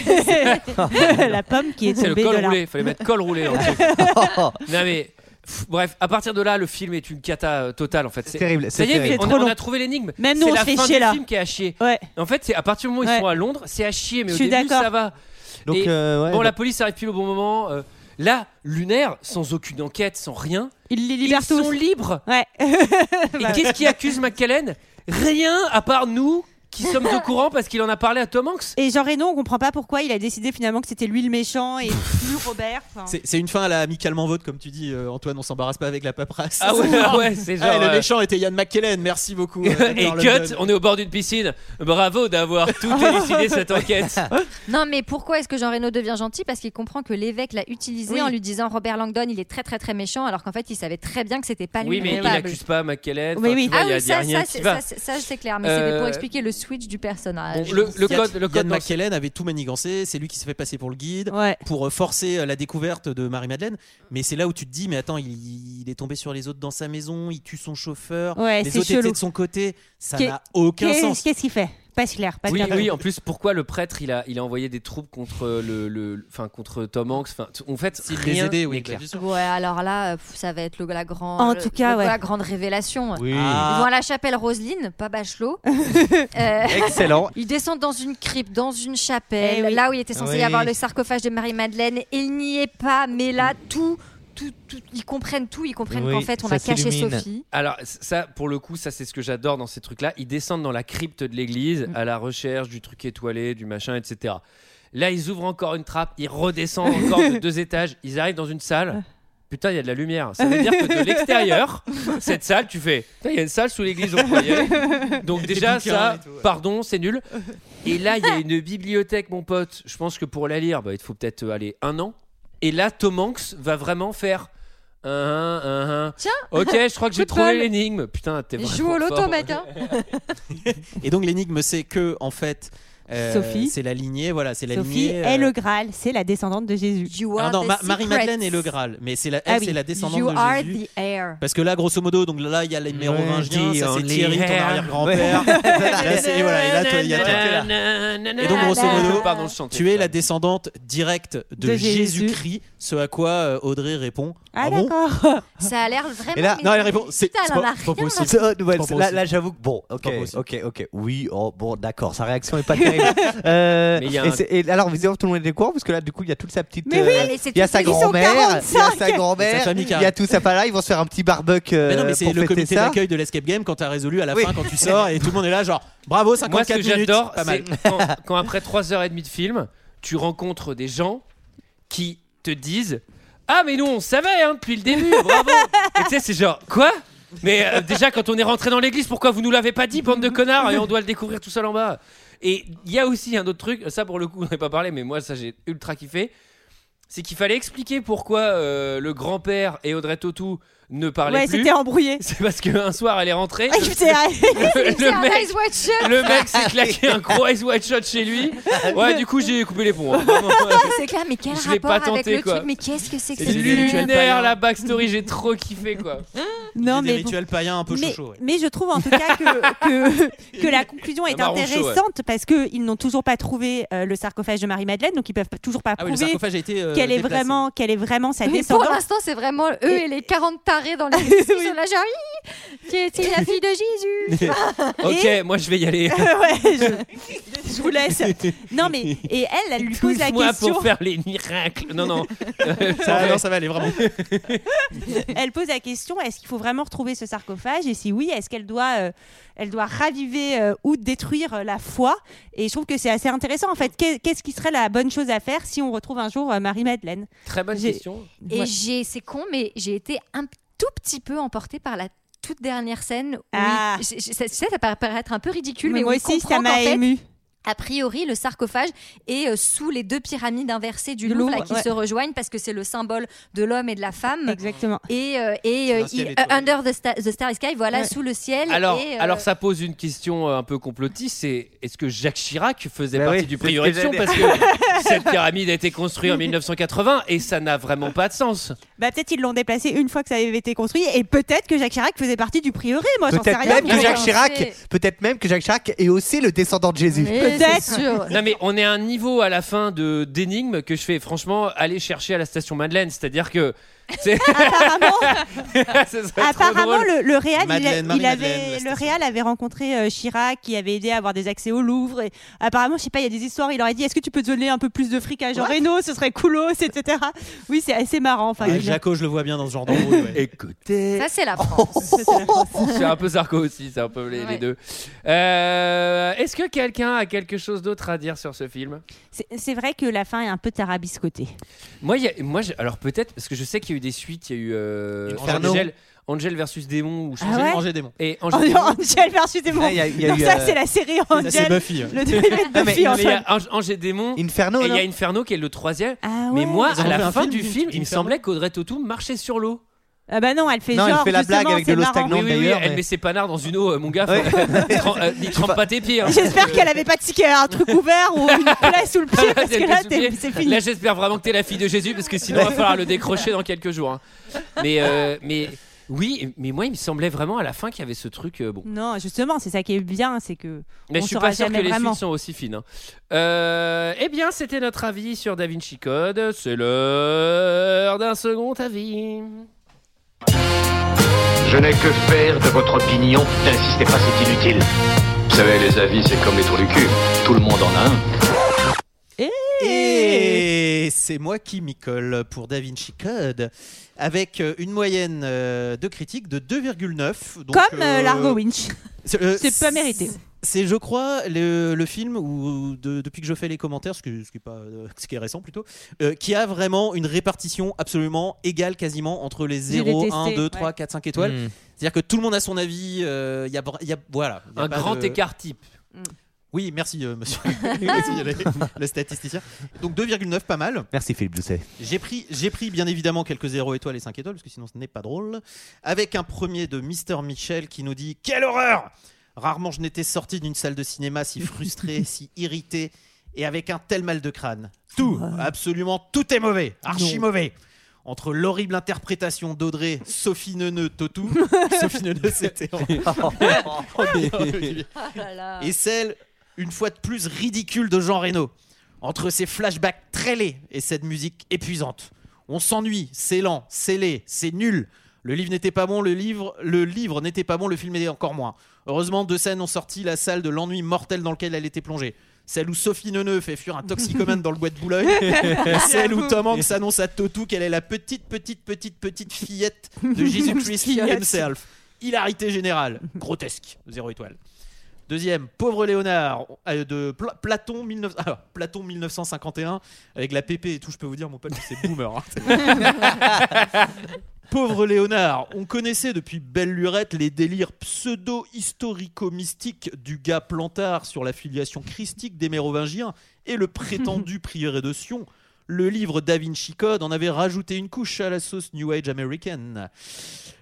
F: la pomme qui est
A: C'est le
F: tombée
A: col
F: de là.
A: roulé, fallait mettre col roulé dans le truc. non mais pff, bref, à partir de là, le film est une cata euh, totale en fait. C'est
G: terrible, c'est
A: Ça y est,
G: terrible.
A: on,
G: C'est trop
A: on a
G: long.
A: trouvé l'énigme.
F: Même nous,
A: c'est
F: on
A: la
F: se fait
A: fin
F: chier,
A: du
F: là.
A: film qui est à chier. En fait, c'est à partir du moment où ils sont à Londres, c'est à chier, mais
F: Je
A: au
F: suis
A: début
F: d'accord.
A: ça va.
G: Donc,
A: Et,
G: euh, ouais,
A: bon,
G: donc-
A: la police arrive pile au bon moment. euh, là, lunaire, sans aucune enquête, sans rien.
F: Ils les libèrent
A: sont libres.
F: <laughs> Ouais.
A: Et qu'est-ce qui accuse McKellen Rien à part nous qui sommes au courant parce qu'il en a parlé à Tom Hanks.
F: Et Jean Reno, on comprend pas pourquoi il a décidé finalement que c'était lui le méchant et plus Robert. Enfin,
K: C'est c'est une fin à la amicalement vôtre, comme tu dis, euh, Antoine, on s'embarrasse pas avec la paperasse.
A: Ah
K: <laughs>
A: ouais,
K: Ah,
A: ouais, c'est genre,
K: et le
A: euh,
K: méchant était Yann McKellen, merci beaucoup. euh,
A: <laughs>
G: euh,
A: Et cut, on est au bord d'une piscine. Bravo d'avoir tout élucidé cette enquête.
L: Non, mais pourquoi est-ce que Jean Reno devient gentil Parce qu'il comprend que l'évêque l'a utilisé
A: Oui.
L: en lui disant Robert Langdon, il est très très très méchant, alors qu'en fait, il savait très bien que c'était pas lui.
A: Oui,
L: le
A: mais il
L: coupable.
A: n'accuse pas McKellen.
L: Oui,
A: Enfin,
L: oui.
A: tu vois,
L: Ah
A: il y a-
L: oui,
A: il y a
L: ça,
A: rien
L: ça,
A: qui
L: c'est-
A: va.
L: ça, c'est- ça, c'est clair, mais c'était
K: Euh,
L: pour expliquer le switch du personnage.
K: Le,
A: le code- le code
K: Yann
A: dans-
K: McKellen avait tout manigancé, c'est lui qui s'est fait passer pour le guide
F: Ouais.
K: pour euh, forcer euh, la découverte de Marie-Madeleine. Mais c'est là où tu te dis, mais attends, il, il est tombé sur les autres dans sa maison, il tue son chauffeur,
F: Ouais,
K: les
F: c'est
K: autres
F: chelou.
K: étaient de son côté, ça
F: qu'est-
K: n'a aucun
F: qu'est-
K: sens.
F: Qu'est-ce qu'il fait Pas clair, pas
A: Oui,
F: clair.
A: oui, en plus, pourquoi le prêtre il a, il a envoyé des troupes contre, le, le- enfin, contre Tom Hanks enfin, t- En fait,
K: S'il
A: rien
K: les aidait, oui,
A: n'est clair.
K: bien sûr.
L: Ouais, alors là, euh, pff, ça va être le, la, grande
F: En
L: le-
F: tout cas,
L: le-
F: ouais.
L: la grande révélation.
A: Oui.
L: Ils
A: Ah.
L: vont à la chapelle Roseline, pas Bachelot. Euh,
F: <laughs>
G: Excellent.
L: Ils descendent dans une crypte, dans une chapelle,
F: Eh oui.
L: là où il était censé y
F: Oui.
L: avoir le sarcophage de Marie-Madeleine. Et il n'y est pas, mais là, tout, tout, tout- ils comprennent tout. Ils comprennent qu'en fait, on a caché Sophie.
A: Alors ça, pour le coup, ça c'est ce que j'adore dans ces trucs-là. Ils descendent dans la crypte de l'église à la recherche du truc étoilé, du machin, etc. Là, ils ouvrent encore une trappe, ils redescendent encore de deux <laughs> étages, ils arrivent dans une salle. Putain, il y a de la lumière. Ça veut dire que de l'extérieur, cette salle, tu fais. Putain, Il y a une salle sous l'église, on croyait.
F: <laughs>
A: Donc déjà,
K: bouquins
A: ça,
K: et tout, ouais.
A: pardon, c'est
K: <laughs>
A: nul. Et là, il y a une bibliothèque, mon pote. Je pense que pour la lire, bah, il te faut peut-être euh, aller un an. Et là, Tom Hanks va vraiment faire. Un, un, un.
L: Tiens.
A: Ok, je crois que j'ai
L: Coup de bol.
A: trouvé l'énigme. Putain, t'es
L: Ils
A: vraiment
L: jouent au loto,
A: fort.
L: mec. hein.
K: Et donc l'énigme, c'est que en fait, euh,
F: Sophie.
K: c'est la lignée, voilà, c'est la
F: Sophie
K: lignée. euh,
F: est le Graal, c'est la descendante de Jésus.
K: Ah non, Ma- Marie-Madeleine est le Graal, mais c'est la, elle,
F: Ah oui.
K: c'est la descendante
L: You
K: de
L: are
K: Jésus.
L: the heir.
K: Parce que là, grosso modo, donc là, il y a les mérovingiens,
A: the
K: ça c'est
A: only
K: Thierry, ton
A: heir.
G: Ah,
K: <laughs> arrière-grand-père.
A: Ouais.
K: Là, c'est- et voilà, et là, toi, il y a toi qui es là. Et donc, grosso modo,
A: Pardon, je chantais.
K: tu es la descendante directe de,
A: De Jésus.
K: Jésus-Christ, ce à quoi euh, Audrey répond
L: Ah,
K: Ah bon
L: d'accord. Ça a l'air vraiment.
K: Et là,
L: mais-
K: non, elle répond, c'est-
L: Putain,
K: c'est
L: elle en
K: pas-
L: a
K: c'est pas
L: rien à
K: possible.
L: faire.
G: Bonne nouvelle.
K: Pas
G: Là,
K: possible.
G: là, j'avoue que bon, ok,
K: Pas possible.
G: ok, ok. Oui, oh, bon, d'accord. Sa réaction est pas terrible. Euh,
A: Mais il y a
G: et
A: un-
G: c'est- et alors, visiblement, tout le monde est d'accord parce que là, du coup, il y a toute sa petite. euh,
F: Mais oui. Ah, mais c'est
G: il y a
F: tout-
G: sa
F: ils sont
G: grand-mère, il y a
F: 45.
G: sa
K: Et
G: grand-mère,
K: sa famille
G: il
K: qui
G: y a
K: arrive.
G: tout ça pas là. Ils vont se faire un petit barbecue. euh,
K: Mais non, mais
G: pour
K: c'est le
G: fêter
K: comité
G: ça.
K: d'accueil de l'escape game quand t'as résolu à la fin, quand tu sors et tout le monde est là, genre bravo, 54
A: Moi, ce que
K: minutes.
A: j'adore,
K: pas
A: c'est
K: mal.
A: quand, quand après 3h30 de film, tu rencontres des gens qui te disent Ah, mais nous, on savait hein, depuis le début, bravo Et tu sais, c'est genre Quoi Mais euh, déjà, quand on est rentré dans l'église, pourquoi vous nous l'avez pas dit, bande de connards Et on doit le découvrir tout seul en bas. Et il y a aussi un autre truc, ça pour le coup, on n'en a pas parlé, mais moi, ça, j'ai ultra kiffé. C'est qu'il fallait expliquer pourquoi euh, le grand-père et Audrey Tautou ne parlaient
F: Ouais,
A: plus.
K: <laughs>
F: c'était embrouillé.
A: C'est parce qu'un soir, elle est
F: <laughs>
A: rentrée.
F: Ah, il faisait-
A: <laughs> Le-
L: C'est
A: le
L: un
A: mec-
L: Nice Watcher.
A: le mec s'est claqué un gros ice white shot chez lui. Ouais, du coup, j'ai coupé les ponts. hein. Vraiment.
L: C'est clair, mais quel
A: Je l'ai
L: rapport
A: pas
L: avec
A: tenté,
L: le
A: quoi.
L: truc Mais qu'est-ce que c'est que
A: C'est
L: ce truc
A: lunaire la backstory, j'ai trop kiffé quoi.
K: J'ai
F: Non,
K: des
F: mais bon.
K: rituels païens un peu
F: mais,
K: chouchous, ouais.
F: mais je trouve en tout cas que,
K: <laughs>
F: que, que la conclusion est
K: Un marron chaud, ouais.
F: intéressante parce qu'ils n'ont toujours pas trouvé euh, le sarcophage de Marie-Madeleine, donc ils peuvent pas- toujours pas
K: Ah oui, le
F: prouver
K: sarcophage a été, euh,
F: qu'elle est
K: déplacé.
F: vraiment qu'elle est
K: <laughs>
F: vraiment sa
L: Mais pour
F: descendante.
L: l'instant, c'est vraiment eux et, les 40 tarés dans les qui sont là, genre, Hi, c'est c'est la fille de Jésus. tu vois.
A: Ok, moi je vais y aller.
F: <laughs> Ouais, je, je vous laisse. Non mais et elle, elle lui pose la
A: Pousse-moi
F: question.
A: pour faire les miracles. Non, non.
K: Ça va, non, ça va aller vraiment.
F: <laughs> Elle pose la question est-ce qu'il faut vraiment retrouver ce sarcophage Et si oui, est-ce qu'elle doit, euh, elle doit raviver euh, ou détruire euh, la foi Et je trouve que c'est assez intéressant. En fait, Qu'est- qu'est-ce qui serait la bonne chose à faire si on retrouve un jour euh, Marie-Madeleine
A: Très bonne
F: J'ai-
A: question.
L: Et
F: <laughs> Ouais.
L: j'ai, c'est con, mais j'ai été un tout petit peu emportée par la toute dernière scène où
F: Ah.
L: il- je- je- ça, tu sais, ça paraît paraître un peu ridicule,
F: Mais
L: mais,
F: moi
L: où il
F: aussi,
L: comprend
F: ça m'a
L: qu'en fait,
F: émue.
L: A priori, le sarcophage est euh, sous les deux pyramides inversées du
F: Du
L: Louvre,
F: Louvre,
L: là, qui
F: ouais.
L: se rejoignent parce que c'est le symbole de l'homme et de la femme.
F: Exactement.
L: Et, euh, et, euh,
F: Sous un ciel
L: il-
F: étoilé.
L: euh, Under the, sta- the Starry Sky, voilà,
F: Ouais.
L: sous le ciel.
A: Alors,
L: et, euh,
A: alors ça pose une question euh, un peu complotiste, c'est est-ce que Jacques Chirac faisait
G: Bah
A: partie
G: oui,
A: du
G: c'est ce que
A: priorisation
G: j'allais
A: parce que
G: dire.
A: cette pyramide a été construite en 1980 et ça n'a vraiment pas de sens.
F: Bah, peut-être ils l'ont déplacé une fois que ça avait été construit et peut-être que Jacques Chirac faisait partie du prieuré. Moi, j'en sais
G: Peut-être
F: rien.
G: même que Jacques Chirac, peut-être même que Jacques Chirac est aussi le descendant de Jésus.
F: <laughs>
A: Non mais on est à un niveau à la fin de d'énigme que je fais franchement aller chercher à la station Madeleine, c'est-à-dire que c'est <laughs> Ce serait trop
F: Apparemment,
A: drôle.
F: le, le Real, il a-
A: Madeleine,
F: il
A: Marie-Madeleine,
F: avait,
A: la
F: le Real avait rencontré euh, Chirac, qui avait aidé à avoir des accès au Louvre. Et apparemment, je sais pas, il y a des histoires. Il aurait dit Est-ce que tu peux donner un peu plus de fric à Jean Reno Ce serait coolos, etc. Oui, c'est assez marrant. Enfin,
K: Et
F: il-
K: Jaco, je le vois bien dans ce genre d'embrouille.
A: Écoutez.
L: Ça, c'est la
F: Oh.
L: France.
A: C'est un peu Zarco aussi, c'est un peu les, les
L: Ouais.
A: deux. Euh, Est-ce que quelqu'un a quelque chose d'autre à dire sur ce film
F: C'est- C'est vrai que la fin est un peu tarabiscotée.
A: Moi, il y a- moi j'ai- alors peut-être, parce que je sais qu'il y a eu des suites, il y a eu euh,
F: Inferno.
A: Angel, Angel versus Démon ou je sais
F: Ah
A: pas.
F: ouais
K: Angel Démon.
A: Et Angel
F: Angel,
A: Démon.
F: versus Démon.
A: Ah, il y a- il y a
F: Donc
A: eu,
F: ça,
A: euh,
F: c'est la série
A: Ça,
F: Angel.
A: c'est Buffy, hein.
F: Le deuxième
A: Non,
F: <laughs>
A: mais-
F: Buffy,
A: non, mais il y
F: Antoine.
A: a euh, Ange- Angel Démon.
G: Inferno,
A: Et il y a
G: non
A: Inferno qui est le troisième.
F: Ah ouais.
A: Mais moi,
F: Ils
A: à
F: ont fait
A: la
F: un
A: fin
F: film,
A: du film, il me
F: Inferno.
A: semblait qu'Audrey Tautou marchait sur l'eau.
F: Ah bah non, elle fait genre. justement, c'est marrant.
A: Oui, oui, oui, elle met ses panards dans une eau, euh, mon gars. faut- <laughs> Tren- euh, N'y trempe pas tes pieds. hein.
F: J'espère qu'elle avait pas tiqué un truc ouvert ou
A: <laughs>
F: une plaie sous le pied parce
A: Des
F: que là,
A: petits
F: t'es-
A: souliers.
F: c'est fini.
A: Là, j'espère vraiment que t'es la fille de Jésus parce que sinon, il va falloir le décrocher dans quelques jours. hein. Mais, euh, mais oui, mais moi, il me semblait vraiment à la fin qu'il y avait ce truc. euh, bon.
F: Non, justement, c'est ça qui est bien, c'est que.
A: Mais
F: on
A: je suis
F: saura
A: pas sûr que
F: jamais
A: les
F: vraiment.
A: suites sont aussi fines. hein. Euh, eh bien, c'était notre avis sur Da Vinci Code. C'est l'heure d'un second avis.
R: Je n'ai que faire de votre opinion. N'insistez pas, c'est inutile. Vous savez, les avis, c'est comme les trous du cul. Tout le monde en a un.
K: Et c'est moi qui m'y colle pour Da Vinci Code, avec euh, une moyenne euh, de critique de 2,9. donc,
F: Comme euh,
K: euh,
F: Largo
K: <laughs>
F: Winch.
K: C'est euh,
F: C'est pas mérité.
K: C'est, je crois, le, le film où, de- depuis que je fais les commentaires, ce, que- ce qui, est pas, euh, ce qui est récent plutôt, euh, qui a vraiment une répartition absolument égale quasiment entre les
A: J'ai
K: 0,
A: détesté,
K: 1, 2,
A: ouais.
K: 3, 4, 5 étoiles.
F: Hmm.
A: Mm.
K: C'est-à-dire que tout le monde a son avis. euh, Il y a, br- il y a- voilà, il y a
A: Un
K: pas
A: grand
K: de-
A: écart type.
K: Oui, merci euh, monsieur <laughs> Merci, le, le statisticien. Donc 2,9, pas mal.
G: Merci Philippe Doucet.
K: J'ai pris, j'ai pris bien évidemment quelques 0 étoiles et 5 étoiles, parce que sinon ce n'est pas drôle. Avec un premier de Mister Michel qui nous dit Quelle horreur Rarement je n'étais sorti d'une salle de cinéma si frustré, si irrité et avec un tel mal de crâne. Tout, absolument tout est mauvais, archi mauvais. Entre l'horrible interprétation d'Audrey, Sophie Neuneu, Totou. Sophie Neuneu, c'était. <laughs> Oh,
L: Oh
K: et celle, une fois de plus, ridicule de Jean Reno. Entre ces flashbacks très laids et cette musique épuisante. On s'ennuie, c'est lent, c'est laid, c'est nul. Le livre n'était pas bon, le livre, le livre n'était pas bon, le film était encore moins. Heureusement, deux scènes ont sorti la salle de l'ennui mortel dans lequel elle était plongée. Celle où Sophie Neuneu fait fuir un toxicomane dans le bois de Boulogne. et celle où Tom Hanks annonce à Totou qu'elle est la petite, petite, petite, petite fillette de Jésus-Christ
G: Fillette.
K: himself. Hilarité générale. Grotesque. Zéro étoile. Deuxième, Pauvre Léonard euh, de Pla- Platon, 19... <laughs> ah, Platon 1951, avec la PP et tout, je peux vous dire, mon pote, c'est boomer. hein. Pauvre Léonard, on connaissait depuis belle lurette les délires pseudo-historico-mystiques du gars Plantard sur la filiation christique des Mérovingiens et le prétendu prieuré de Sion. Le livre Da Vinci Code en avait rajouté une couche à la sauce New Age américaine.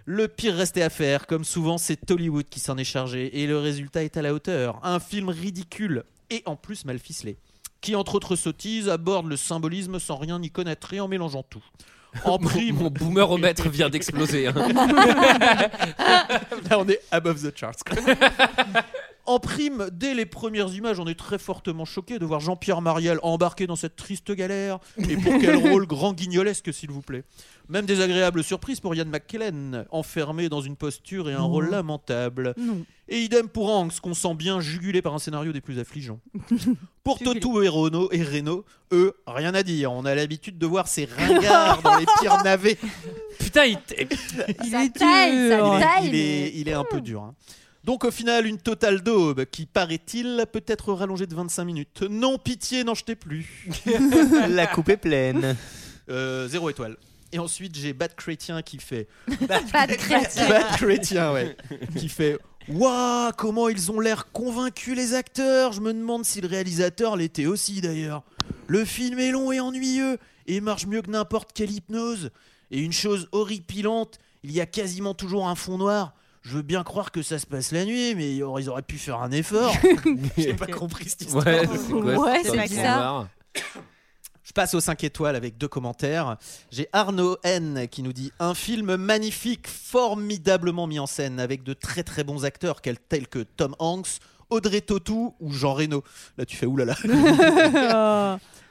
K: Le pire restait à faire, comme souvent c'est Hollywood qui s'en est chargé, et le résultat est à la hauteur. Un film ridicule, et en plus mal ficelé, qui entre autres sottises aborde le symbolisme sans rien y connaître et en mélangeant tout.
A: <laughs>
K: En prime,
A: Mon boomeromètre vient d'exploser. hein.
K: Là, on est above the charts. En prime, dès les premières images, on est très fortement choqué de voir Jean-Pierre Mariel embarqué dans cette triste galère. Et pour quel rôle grand guignolesque, s'il vous plaît. Même désagréable surprise pour Ian McKellen, enfermé dans une posture et un
G: Non.
K: rôle lamentable.
G: Non.
K: Et idem pour Hanks, qu'on sent bien jugulé par un scénario des plus affligeants. Pour Totu et Renaud, et Reno, eux, rien à dire. On a l'habitude de voir ces ringards dans les pires navets.
A: Putain, il, t-
K: il
L: est taille,
K: <laughs>
L: dur. ça
K: Ah, Il est-
L: taille,
K: il est- il est un peu dur. hein. Donc au final, une totale daube qui, paraît-il, peut être rallongée de 25 minutes. Non, pitié, n'en jetez plus.
G: La coupe est pleine.
K: Euh, zéro étoile. Et ensuite, j'ai Bad Chrétien qui fait.
L: Bad Chrétien.
K: Bad Chrétien, ouais. qui fait. Waouh, comment ils ont l'air convaincus les acteurs Je me demande si le réalisateur l'était aussi d'ailleurs. Le film est long et ennuyeux et marche mieux que n'importe quelle hypnose. Et une chose horripilante, il y a quasiment toujours un fond noir. Je veux bien croire que ça se passe la nuit, mais ils auraient ils auraient pu faire un
A: <laughs>
K: effort. J'ai pas compris cette histoire.
A: Ouais, c'est quoi, Ouais, cette c'est histoire bizarre.
K: Je passe aux 5 étoiles avec deux commentaires. J'ai Arnaud N qui nous dit un film magnifique, formidablement mis en scène, avec de très très bons acteurs quel- tels que Tom Hanks, Audrey Tautou ou Jean Reno. Là tu fais oulala.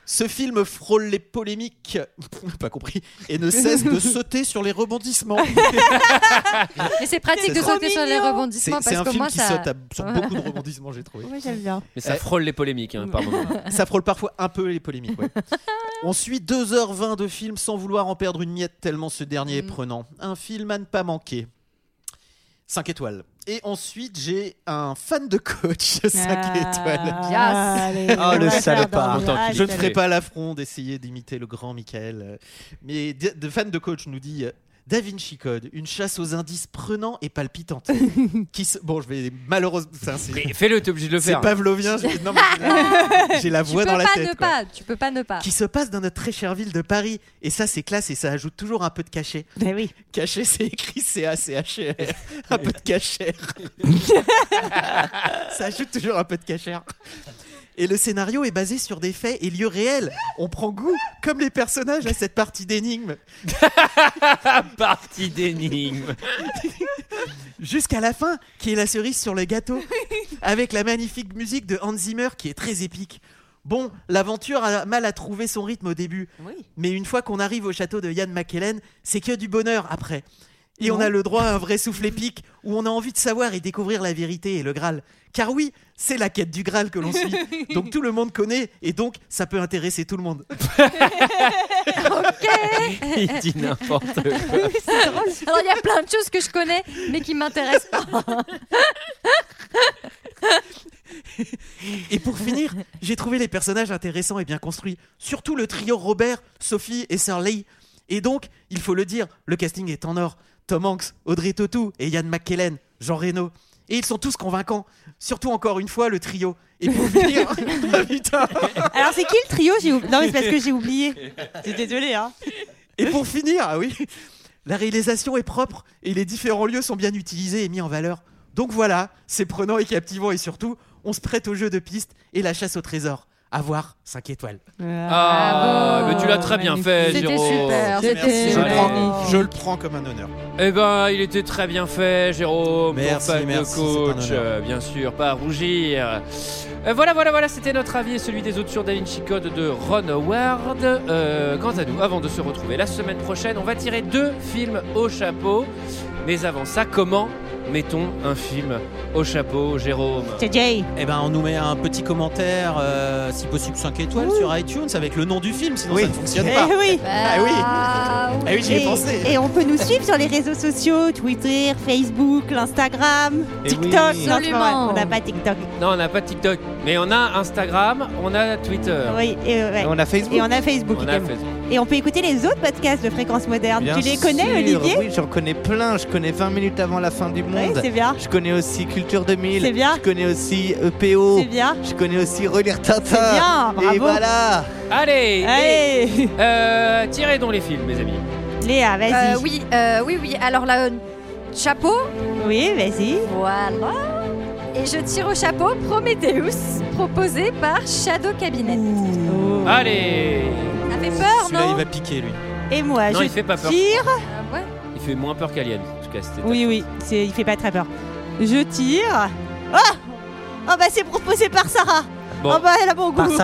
K: Ce film frôle les polémiques, <laughs> pas compris, et ne cesse
L: <laughs>
K: de sauter sur les rebondissements.
L: Ah, Mais c'est pratique de
K: C'est trop
L: sauter sur les
K: mignon.
L: rebondissements
K: C'est- c'est
L: parce
K: un
L: que
K: film
L: moi
K: qui
L: ça.
K: saute à- sur beaucoup de rebondissements, j'ai trouvé.
F: Oui,
K: <laughs>
F: j'aime bien.
A: Mais ça frôle les polémiques, hein, par moment.
K: Ça frôle parfois un peu les polémiques,
L: <laughs>
K: ouais. On suit 2h20 de film sans vouloir en perdre une miette tellement ce
L: Mm.
K: dernier est prenant. Un film à ne pas manquer. 5 étoiles. Et ensuite, j'ai un fan de coach 5
L: Ah,
G: Ah,
K: étoiles.
G: yes. allez,
K: Ah,
G: on
K: le
G: va faire
K: salopard.
G: dormir. Content qu'il
K: Je
G: est
K: ne ferai
G: calé.
K: pas l'affront d'essayer d'imiter le grand Michael. Mais de, de fan de coach nous dit euh, Da Vinci Code, une chasse aux indices prenant et
L: <laughs>
K: palpitante. Qui se- Bon, je vais malheureusement. ça, c'est-
A: Mais fais-le, t'es obligé de le
K: C'est
A: faire.
K: pavlovien. je- non, mais j'ai
L: <laughs>
K: la- J'ai la
L: Tu
K: voix
L: peux
K: dans la
L: pas
K: tête.
L: ne
K: quoi
L: pas, tu peux pas ne pas.
K: qui se passe dans notre très chère ville de Paris. Et ça, c'est classe et ça ajoute toujours un peu de cachet.
F: Ben oui.
K: Cachet, c'est écrit C-A-C-H-E-R. E Un peu de cachet. ça ajoute toujours un peu de cachet. Et le scénario est basé sur des faits et lieux réels. On prend goût, comme les personnages, à cette partie d'énigme.
A: Partie
K: <laughs>
A: d'énigme.
K: Jusqu'à la fin, qui est la cerise sur le gâteau. Avec la magnifique musique de Hans Zimmer, qui est très épique. Bon, l'aventure a mal à trouver son rythme au début. Mais une fois qu'on arrive au château de Yann McKellen, c'est que du bonheur après. Et on a le droit à un vrai souffle épique où on a envie de savoir et découvrir la vérité et le Graal. Car oui, c'est la quête du Graal que l'on suit. Donc tout le monde connaît et donc ça peut intéresser tout le monde.
A: Il dit n'importe quoi.
L: C'est drôle. Alors il y a plein de choses que je connais mais qui m'intéressent pas.
K: Et pour finir, j'ai trouvé les personnages intéressants et bien construits. Surtout le trio Robert, Sophie et Shirley. Et donc, il faut le dire, le casting est en or. Tom Hanks, Audrey Tautou et Yann McKellen, Jean Reno. Et ils sont tous convaincants. Surtout encore une fois le trio. Et pour finir, Ah, putain.
F: <laughs> Alors, c'est qui le trio J'ai ou- Non, mais c'est parce que j'ai oublié. C'est désolé, hein.
K: Et pour finir, ah oui, la réalisation est propre et les différents lieux sont bien utilisés et mis en valeur. Donc voilà, c'est prenant et captivant et surtout, on se prête au jeu de piste et la chasse au trésor. À voir 5 étoiles.
A: Ah, mais tu l'as très bien fait,
K: C'était
A: Jérôme.
K: super, c'était Merci, je le prends. magnifique. Je le prends comme un honneur.
A: Eh ben, il était très bien fait, Jérôme. pour
K: Merci,
A: Fan de
K: merci, c'est un
A: coach,
K: honneur.
A: euh, bien sûr, pas à rougir. Euh, voilà, voilà, voilà, c'était notre avis et celui des autres sur Da Vinci Code de Ron Howard. Euh, quant à nous, avant de se retrouver la semaine prochaine, on va tirer deux films au chapeau. Mais avant ça, comment mettons un film au chapeau, Jérôme
F: Jay.
K: Eh ben, on nous met un petit commentaire, euh, si possible 5 étoiles sur iTunes avec le nom du film, sinon ça ne fonctionne
F: Eh
K: pas.
F: oui.
K: <laughs> Ah oui. Ah oui, j'y ai
F: Et-
K: pensé.
F: Et on peut nous suivre sur les réseaux sociaux Twitter, Facebook, l'Instagram,
A: Eh
F: TikTok.
A: oui.
F: Non, c'est pas vrai,
A: Absolument.
F: on n'a pas TikTok.
A: Non, on n'a pas TikTok, mais on a Instagram, on a Twitter.
F: Oui, et, euh, ouais. Et on a Facebook.
A: Ah. On a
F: également.
A: Facebook.
F: Et on peut écouter les autres podcasts de Fréquence Moderne.
G: Bien
F: tu les connais,
G: sûr,
F: Olivier
G: Oui, j'en connais plein. Je connais 20 minutes avant la fin du monde.
F: c'est bien.
G: Je connais aussi Culture 2000.
F: C'est bien.
G: Je connais aussi EPO.
A: Oh.
F: C'est bien.
G: Je connais aussi Relire Tintin.
A: C'est bien,
G: Et
A: bravo.
G: voilà.
A: Allez,
F: Allez.
A: et- euh, tirez donc les films, mes amis.
F: Eh. <laughs> Léa, vas-y.
L: Euh, oui, euh, oui, oui. Alors là, euh, chapeau.
F: Oui, vas-y.
L: Voilà. Et je tire au chapeau Prometheus, proposé par Shadow Cabinet.
A: Oh. Allez
L: Ça fait peur, non
K: va piquer, lui.
F: Oh. Et moi,
A: Non,
F: je
A: il fait pas peur.
F: tire.
L: Ah ouais.
A: Il fait moins peur qu'Alien, en tout cas. c'était
F: Oui, oui, c'est- il fait pas très peur. Je tire. Oh Oh bah c'est proposé par Sarah.
A: Bon.
F: Oh bah elle a bon goût.
A: C'était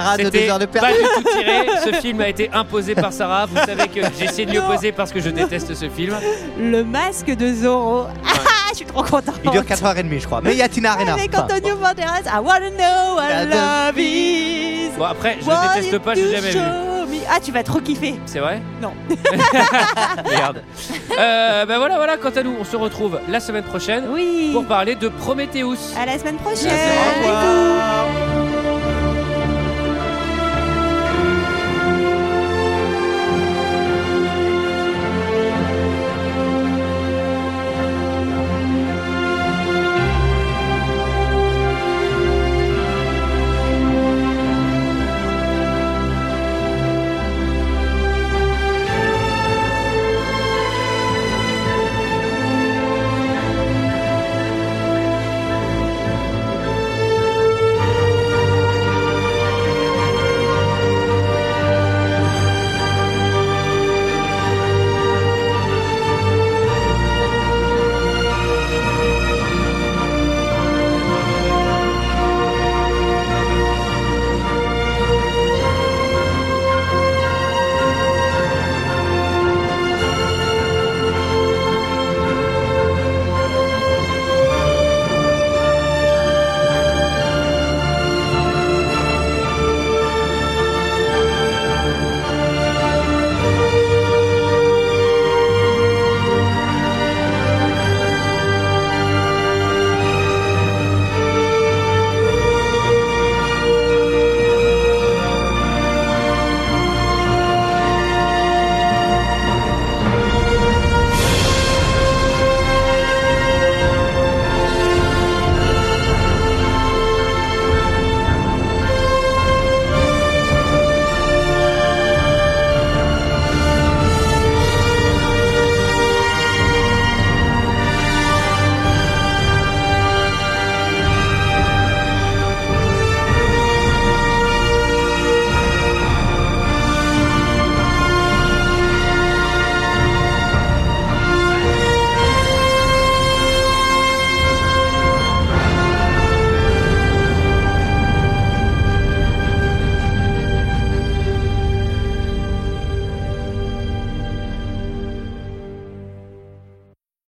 A: Pas du tout tiré.
F: <laughs>
A: Ce film a été imposé par Sarah. Vous savez que j'ai essayé de lui opposer parce que je déteste ce film.
F: Le masque de Zorro. <laughs> Ah, je suis trop contente.
G: Il dure 4h30, je crois. Mais il y a Tina Arena.
F: Avec Antonio Banderas. I wanna know what love is.
A: Bon, après, je
F: What
A: déteste
F: you
A: pas, j'ai
F: do
A: jamais vu.
F: show me. Ah, tu vas trop kiffer.
A: C'est vrai
F: Non.
A: <laughs>
F: <laughs>
A: Merde. Euh, ben voilà, voilà, quant à nous, on se retrouve la semaine prochaine pour parler de Prometheus.
F: À la semaine prochaine.
A: À la semaine prochaine.
F: Bisous.